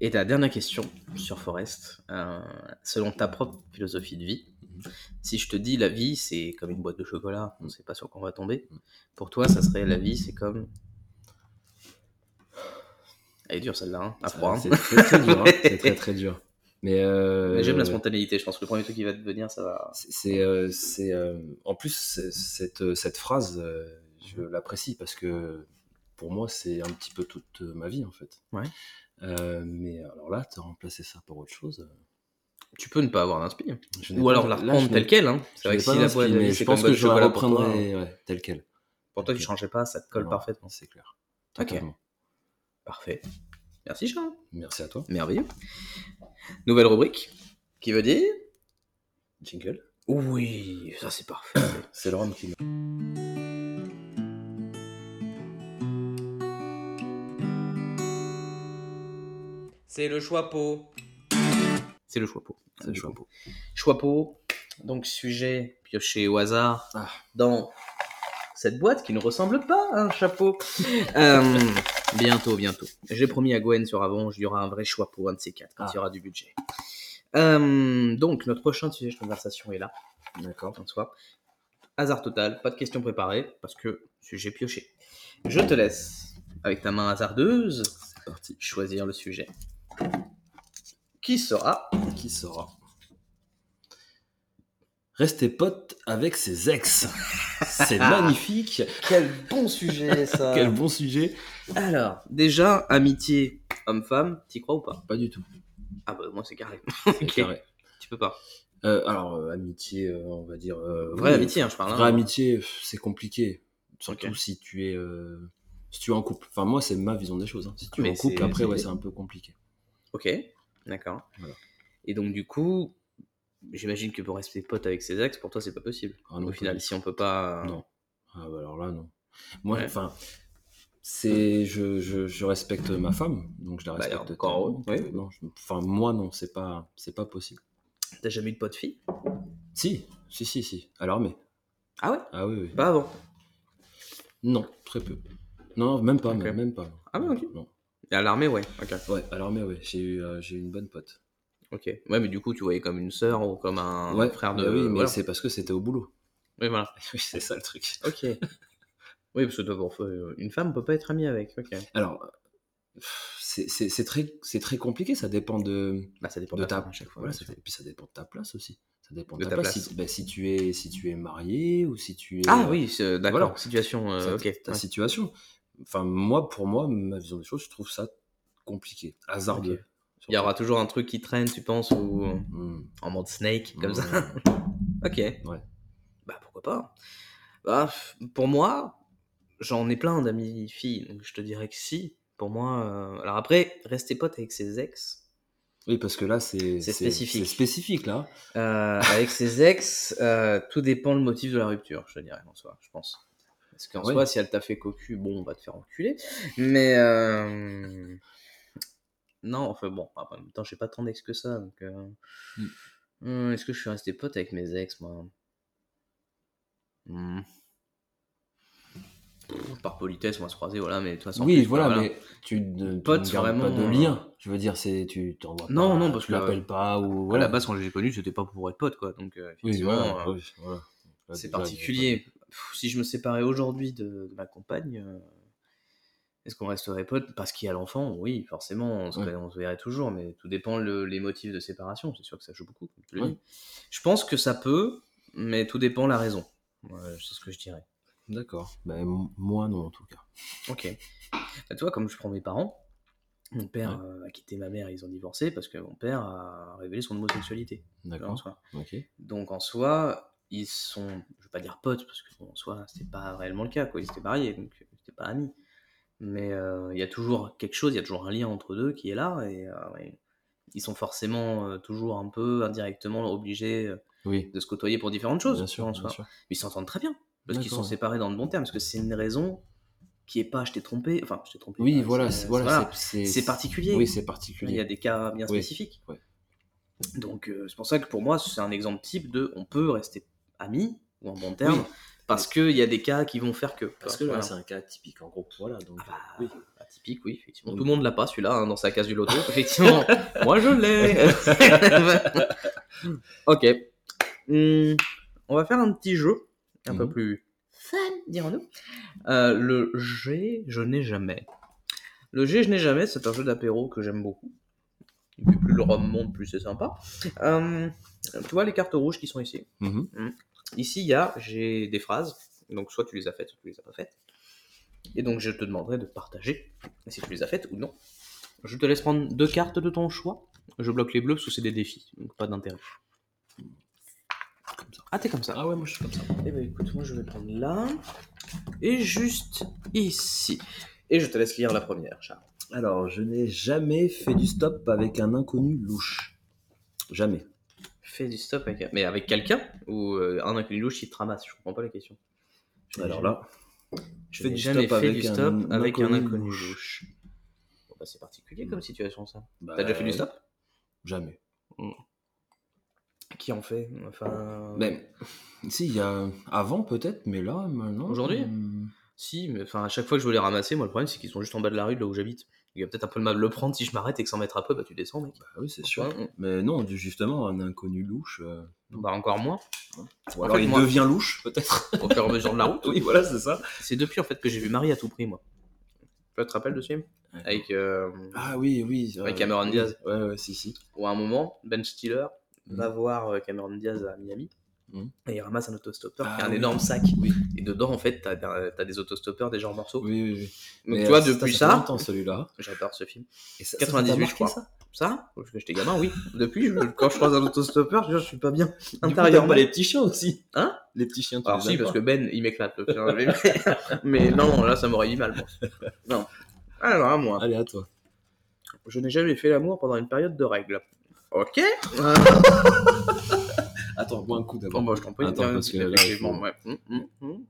Speaker 2: Et ta dernière question sur Forest, euh, selon ta propre philosophie de vie,
Speaker 3: Mhm.
Speaker 2: si je te dis la vie c'est comme une boîte de chocolat, on ne sait pas sur quoi on va tomber,
Speaker 3: Mhm.
Speaker 2: pour toi ça serait la vie c'est comme... Elle est dure celle-là, hein, à
Speaker 3: Ça,
Speaker 2: froid. hein.
Speaker 3: C'est très, très dur. hein. C'est très très dur. Mais, euh,
Speaker 2: Mais J'aime la spontanéité, je pense que le premier truc qui va te venir ça va...
Speaker 3: C'est- C'est, euh, c'est, euh, en plus c'est- cette, euh, cette phrase, euh, je l'apprécie parce que pour moi c'est un petit peu toute euh, ma vie en fait.
Speaker 2: Ouais.
Speaker 3: Euh, mais alors là, tu as remplacé ça par autre chose.
Speaker 2: Tu peux ne pas avoir d'inspiration.
Speaker 3: Je n'ai
Speaker 2: Ou
Speaker 3: pas-
Speaker 2: alors la
Speaker 3: là,
Speaker 2: reprendre
Speaker 3: je
Speaker 2: telle
Speaker 3: n'ai-
Speaker 2: quelle. Hein.
Speaker 3: je
Speaker 2: C'est vrai
Speaker 3: n'ai
Speaker 2: que
Speaker 3: pas
Speaker 2: si la boîte
Speaker 3: d'inspi,
Speaker 2: la
Speaker 3: mais
Speaker 2: vie,
Speaker 3: je
Speaker 2: c'est
Speaker 3: pense
Speaker 2: comme
Speaker 3: que
Speaker 2: une
Speaker 3: je
Speaker 2: boîte
Speaker 3: la
Speaker 2: de chocolat pour toi, hein.
Speaker 3: reprendrai ouais, telle quelle.
Speaker 2: Pour toi tu changerais pas, ça te colle
Speaker 3: Non,
Speaker 2: parfaitement.
Speaker 3: C'est clair.
Speaker 2: Ok.
Speaker 3: Totalement.
Speaker 2: Parfait. Merci Charles.
Speaker 3: Merci à toi.
Speaker 2: Merveilleux. Nouvelle rubrique qui veut dire
Speaker 3: Jingle.
Speaker 2: Oui, ça c'est parfait.
Speaker 3: C'est le rhum qui me-
Speaker 4: C'est le choix
Speaker 2: c'est le choix pot.
Speaker 3: C'est le choix.
Speaker 2: Choix pot, donc sujet pioché au hasard
Speaker 3: Ah.
Speaker 2: dans cette boîte qui ne ressemble pas à un chapeau. Euh, bientôt, bientôt. J'ai promis à Gwen sur Avranches, il y aura un vrai choix pot, un de ces quatre, quand
Speaker 3: Ah.
Speaker 2: il y aura du budget. Euh, donc, notre prochain sujet de conversation est là.
Speaker 3: D'accord.
Speaker 2: François. Hasard total, pas de questions préparées, parce que sujet pioché. Je te laisse, avec ta main hasardeuse, choisir le sujet. Qui sera
Speaker 3: Qui sera Restez potes avec ses ex. C'est magnifique. Euh,
Speaker 2: Quel bon sujet ça.
Speaker 3: Quel bon sujet.
Speaker 2: Alors, déjà, amitié homme-femme, t'y crois ou pas
Speaker 3: Pas du tout.
Speaker 2: Ah bah moi c'est carré.
Speaker 3: C'est
Speaker 2: Ok.
Speaker 3: carré.
Speaker 2: Tu peux pas.
Speaker 3: Euh, alors, euh, amitié, euh, on va dire. euh,
Speaker 2: Vraie
Speaker 3: oui,
Speaker 2: amitié, hein, je parle. hein.
Speaker 3: Vraie amitié, pff, c'est compliqué. Surtout
Speaker 2: Ok.
Speaker 3: si tu es. euh, si tu es en couple. Enfin, moi, c'est ma vision des choses. hein. Si tu es
Speaker 2: Mais
Speaker 3: en couple,
Speaker 2: c'est-
Speaker 3: après,
Speaker 2: c'est-
Speaker 3: ouais, c'est un peu compliqué.
Speaker 2: Ok, d'accord.
Speaker 3: Voilà.
Speaker 2: Et donc du coup, j'imagine que pour rester pote avec ses ex, pour toi c'est pas possible.
Speaker 3: Ah non,
Speaker 2: Au
Speaker 3: pas
Speaker 2: final,
Speaker 3: du
Speaker 2: si on peut pas.
Speaker 3: Non. Ah, bah, alors là, non. Moi,
Speaker 2: Ouais.
Speaker 3: enfin. C'est, je, je, je respecte ma femme, donc je la
Speaker 2: Bah,
Speaker 3: respecte.
Speaker 2: encore
Speaker 3: tellement
Speaker 2: heureux,
Speaker 3: que
Speaker 2: oui.
Speaker 3: non, je- enfin, moi, non, c'est pas, c'est pas possible.
Speaker 2: T'as jamais eu de pote fille
Speaker 3: Si, si, si, si. À l'armée.
Speaker 2: Ah ouais
Speaker 3: Ah oui, oui.
Speaker 2: Pas avant.
Speaker 3: Non, très peu. Non, même pas, même,
Speaker 2: Ok.
Speaker 3: même pas.
Speaker 2: Ah ouais, ok.
Speaker 3: Non.
Speaker 2: Et à l'armée, ouais. Ok.
Speaker 3: Ouais, à l'armée, ouais, j'ai eu, euh, j'ai eu une bonne pote.
Speaker 2: Ok. Ouais, mais du coup, tu voyais comme une sœur ou comme un
Speaker 3: ouais,
Speaker 2: frère de.
Speaker 3: bah Oui, mais
Speaker 2: voilà.
Speaker 3: c'est parce que c'était au boulot.
Speaker 2: Oui, voilà.
Speaker 3: Oui, c'est ça le truc.
Speaker 2: Ok. oui, parce que toi, pour- une femme peut pas être amie avec. Ok.
Speaker 3: Alors, euh, c'est c'est- c'est très, c'est très compliqué, ça dépend de.
Speaker 2: Bah, ça dépend
Speaker 3: de
Speaker 2: la
Speaker 3: ta
Speaker 2: femme à chaque fois.
Speaker 3: voilà,
Speaker 2: bien
Speaker 3: ça-
Speaker 2: sûr.
Speaker 3: et puis ça dépend de ta place aussi. Ça dépend
Speaker 2: De
Speaker 3: de, ta,
Speaker 2: ta
Speaker 3: place.
Speaker 2: place.
Speaker 3: Si, bah, si tu es, si tu es marié ou si tu es.
Speaker 2: Ah
Speaker 3: euh,
Speaker 2: oui, c'est- d'accord.
Speaker 3: voilà.
Speaker 2: Situation. euh,
Speaker 3: ça-
Speaker 2: ok.
Speaker 3: ta
Speaker 2: ouais.
Speaker 3: situation. Enfin, moi, pour moi, ma vision des choses, je trouve ça compliqué, hasardeux.
Speaker 2: Il y aura toujours un truc qui traîne, tu penses, ou
Speaker 3: Hmm.
Speaker 2: en mode snake, comme ça.
Speaker 3: Hmm.
Speaker 2: Ok. Bah pourquoi pas Bah f- pour moi, j'en ai plein d'amis filles, donc je te dirais que si. Pour moi, euh, alors après, rester pote avec ses ex,
Speaker 3: Oui, parce que là, c'est
Speaker 2: C'est spécifique.
Speaker 3: C'est spécifique, là.
Speaker 2: euh, avec ses ex, euh, tout dépend le motif de la rupture, je te dirais en soi, je pense. Parce qu'en
Speaker 3: Ouais.
Speaker 2: soi, si elle t'a fait cocu, bon, on va te faire enculer. Mais euh, non, enfin bon, en même temps, j'ai pas tant d'ex que ça, donc. euh,
Speaker 3: Mm.
Speaker 2: hum, Est-ce que je suis resté pote avec mes ex, moi Hmm. Pff, Par politesse, on va se croiser, voilà, mais toi,
Speaker 3: oui, voilà, mais tu ne, tu
Speaker 2: Pote,
Speaker 3: ne gardes
Speaker 2: vraiment,
Speaker 3: pas de
Speaker 2: euh,
Speaker 3: lien. Je veux dire, c'est tu t'envoies
Speaker 2: Non,
Speaker 3: pas,
Speaker 2: non, parce
Speaker 3: tu
Speaker 2: que- euh,
Speaker 3: l'appelles pas ou
Speaker 2: à
Speaker 3: voilà.
Speaker 2: la base, quand je l'ai connu, c'était pas pour être pote, quoi. Donc, euh,
Speaker 3: oui,
Speaker 2: effectivement,
Speaker 3: voilà,
Speaker 2: euh,
Speaker 3: oui, voilà. Là,
Speaker 2: c'est
Speaker 3: déjà,
Speaker 2: particulier. Pff, si je me séparais aujourd'hui de, de ma compagne, euh, est-ce qu'on resterait pote Parce qu'il y a l'enfant, oui, forcément, on se,
Speaker 3: Ouais.
Speaker 2: connaît- on se verrait toujours, mais tout dépend le- les motifs de séparation. C'est sûr que ça joue beaucoup. comme tu l'as
Speaker 3: Ouais.
Speaker 2: dit. Je pense que ça peut, mais tout dépend la raison. Ouais, c'est ce que je dirais.
Speaker 3: D'accord. Ben, m- moi non en tout cas.
Speaker 2: Ok. Bah, tu vois, comme je prends mes parents, mon père euh, a quitté ma mère, ils ont divorcé parce que mon père a révélé son homosexualité. en
Speaker 3: D'accord.
Speaker 2: soi.
Speaker 3: Ok.
Speaker 2: Donc en soi, ils sont, je veux pas dire potes, parce que bon, en soi, c'était pas réellement le cas, quoi. Ils étaient mariés, donc euh, ils étaient pas amis. Mais euh, il y a toujours quelque chose, il y a toujours un lien entre deux qui est là, et euh, ouais, ils sont forcément euh, toujours un peu indirectement obligés euh,
Speaker 3: Oui.
Speaker 2: de se côtoyer pour différentes choses.
Speaker 3: Bien
Speaker 2: tu
Speaker 3: sûr,
Speaker 2: vois, en
Speaker 3: bien
Speaker 2: soi.
Speaker 3: sûr.
Speaker 2: Mais ils s'entendent très bien, parce qu'ils sont
Speaker 3: D'accord.
Speaker 2: séparés dans de bons termes, parce que c'est une raison qui est pas je t'ai trompé, enfin je t'ai trompé.
Speaker 3: Oui,
Speaker 2: euh,
Speaker 3: voilà, c'est- voilà, c'est-
Speaker 2: c'est particulier.
Speaker 3: Oui,
Speaker 2: Il
Speaker 3: c'est
Speaker 2: y a
Speaker 3: particulier.
Speaker 2: des cas bien
Speaker 3: Oui,
Speaker 2: spécifiques.
Speaker 3: ouais.
Speaker 2: Donc euh, c'est pour ça que pour moi c'est un exemple type de on peut rester amis ou en bon terme parce qu'il y a des cas qui vont faire que.
Speaker 3: Parce
Speaker 2: quoi.
Speaker 3: que là,
Speaker 2: Voilà.
Speaker 3: c'est un cas typique en groupe, voilà. Donc, euh,
Speaker 2: Ah bah,
Speaker 3: oui.
Speaker 2: atypique, oui, effectivement.
Speaker 3: Oui.
Speaker 2: Tout le monde l'a pas celui-là hein, dans sa case du loto. effectivement, moi je l'ai. ok. Hum, on va faire un petit jeu un peu
Speaker 3: Mhm.
Speaker 2: plus fun, dirons-nous. Euh, le G, je n'ai jamais. Le G, je n'ai jamais, c'est un jeu d'apéro que j'aime beaucoup. Et puis plus le rhum monte, plus c'est sympa. Euh, tu vois les cartes rouges qui sont ici.
Speaker 3: Mhm.
Speaker 2: Ici, il y a, j'ai des phrases, donc soit tu les as faites, soit tu les as pas faites. Et donc, je te demanderai de partager si tu les as faites ou non. Je te laisse prendre deux cartes de ton choix. Je bloque les bleus parce que c'est des défis, donc pas d'intérêt. Ah, t'es comme ça.
Speaker 3: Ah ouais, moi je suis comme ça.
Speaker 2: Eh ben écoute, moi je vais prendre là. Et juste ici. Et je te laisse lire la première, Charles.
Speaker 3: Alors, je n'ai jamais fait du stop avec un inconnu louche. Jamais.
Speaker 2: Fais du stop avec... Mais avec quelqu'un Ou euh, un inconnu louche qui te ramasse Je comprends pas la question. Je
Speaker 3: Alors
Speaker 2: n'ai
Speaker 3: là,
Speaker 2: Je
Speaker 3: Fais
Speaker 2: n'ai
Speaker 3: du
Speaker 2: jamais
Speaker 3: stop
Speaker 2: fait
Speaker 3: avec
Speaker 2: du
Speaker 3: un
Speaker 2: stop avec un
Speaker 3: inconnu
Speaker 2: inconnu
Speaker 3: louche.
Speaker 2: louche. Bon, bah, c'est particulier comme situation ça.
Speaker 3: bah,
Speaker 2: T'as déjà fait du stop
Speaker 3: Jamais.
Speaker 2: Qui en fait Enfin.
Speaker 3: Ben, si, il y a avant peut-être, mais là, maintenant.
Speaker 2: Aujourd'hui
Speaker 3: hmm,
Speaker 2: Si, mais enfin, à chaque fois que je veux les ramasser, moi le problème c'est qu'ils sont juste en bas de la rue, là où j'habite. Il y a peut-être un peu le mal de le prendre si je m'arrête et que 100 mètres après, bah tu descends, mec.
Speaker 3: Bah oui, c'est
Speaker 2: Enfin,
Speaker 3: sûr. Mais non, du- justement, un inconnu louche. euh,
Speaker 2: on- Bah encore moins,
Speaker 3: Ou alors
Speaker 2: fait,
Speaker 3: il
Speaker 2: moi-
Speaker 3: devient louche, peut-être.
Speaker 2: au fur et à mesure de la route.
Speaker 3: oui, voilà, c'est ça.
Speaker 2: C'est depuis en fait que j'ai vu Marie à tout prix, moi. Tu te rappelles de ce film Avec. euh,
Speaker 3: Ah oui, oui.
Speaker 2: Avec Cameron Diaz.
Speaker 3: Ouais, ouais, si, si.
Speaker 2: Ou à un moment, Ben Stiller
Speaker 3: Mhm.
Speaker 2: va voir euh, Cameron Diaz à Miami.
Speaker 3: Mhm.
Speaker 2: et il ramasse un autostoppeur
Speaker 3: Ah
Speaker 2: qui a un
Speaker 3: oui.
Speaker 2: énorme sac.
Speaker 3: Oui.
Speaker 2: Et dedans, en fait, t'as as des autostoppeurs déjà en morceaux.
Speaker 3: Oui, oui, oui.
Speaker 2: Donc,
Speaker 3: Mais,
Speaker 2: tu vois,
Speaker 3: euh,
Speaker 2: depuis
Speaker 3: fait
Speaker 2: ça,
Speaker 3: longtemps, celui-là.
Speaker 2: j'adore ce film.
Speaker 3: Et ça- ça, ça t'a
Speaker 2: 98, je
Speaker 3: marqué,
Speaker 2: crois.
Speaker 3: ça
Speaker 2: Ça, parce que j'étais gamin, oui. Depuis, je- quand je croise un autostoppeur, je, je suis pas bien.
Speaker 3: Du coup, t'aimes
Speaker 2: Intérieurement.
Speaker 3: pas les petits chiens aussi.
Speaker 2: Hein
Speaker 3: Les petits chiens, tu
Speaker 2: Alors
Speaker 3: les
Speaker 2: si,
Speaker 3: aimes
Speaker 2: parce que
Speaker 3: pas
Speaker 2: Ben, il m'éclate. le chien, mais, mais non, là, ça m'aurait mis mal. moi. Non. Alors, à moi.
Speaker 3: Allez, à toi.
Speaker 2: Je n'ai jamais fait l'amour pendant une période de règles. Ok.
Speaker 3: Attends, bois un coup d'abord.
Speaker 2: Bon, bah, je t'en prie.
Speaker 3: Attends,
Speaker 2: tiens,
Speaker 3: parce que là, il
Speaker 2: effectivement,
Speaker 3: faut-
Speaker 2: ouais. Hum, hum, hum.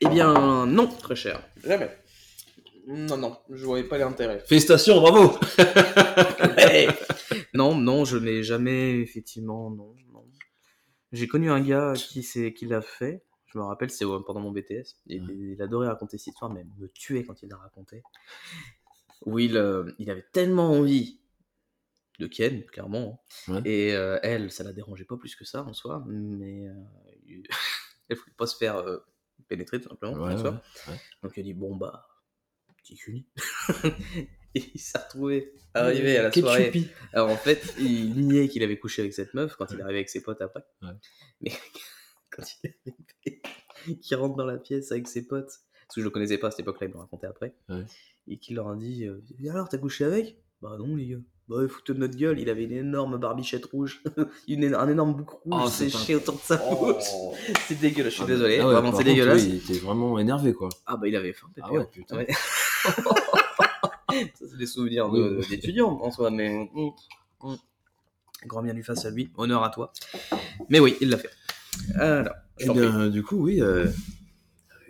Speaker 2: Eh bien, non, très cher. Jamais. Non, non, je voyais pas l'intérêt.
Speaker 3: Félicitations, bravo
Speaker 2: Hey Eh. non, non, je n'ai jamais, effectivement, non, non. J'ai connu un gars qui, s'est- qui l'a fait. Je me rappelle, c'est au- pendant mon BTS. Il,
Speaker 3: Ouais.
Speaker 2: il adorait raconter cette histoire, mais il me tuait quand il la racontait. Où il, euh, il avait tellement envie de Ken, clairement. hein.
Speaker 3: Ouais.
Speaker 2: Et euh, elle, ça la dérangeait pas plus que ça en soi, mais euh, il- elle voulait pas se faire euh, pénétrer tout simplement.
Speaker 3: Ouais,
Speaker 2: en soi.
Speaker 3: ouais, ouais.
Speaker 2: Donc il a dit bon bah, petit cul. Et il s'est retrouvé arrivé à la soirée. Alors en fait, il niait qu'il avait couché avec cette meuf quand il est arrivé avec ses potes après.
Speaker 3: Ouais.
Speaker 2: Mais quand il est arrivé, qu'il rentre dans la pièce avec ses potes, parce que je le connaissais pas à cette époque-là, il me le racontait après,
Speaker 3: Ouais.
Speaker 2: et qu'il leur a dit euh, Et alors, t'as couché avec Bah non, les gars. Bah, foutez de notre gueule, il avait une énorme barbichette rouge, une éno- un énorme bouc rouge
Speaker 3: Oh, c'est
Speaker 2: séché autour de sa bouche.
Speaker 1: Oh.
Speaker 2: C'est dégueulasse, je suis
Speaker 3: Ah,
Speaker 2: désolé,
Speaker 3: ah ouais,
Speaker 2: vraiment
Speaker 3: par
Speaker 2: c'est
Speaker 3: contre,
Speaker 2: dégueulasse.
Speaker 3: oui, il était vraiment énervé, quoi.
Speaker 2: Ah bah il avait faim,
Speaker 3: Ah
Speaker 2: pépère.
Speaker 3: ouais, putain.
Speaker 2: Ouais. Ça, c'est des souvenirs
Speaker 3: Oui,
Speaker 2: de-
Speaker 3: oui.
Speaker 2: d'étudiants en soi, mais. mm, mm. Grand bien lui face à lui, honneur à toi. Mais oui, il l'a fait. Alors, je
Speaker 3: Eh
Speaker 2: t'en prie.
Speaker 3: bien, du coup, oui, euh,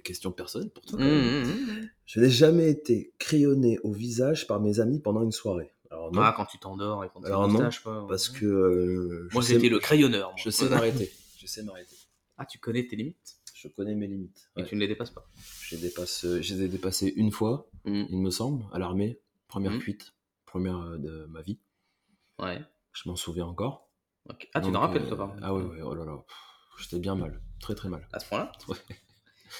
Speaker 3: question personnelle pour toi.
Speaker 2: Mm, mm, mm.
Speaker 3: Je n'ai jamais été crayonné au visage par mes amis pendant une soirée. Alors non,
Speaker 2: Ah, quand tu t'endors et quand tu
Speaker 3: Alors non, parce que... euh,
Speaker 2: Moi,
Speaker 3: je
Speaker 2: j'étais
Speaker 3: sais-
Speaker 2: le crayonneur. moi.
Speaker 3: Je sais m'arrêter. Je sais m'arrêter.
Speaker 2: Ah, tu connais tes limites
Speaker 3: Je connais mes limites.
Speaker 2: et tu ne les dépasses pas.
Speaker 3: Je les dépasse, je les ai dépassées une fois,
Speaker 2: Mm.
Speaker 3: il me semble, à l'armée. Première
Speaker 2: Mm.
Speaker 3: cuite, première euh, de ma vie.
Speaker 2: Ouais.
Speaker 3: Je m'en souviens encore.
Speaker 2: Ok. Ah, tu
Speaker 3: Donc,
Speaker 2: t'en rappelles,
Speaker 3: euh,
Speaker 2: toi, par contre.
Speaker 3: Ah ouais, ouais, oh là là. pff, J'étais bien mal. Très très mal.
Speaker 2: À ce point-là
Speaker 3: Ouais.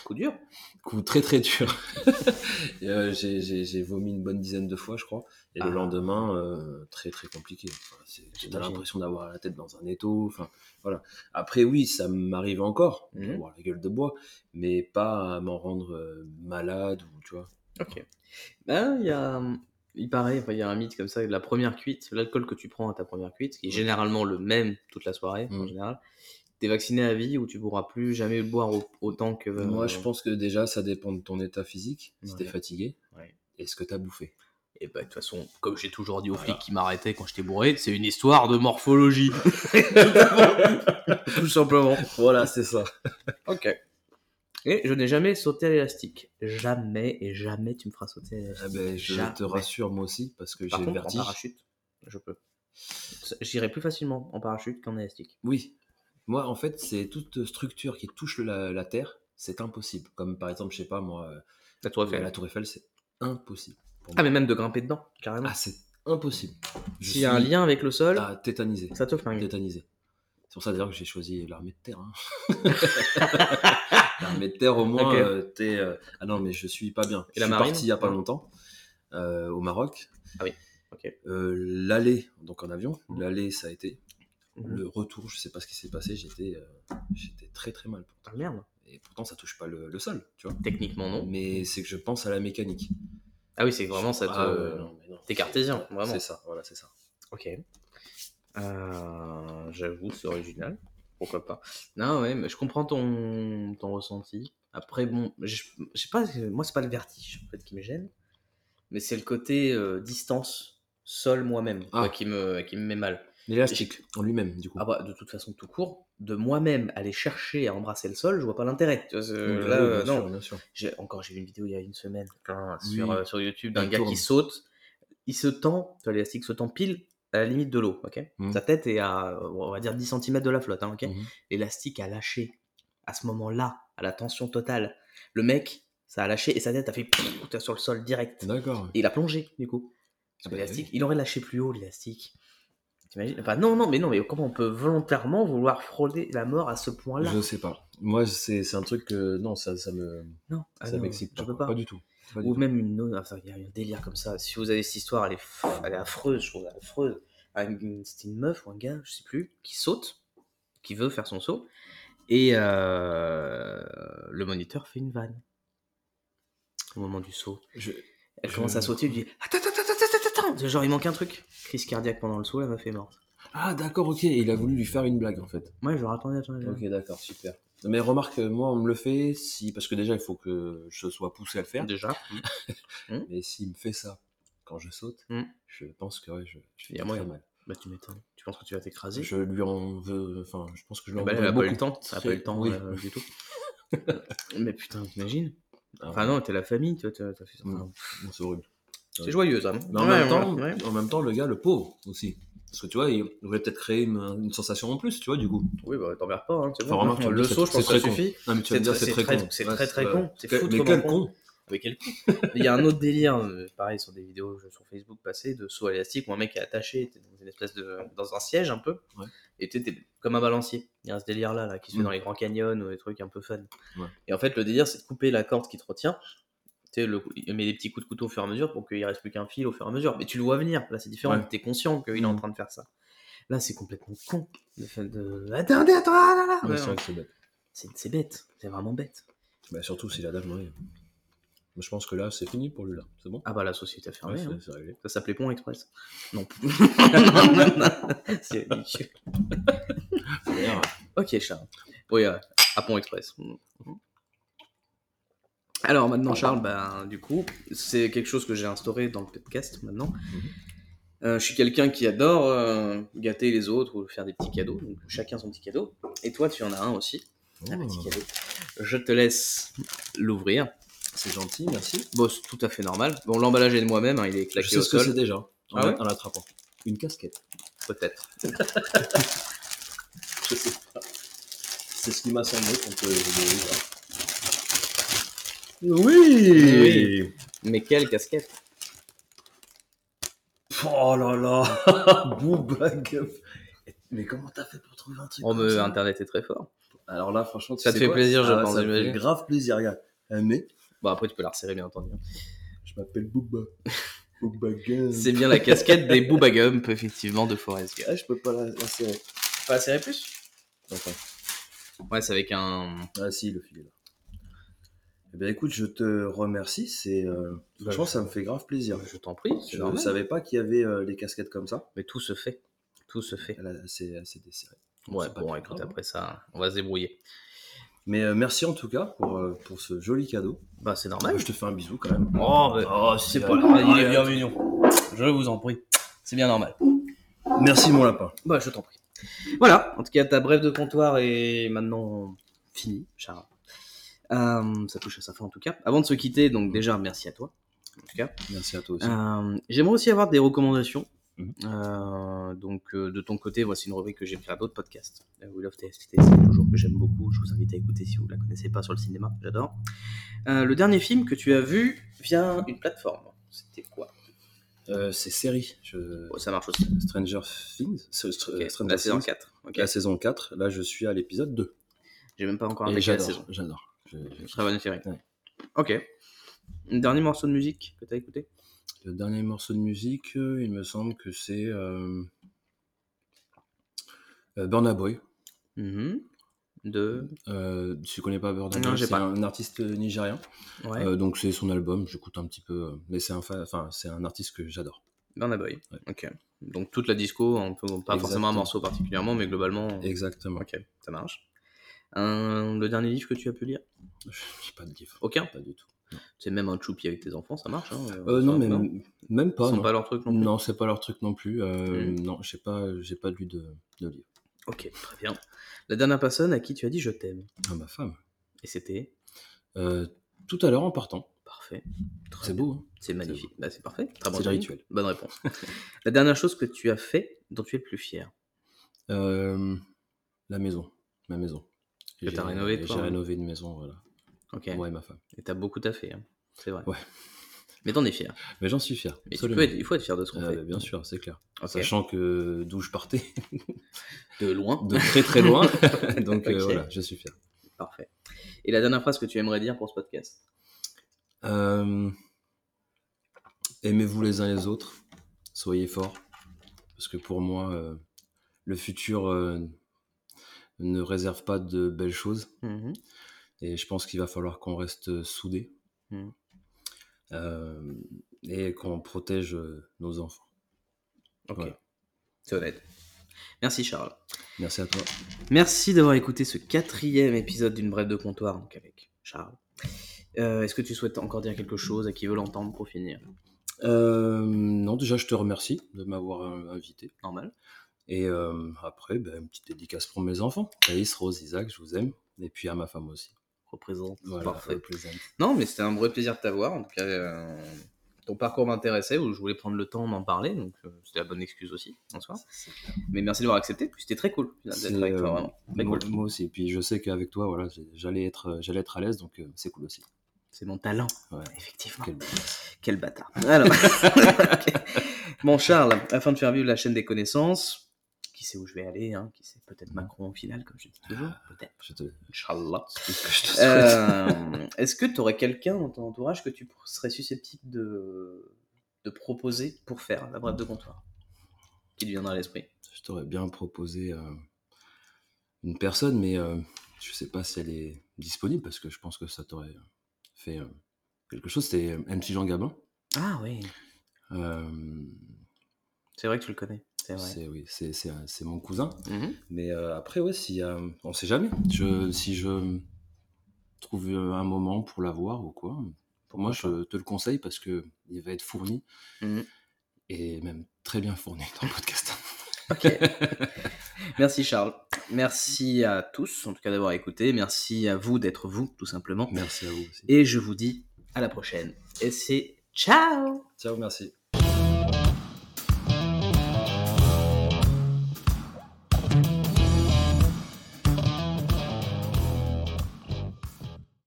Speaker 2: Coup dur.
Speaker 3: coup très très dur. Et, euh, j'ai- J'ai j'ai vomi une bonne dizaine de fois, je crois. Et
Speaker 2: Ah.
Speaker 3: le lendemain, euh, très très compliqué. Enfin, c'est- T'as
Speaker 2: J'imagine.
Speaker 3: l'impression d'avoir la tête dans un étau. Enfin, voilà. Après, oui, ça m'arrive encore
Speaker 2: Mhm.
Speaker 3: d'avoir la gueule de bois, mais pas à m'en rendre euh, malade ou tu vois.
Speaker 2: Ok. Ben, il y a. Il paraît, enfin, il y a un mythe comme ça, la première cuite, l'alcool que tu prends à ta première cuite, qui est généralement le même toute la soirée, en
Speaker 3: Mm.
Speaker 2: général, t'es vacciné à vie ou tu pourras plus jamais boire au- autant que. euh,
Speaker 3: Euh, Moi, je pense que déjà, ça dépend de ton état physique. Si t'es
Speaker 2: Ouais.
Speaker 3: fatigué,
Speaker 2: Ouais.
Speaker 3: et ce que t'as bouffé.
Speaker 2: Et bah, de toute façon, comme j'ai toujours dit aux
Speaker 3: Voilà.
Speaker 2: flics qui m'arrêtaient quand j'étais bourré, c'est une histoire de morphologie. Tout simplement.
Speaker 3: Voilà, c'est ça.
Speaker 2: Ok. Et je n'ai jamais sauté à l'élastique. Jamais et jamais tu me feras sauter à l'élastique.
Speaker 3: Eh ben, je
Speaker 2: Jamais.
Speaker 3: te rassure, moi aussi, parce que
Speaker 2: Par
Speaker 3: j'ai le
Speaker 2: contre, en
Speaker 3: vertige.
Speaker 2: parachute, je peux. J'irai plus facilement en parachute qu'en élastique.
Speaker 3: Oui. Moi, en fait, c'est toute structure qui touche la, la Terre, c'est impossible. Comme par exemple, je sais pas, moi, euh,
Speaker 2: La tour Eiffel.
Speaker 3: la Tour Eiffel, c'est impossible. pour
Speaker 2: Ah,
Speaker 3: moi.
Speaker 2: mais même de grimper dedans, carrément.
Speaker 3: Ah, c'est impossible. Je
Speaker 2: Mmh. S'il y a un
Speaker 3: suis Ah,
Speaker 2: lien avec le sol,
Speaker 3: à tétanisé.
Speaker 2: ça te flingue.
Speaker 3: Tétanisé. C'est pour ça d'ailleurs que j'ai choisi l'armée de terre. hein. l'armée de terre, au moins,
Speaker 2: Ok.
Speaker 3: euh, t'es. euh, Ah non, mais je suis pas bien.
Speaker 2: Et
Speaker 3: je
Speaker 2: la
Speaker 3: suis
Speaker 2: marine
Speaker 3: parti il y a pas longtemps euh, au Maroc.
Speaker 2: Ah oui, ok.
Speaker 3: Euh, l'aller, donc en avion, l'aller, ça a été.
Speaker 2: Mhm.
Speaker 3: Le retour, je sais pas ce qui s'est passé, j'étais euh, j'étais très très mal.
Speaker 2: Ah, merde.
Speaker 3: Et pourtant, ça touche pas le, le sol, tu vois.
Speaker 2: Techniquement, non.
Speaker 3: Mais c'est que je pense à la mécanique.
Speaker 2: Ah oui, c'est Mhm. vraiment ça te. euh,
Speaker 3: Ah, ouais, non, mais non.
Speaker 2: t'es cartésien,
Speaker 3: C'est-
Speaker 2: vraiment.
Speaker 3: C'est ça, voilà, c'est ça.
Speaker 2: Ok. Euh, J'avoue, c'est original. Pourquoi pas Non, ouais, mais je comprends ton, ton ressenti. Après, bon, je je sais pas, euh, moi, c'est pas le vertige en fait, qui me gêne, mais c'est le côté euh, distance, sol moi-même,
Speaker 3: Ah.
Speaker 2: quoi, qui, me, qui me met mal.
Speaker 3: L'élastique en lui-même, du coup.
Speaker 2: Ah bah, de toute façon, tout court, de moi-même aller chercher à embrasser le sol, je vois pas l'intérêt. Tu vois, c'est-
Speaker 3: Oui,
Speaker 2: là,
Speaker 3: oui,
Speaker 2: euh,
Speaker 3: bien
Speaker 2: non.
Speaker 3: sûr, bien sûr.
Speaker 2: J'ai- encore, j'ai vu une vidéo il y a une semaine hein,
Speaker 3: Oui.
Speaker 2: sur, euh, sur YouTube d'un
Speaker 3: Elle
Speaker 2: gars
Speaker 3: tourne.
Speaker 2: qui saute. Il se tend, tu vois, l'élastique se tend pile à la limite de l'eau. ok
Speaker 3: Mhm.
Speaker 2: Sa tête est à, euh, on va dire, 10 cm de la flotte. hein, ok
Speaker 3: Mhm.
Speaker 2: L'élastique a lâché à ce moment-là, à la tension totale. Le mec, ça a lâché et sa tête a fait pfff, tu vois, sur le sol direct.
Speaker 3: D'accord.
Speaker 2: Et il a plongé, du coup.
Speaker 3: Ah
Speaker 2: Parce que
Speaker 3: bah
Speaker 2: l'élastique, il aurait lâché plus haut l'élastique. T'imagines Enfin, non, non, mais non, mais comment on peut volontairement vouloir frauder la mort à ce point-là
Speaker 3: Je sais pas. Moi, c'est c'est un truc que. Non, ça, ça me.
Speaker 2: Non, ah
Speaker 3: ça
Speaker 2: non,
Speaker 3: m'excite
Speaker 2: je
Speaker 3: pas,
Speaker 2: peux
Speaker 3: quoi.
Speaker 2: pas.
Speaker 3: Pas du tout. Pas du
Speaker 2: Ou
Speaker 3: tout.
Speaker 2: même une autre, enfin, il y a eu un délire comme ça. Si vous avez cette histoire, elle est, f- elle est affreuse, je trouve, elle est affreuse. Ah, une- C'était une meuf ou un gars, je sais plus, qui saute qui veut faire son saut. Et euh, le moniteur fait une vanne au moment du saut.
Speaker 3: Je-
Speaker 2: Elle
Speaker 3: Je-
Speaker 2: commence à sauter, il lui dit Attends, attends, attends, attends, attends, attends Genre, il manque un truc. Crise cardiaque pendant le saut, la meuf est morte.
Speaker 3: Ah, d'accord, ok. Il a voulu lui faire une blague en fait.
Speaker 2: Moi, je leur attendais, attendez. attendez.
Speaker 3: Ok, d'accord, super. Mais remarque, euh, moi, on me le fait si. Parce que déjà, il faut que je sois poussé à le faire.
Speaker 2: Déjà,
Speaker 3: Mais s'il me fait ça quand je saute,
Speaker 2: Mm.
Speaker 3: je pense que ouais, je, je
Speaker 2: Il y
Speaker 3: fais
Speaker 2: a
Speaker 3: très
Speaker 2: moyen.
Speaker 3: mal.
Speaker 2: bah tu m'étonnes. Tu penses que tu vas t'écraser
Speaker 3: Je lui en veux. Enfin, je pense que je lui
Speaker 2: Eh
Speaker 3: en
Speaker 2: ben,
Speaker 3: veux.
Speaker 2: elle a pas eu le temps, elle a pas eu le temps
Speaker 3: Oui.
Speaker 2: euh, du tout. Mais putain, t'imagines
Speaker 3: Ah,
Speaker 2: Enfin non, t'es la famille, toi, t'as t'as fait ça.
Speaker 3: Mm. bon, c'est horrible.
Speaker 2: C'est joyeux, ça.
Speaker 3: Mais
Speaker 2: Ouais,
Speaker 3: en, même temps,
Speaker 2: ouais, ouais.
Speaker 3: en même temps, le gars, le pauvre aussi. Parce que tu vois, il voulait peut-être créer une, une sensation en plus, tu vois, du coup.
Speaker 2: Oui, bah t'emmerdes pas, hein, c'est
Speaker 3: Enfin,
Speaker 2: bon.
Speaker 3: remarque, tu me
Speaker 2: le
Speaker 3: dis,
Speaker 2: saut, je
Speaker 3: c'est-
Speaker 2: pense que ça
Speaker 3: c'est très con.
Speaker 2: suffit.
Speaker 3: Non, mais tu vas
Speaker 2: C'est
Speaker 3: me dire,
Speaker 2: très-
Speaker 3: c'est très,
Speaker 2: très-
Speaker 3: con.
Speaker 2: c'est
Speaker 3: Ouais,
Speaker 2: très, très
Speaker 3: ouais.
Speaker 2: con. C'est
Speaker 3: Que-
Speaker 2: foutre
Speaker 3: Mais
Speaker 2: comment
Speaker 3: quel con Ah,
Speaker 2: Mais quel con. Il y a un autre délire, euh, pareil, sur des vidéos que je- sur Facebook passées, de saut à élastique où un mec est attaché t'es dans une espèce de. dans un siège un peu.
Speaker 3: Ouais.
Speaker 2: Et t'es t'es comme un balancier. Il y a ce délire-là là, qui se fait
Speaker 3: Mm.
Speaker 2: dans les grands canyons ou des trucs un peu fun.
Speaker 3: Ouais.
Speaker 2: Et en fait, le délire, c'est de couper la corde qui te retient. Tu sais, le, il met des petits coups de couteau au fur et à mesure pour qu'il reste plus qu'un fil au fur et à mesure. Mais tu le vois venir. Là, c'est différent.
Speaker 3: Ouais. Mm.
Speaker 2: T'es conscient qu'il est en train de faire ça. Là, c'est complètement con. Le fait de. Attendez, attends, ah là là
Speaker 3: Ouais,
Speaker 2: Ouais,
Speaker 3: c'est
Speaker 2: non.
Speaker 3: vrai que c'est bête.
Speaker 2: C'est c'est bête. C'est vraiment bête.
Speaker 3: Bah, surtout si la dame, ouais. Mais je pense que là, c'est fini pour lui, là. C'est bon
Speaker 2: Ah bah, la société a
Speaker 3: Ouais,
Speaker 2: fermé. hein.
Speaker 3: c'est- c'est réglé.
Speaker 2: Ça s'appelait Pont Express. Non. Non, non, non. C'est ridicule.
Speaker 3: D'ailleurs,
Speaker 2: Ok, Charles. Oui, euh, à Pont Express. Mm. Alors maintenant, Charles, ben, du coup, c'est quelque chose que j'ai instauré dans le podcast maintenant.
Speaker 3: Mhm.
Speaker 2: Euh, je suis quelqu'un qui adore euh, gâter les autres ou faire des petits cadeaux. Donc chacun son petit cadeau. Et toi, tu en as un aussi. Un petit
Speaker 3: oh,
Speaker 2: cadeau. Je te laisse l'ouvrir.
Speaker 3: c'est gentil, merci.
Speaker 2: Bon, c'est tout à fait normal. Bon, l'emballage est de moi-même, hein, il est
Speaker 3: je
Speaker 2: claqué
Speaker 3: sais
Speaker 2: au
Speaker 3: ce que
Speaker 2: sol.
Speaker 3: c'est déjà, hein, en,
Speaker 2: Ah ouais
Speaker 3: en l'attrapant. Une casquette.
Speaker 2: Peut-être.
Speaker 3: Je sais pas. C'est ce qui m'a semblé quand euh, je l'ai ouvert. Eh
Speaker 2: Oui Mais quelle casquette
Speaker 3: Oh là là Boombag Mais comment t'as fait pour trouver un truc
Speaker 2: Oh,
Speaker 3: comme
Speaker 2: mais
Speaker 3: ça
Speaker 2: Internet est très fort.
Speaker 3: Alors là, franchement, tu
Speaker 2: Ça te
Speaker 3: sais
Speaker 2: fait
Speaker 3: quoi
Speaker 2: plaisir, je
Speaker 3: Ah ouais,
Speaker 2: pense,
Speaker 3: Ça me fait
Speaker 2: j'imagine.
Speaker 3: grave plaisir, regarde. Ah, mais
Speaker 2: Bon, après, tu peux la resserrer, bien entendu.
Speaker 3: je m'appelle Booba. Booba Gump.
Speaker 2: C'est bien la casquette des Booba Gump, effectivement, de Forrest Gump.
Speaker 3: Ah, je peux pas la la serrer.
Speaker 2: Pas serrer plus
Speaker 3: Enfin,
Speaker 2: Ouais, c'est avec un.
Speaker 3: ah si, le fil est là. Eh bien, écoute, je te remercie. C'est, euh, franchement, ça me fait grave plaisir.
Speaker 2: Ah bah, Je t'en prie, c'est
Speaker 3: bah, Je ne
Speaker 2: normal.
Speaker 3: savais pas qu'il y avait euh, les casquettes comme ça.
Speaker 2: Mais tout se fait. Tout se fait.
Speaker 3: Elle a- C'est assez desserré.
Speaker 2: Ouais,
Speaker 3: C'est pas
Speaker 2: bon,
Speaker 3: bien
Speaker 2: écoute,
Speaker 3: grave.
Speaker 2: après ça, on va se débrouiller.
Speaker 3: Mais euh, merci en tout cas pour, euh, pour ce joli cadeau.
Speaker 2: Bah, c'est normal.
Speaker 3: je te fais un bisou quand même.
Speaker 2: Oh, bah,
Speaker 3: Oh,
Speaker 2: c'est
Speaker 3: c'est
Speaker 2: pas
Speaker 3: vrai.
Speaker 2: normal, il est bien mignon. Je vous en prie. C'est bien normal.
Speaker 3: Merci mon lapin.
Speaker 2: Bah, je t'en prie. Voilà, en tout cas, ta brève de comptoir est maintenant finie, Charles. Euh, ça touche à sa fin, en tout cas. Avant de se quitter, donc déjà, merci à toi. En tout cas.
Speaker 3: Merci à toi aussi.
Speaker 2: Euh, J'aimerais aussi avoir des recommandations.
Speaker 3: Mhm.
Speaker 2: Euh, donc, euh, de ton côté, voici une rubrique que j'ai pris à d'autres podcasts. Euh, We Love TST, c'est toujours que j'aime beaucoup. Je vous invite à écouter si vous la connaissez pas sur le cinéma. J'adore. Euh, le dernier film que tu as vu via une plateforme, c'était quoi
Speaker 3: Euh, c'est série. Je-
Speaker 2: Oh, Ça marche aussi.
Speaker 3: Stranger Things. Str- Str-
Speaker 2: Ok,
Speaker 3: Stranger
Speaker 2: La saison
Speaker 3: Things.
Speaker 2: 4. ok.
Speaker 3: La Euh, saison 4. Là, je suis à l'épisode 2.
Speaker 2: J'ai même pas encore
Speaker 3: Et
Speaker 2: intégré la saison.
Speaker 3: j'adore. J'adore. Je- je-
Speaker 2: Très bonne série.
Speaker 3: Ouais.
Speaker 2: Ok. Un dernier morceau de musique que t'as écouté
Speaker 3: Le dernier morceau de musique, euh, il me semble que c'est euh... euh, Burna Boy.
Speaker 2: Mhm. De.
Speaker 3: Euh, tu connais pas Burna
Speaker 2: Non,
Speaker 3: Boy
Speaker 2: j'ai
Speaker 3: C'est
Speaker 2: pas.
Speaker 3: un artiste euh, nigérien.
Speaker 2: Ouais.
Speaker 3: Euh, donc c'est son album. J'écoute un petit peu. euh, Mais c'est un, fa- enfin, c'est un artiste que j'adore.
Speaker 2: Burna Boy.
Speaker 3: Ouais.
Speaker 2: Ok. Donc toute la disco, on peut, pas forcément un
Speaker 3: Exactement.
Speaker 2: morceau particulièrement, mais globalement.
Speaker 3: Exactement.
Speaker 2: Ok, ça marche. Un- Le dernier livre que tu as pu lire
Speaker 3: J'ai pas de livre.
Speaker 2: Aucun
Speaker 3: Pas du tout.
Speaker 2: C'est même un choupi avec tes enfants, ça marche. hein,
Speaker 3: Euh, non,
Speaker 2: ça,
Speaker 3: mais m- même
Speaker 2: Ils
Speaker 3: pas.
Speaker 2: sont
Speaker 3: non.
Speaker 2: pas leur truc non plus.
Speaker 3: Non, c'est pas leur truc non plus. Euh,
Speaker 2: Mm.
Speaker 3: Non, j'ai pas, j'ai pas lu de, de livre.
Speaker 2: Ok, très bien. La dernière personne à qui tu as dit je t'aime.
Speaker 3: Ah, ma femme.
Speaker 2: Et c'était
Speaker 3: Euh, tout à l'heure en partant.
Speaker 2: parfait. Très
Speaker 3: C'est
Speaker 2: bien.
Speaker 3: beau. hein.
Speaker 2: C'est magnifique. Bah, c'est parfait. Très bon
Speaker 3: C'est le
Speaker 2: timing.
Speaker 3: rituel.
Speaker 2: Bonne réponse. la dernière chose que tu as fait dont tu es le plus fier.
Speaker 3: Euh, la maison. Ma maison.
Speaker 2: Que
Speaker 3: J'ai-
Speaker 2: t'as rénové, toi,
Speaker 3: J'ai
Speaker 2: hein.
Speaker 3: rénové une maison, voilà.
Speaker 2: Ok.
Speaker 3: Moi et ma femme.
Speaker 2: Et t'as beaucoup à fait, hein. c'est vrai.
Speaker 3: Ouais.
Speaker 2: Mais t'en es fier.
Speaker 3: Mais j'en suis fier.
Speaker 2: Mais tu
Speaker 3: absolument.
Speaker 2: peux être- il faut être fier de ce qu'on
Speaker 3: Euh,
Speaker 2: fait.
Speaker 3: bien sûr, c'est clair.
Speaker 2: Ok.
Speaker 3: Sachant que d'où je partais,
Speaker 2: De loin.
Speaker 3: de très très loin. Donc
Speaker 2: Ok.
Speaker 3: euh, voilà, je suis fier.
Speaker 2: Parfait. Et la dernière phrase que tu aimerais dire pour ce podcast
Speaker 3: Euh, Aimez-vous les uns les autres, soyez forts, parce que pour moi, euh, le futur euh, ne réserve pas de belles choses.
Speaker 2: Mhm.
Speaker 3: Et je pense qu'il va falloir qu'on reste euh, soudés
Speaker 2: Mhm.
Speaker 3: Euh, et qu'on protège euh, nos enfants.
Speaker 2: Ok.
Speaker 3: Voilà.
Speaker 2: C'est honnête. Merci Charles.
Speaker 3: Merci à toi.
Speaker 2: Merci d'avoir écouté ce quatrième épisode d'une brève de comptoir donc avec Charles. Euh, Est-ce que tu souhaites encore dire quelque chose à qui veut l'entendre pour finir
Speaker 3: Euh, non, déjà, je te remercie de m'avoir euh, invité.
Speaker 2: Normal.
Speaker 3: Et euh, après, ben, une petite dédicace pour mes enfants. Thaïs, Rose, Isaac, je vous aime. Et puis à ma femme aussi.
Speaker 2: Représente.
Speaker 3: Voilà, euh,
Speaker 2: Parfait.
Speaker 3: représente.
Speaker 2: Non, mais c'était un vrai plaisir de t'avoir. En tout cas, euh, ton parcours m'intéressait ou je voulais prendre le temps d'en parler, donc euh, c'était la bonne excuse aussi en soi. Mais merci d'avoir accepté. Puis c'était très cool d'être
Speaker 3: C'est,
Speaker 2: avec toi.
Speaker 3: euh,
Speaker 2: Vraiment. Très
Speaker 3: moi,
Speaker 2: cool.
Speaker 3: moi aussi. Et puis je sais qu'avec toi, voilà, j'ai- j'allais être, j'allais être à l'aise, donc euh, c'est cool aussi.
Speaker 2: C'est mon talent.
Speaker 3: Ouais.
Speaker 2: Effectivement.
Speaker 3: Quel-
Speaker 2: Quel bâtard. Alors, ok. Bon, Charles, afin de faire vivre la chaîne des connaissances, qui sait où je vais aller, hein, qui sait peut-être Macron au final, comme je dis toujours, peut-être,
Speaker 3: Je te,
Speaker 2: Inch'Allah.
Speaker 3: c'est ce que je te souhaite.
Speaker 2: Euh, Est-ce que tu aurais quelqu'un dans ton entourage que tu pour- serais susceptible de, de proposer pour faire la brève de comptoir Qui te viendra à l'esprit
Speaker 3: Je t'aurais bien proposé euh, une personne, mais euh, je sais pas si elle est disponible parce que je pense que ça t'aurait fait euh, quelque chose. C'était euh, MC Jean Gabin.
Speaker 2: Ah oui,
Speaker 3: Euh,
Speaker 2: c'est vrai que tu le connais, c'est vrai.
Speaker 3: c'est oui, c'est- c'est un- c'est mon cousin.
Speaker 2: Mhm.
Speaker 3: Mais euh, après, ouais, si, euh, on sait jamais. Je, si je trouve euh, un moment pour la voir ou quoi, pour moi, je te le conseille parce que il va être fourni
Speaker 2: Mhm.
Speaker 3: et même très bien fourni dans le podcast.
Speaker 2: Merci Charles, merci à tous en tout cas d'avoir écouté, merci à vous d'être vous tout simplement.
Speaker 3: Merci à vous aussi.
Speaker 2: Et je vous dis à la prochaine. Et c'est ciao
Speaker 3: Ciao, merci.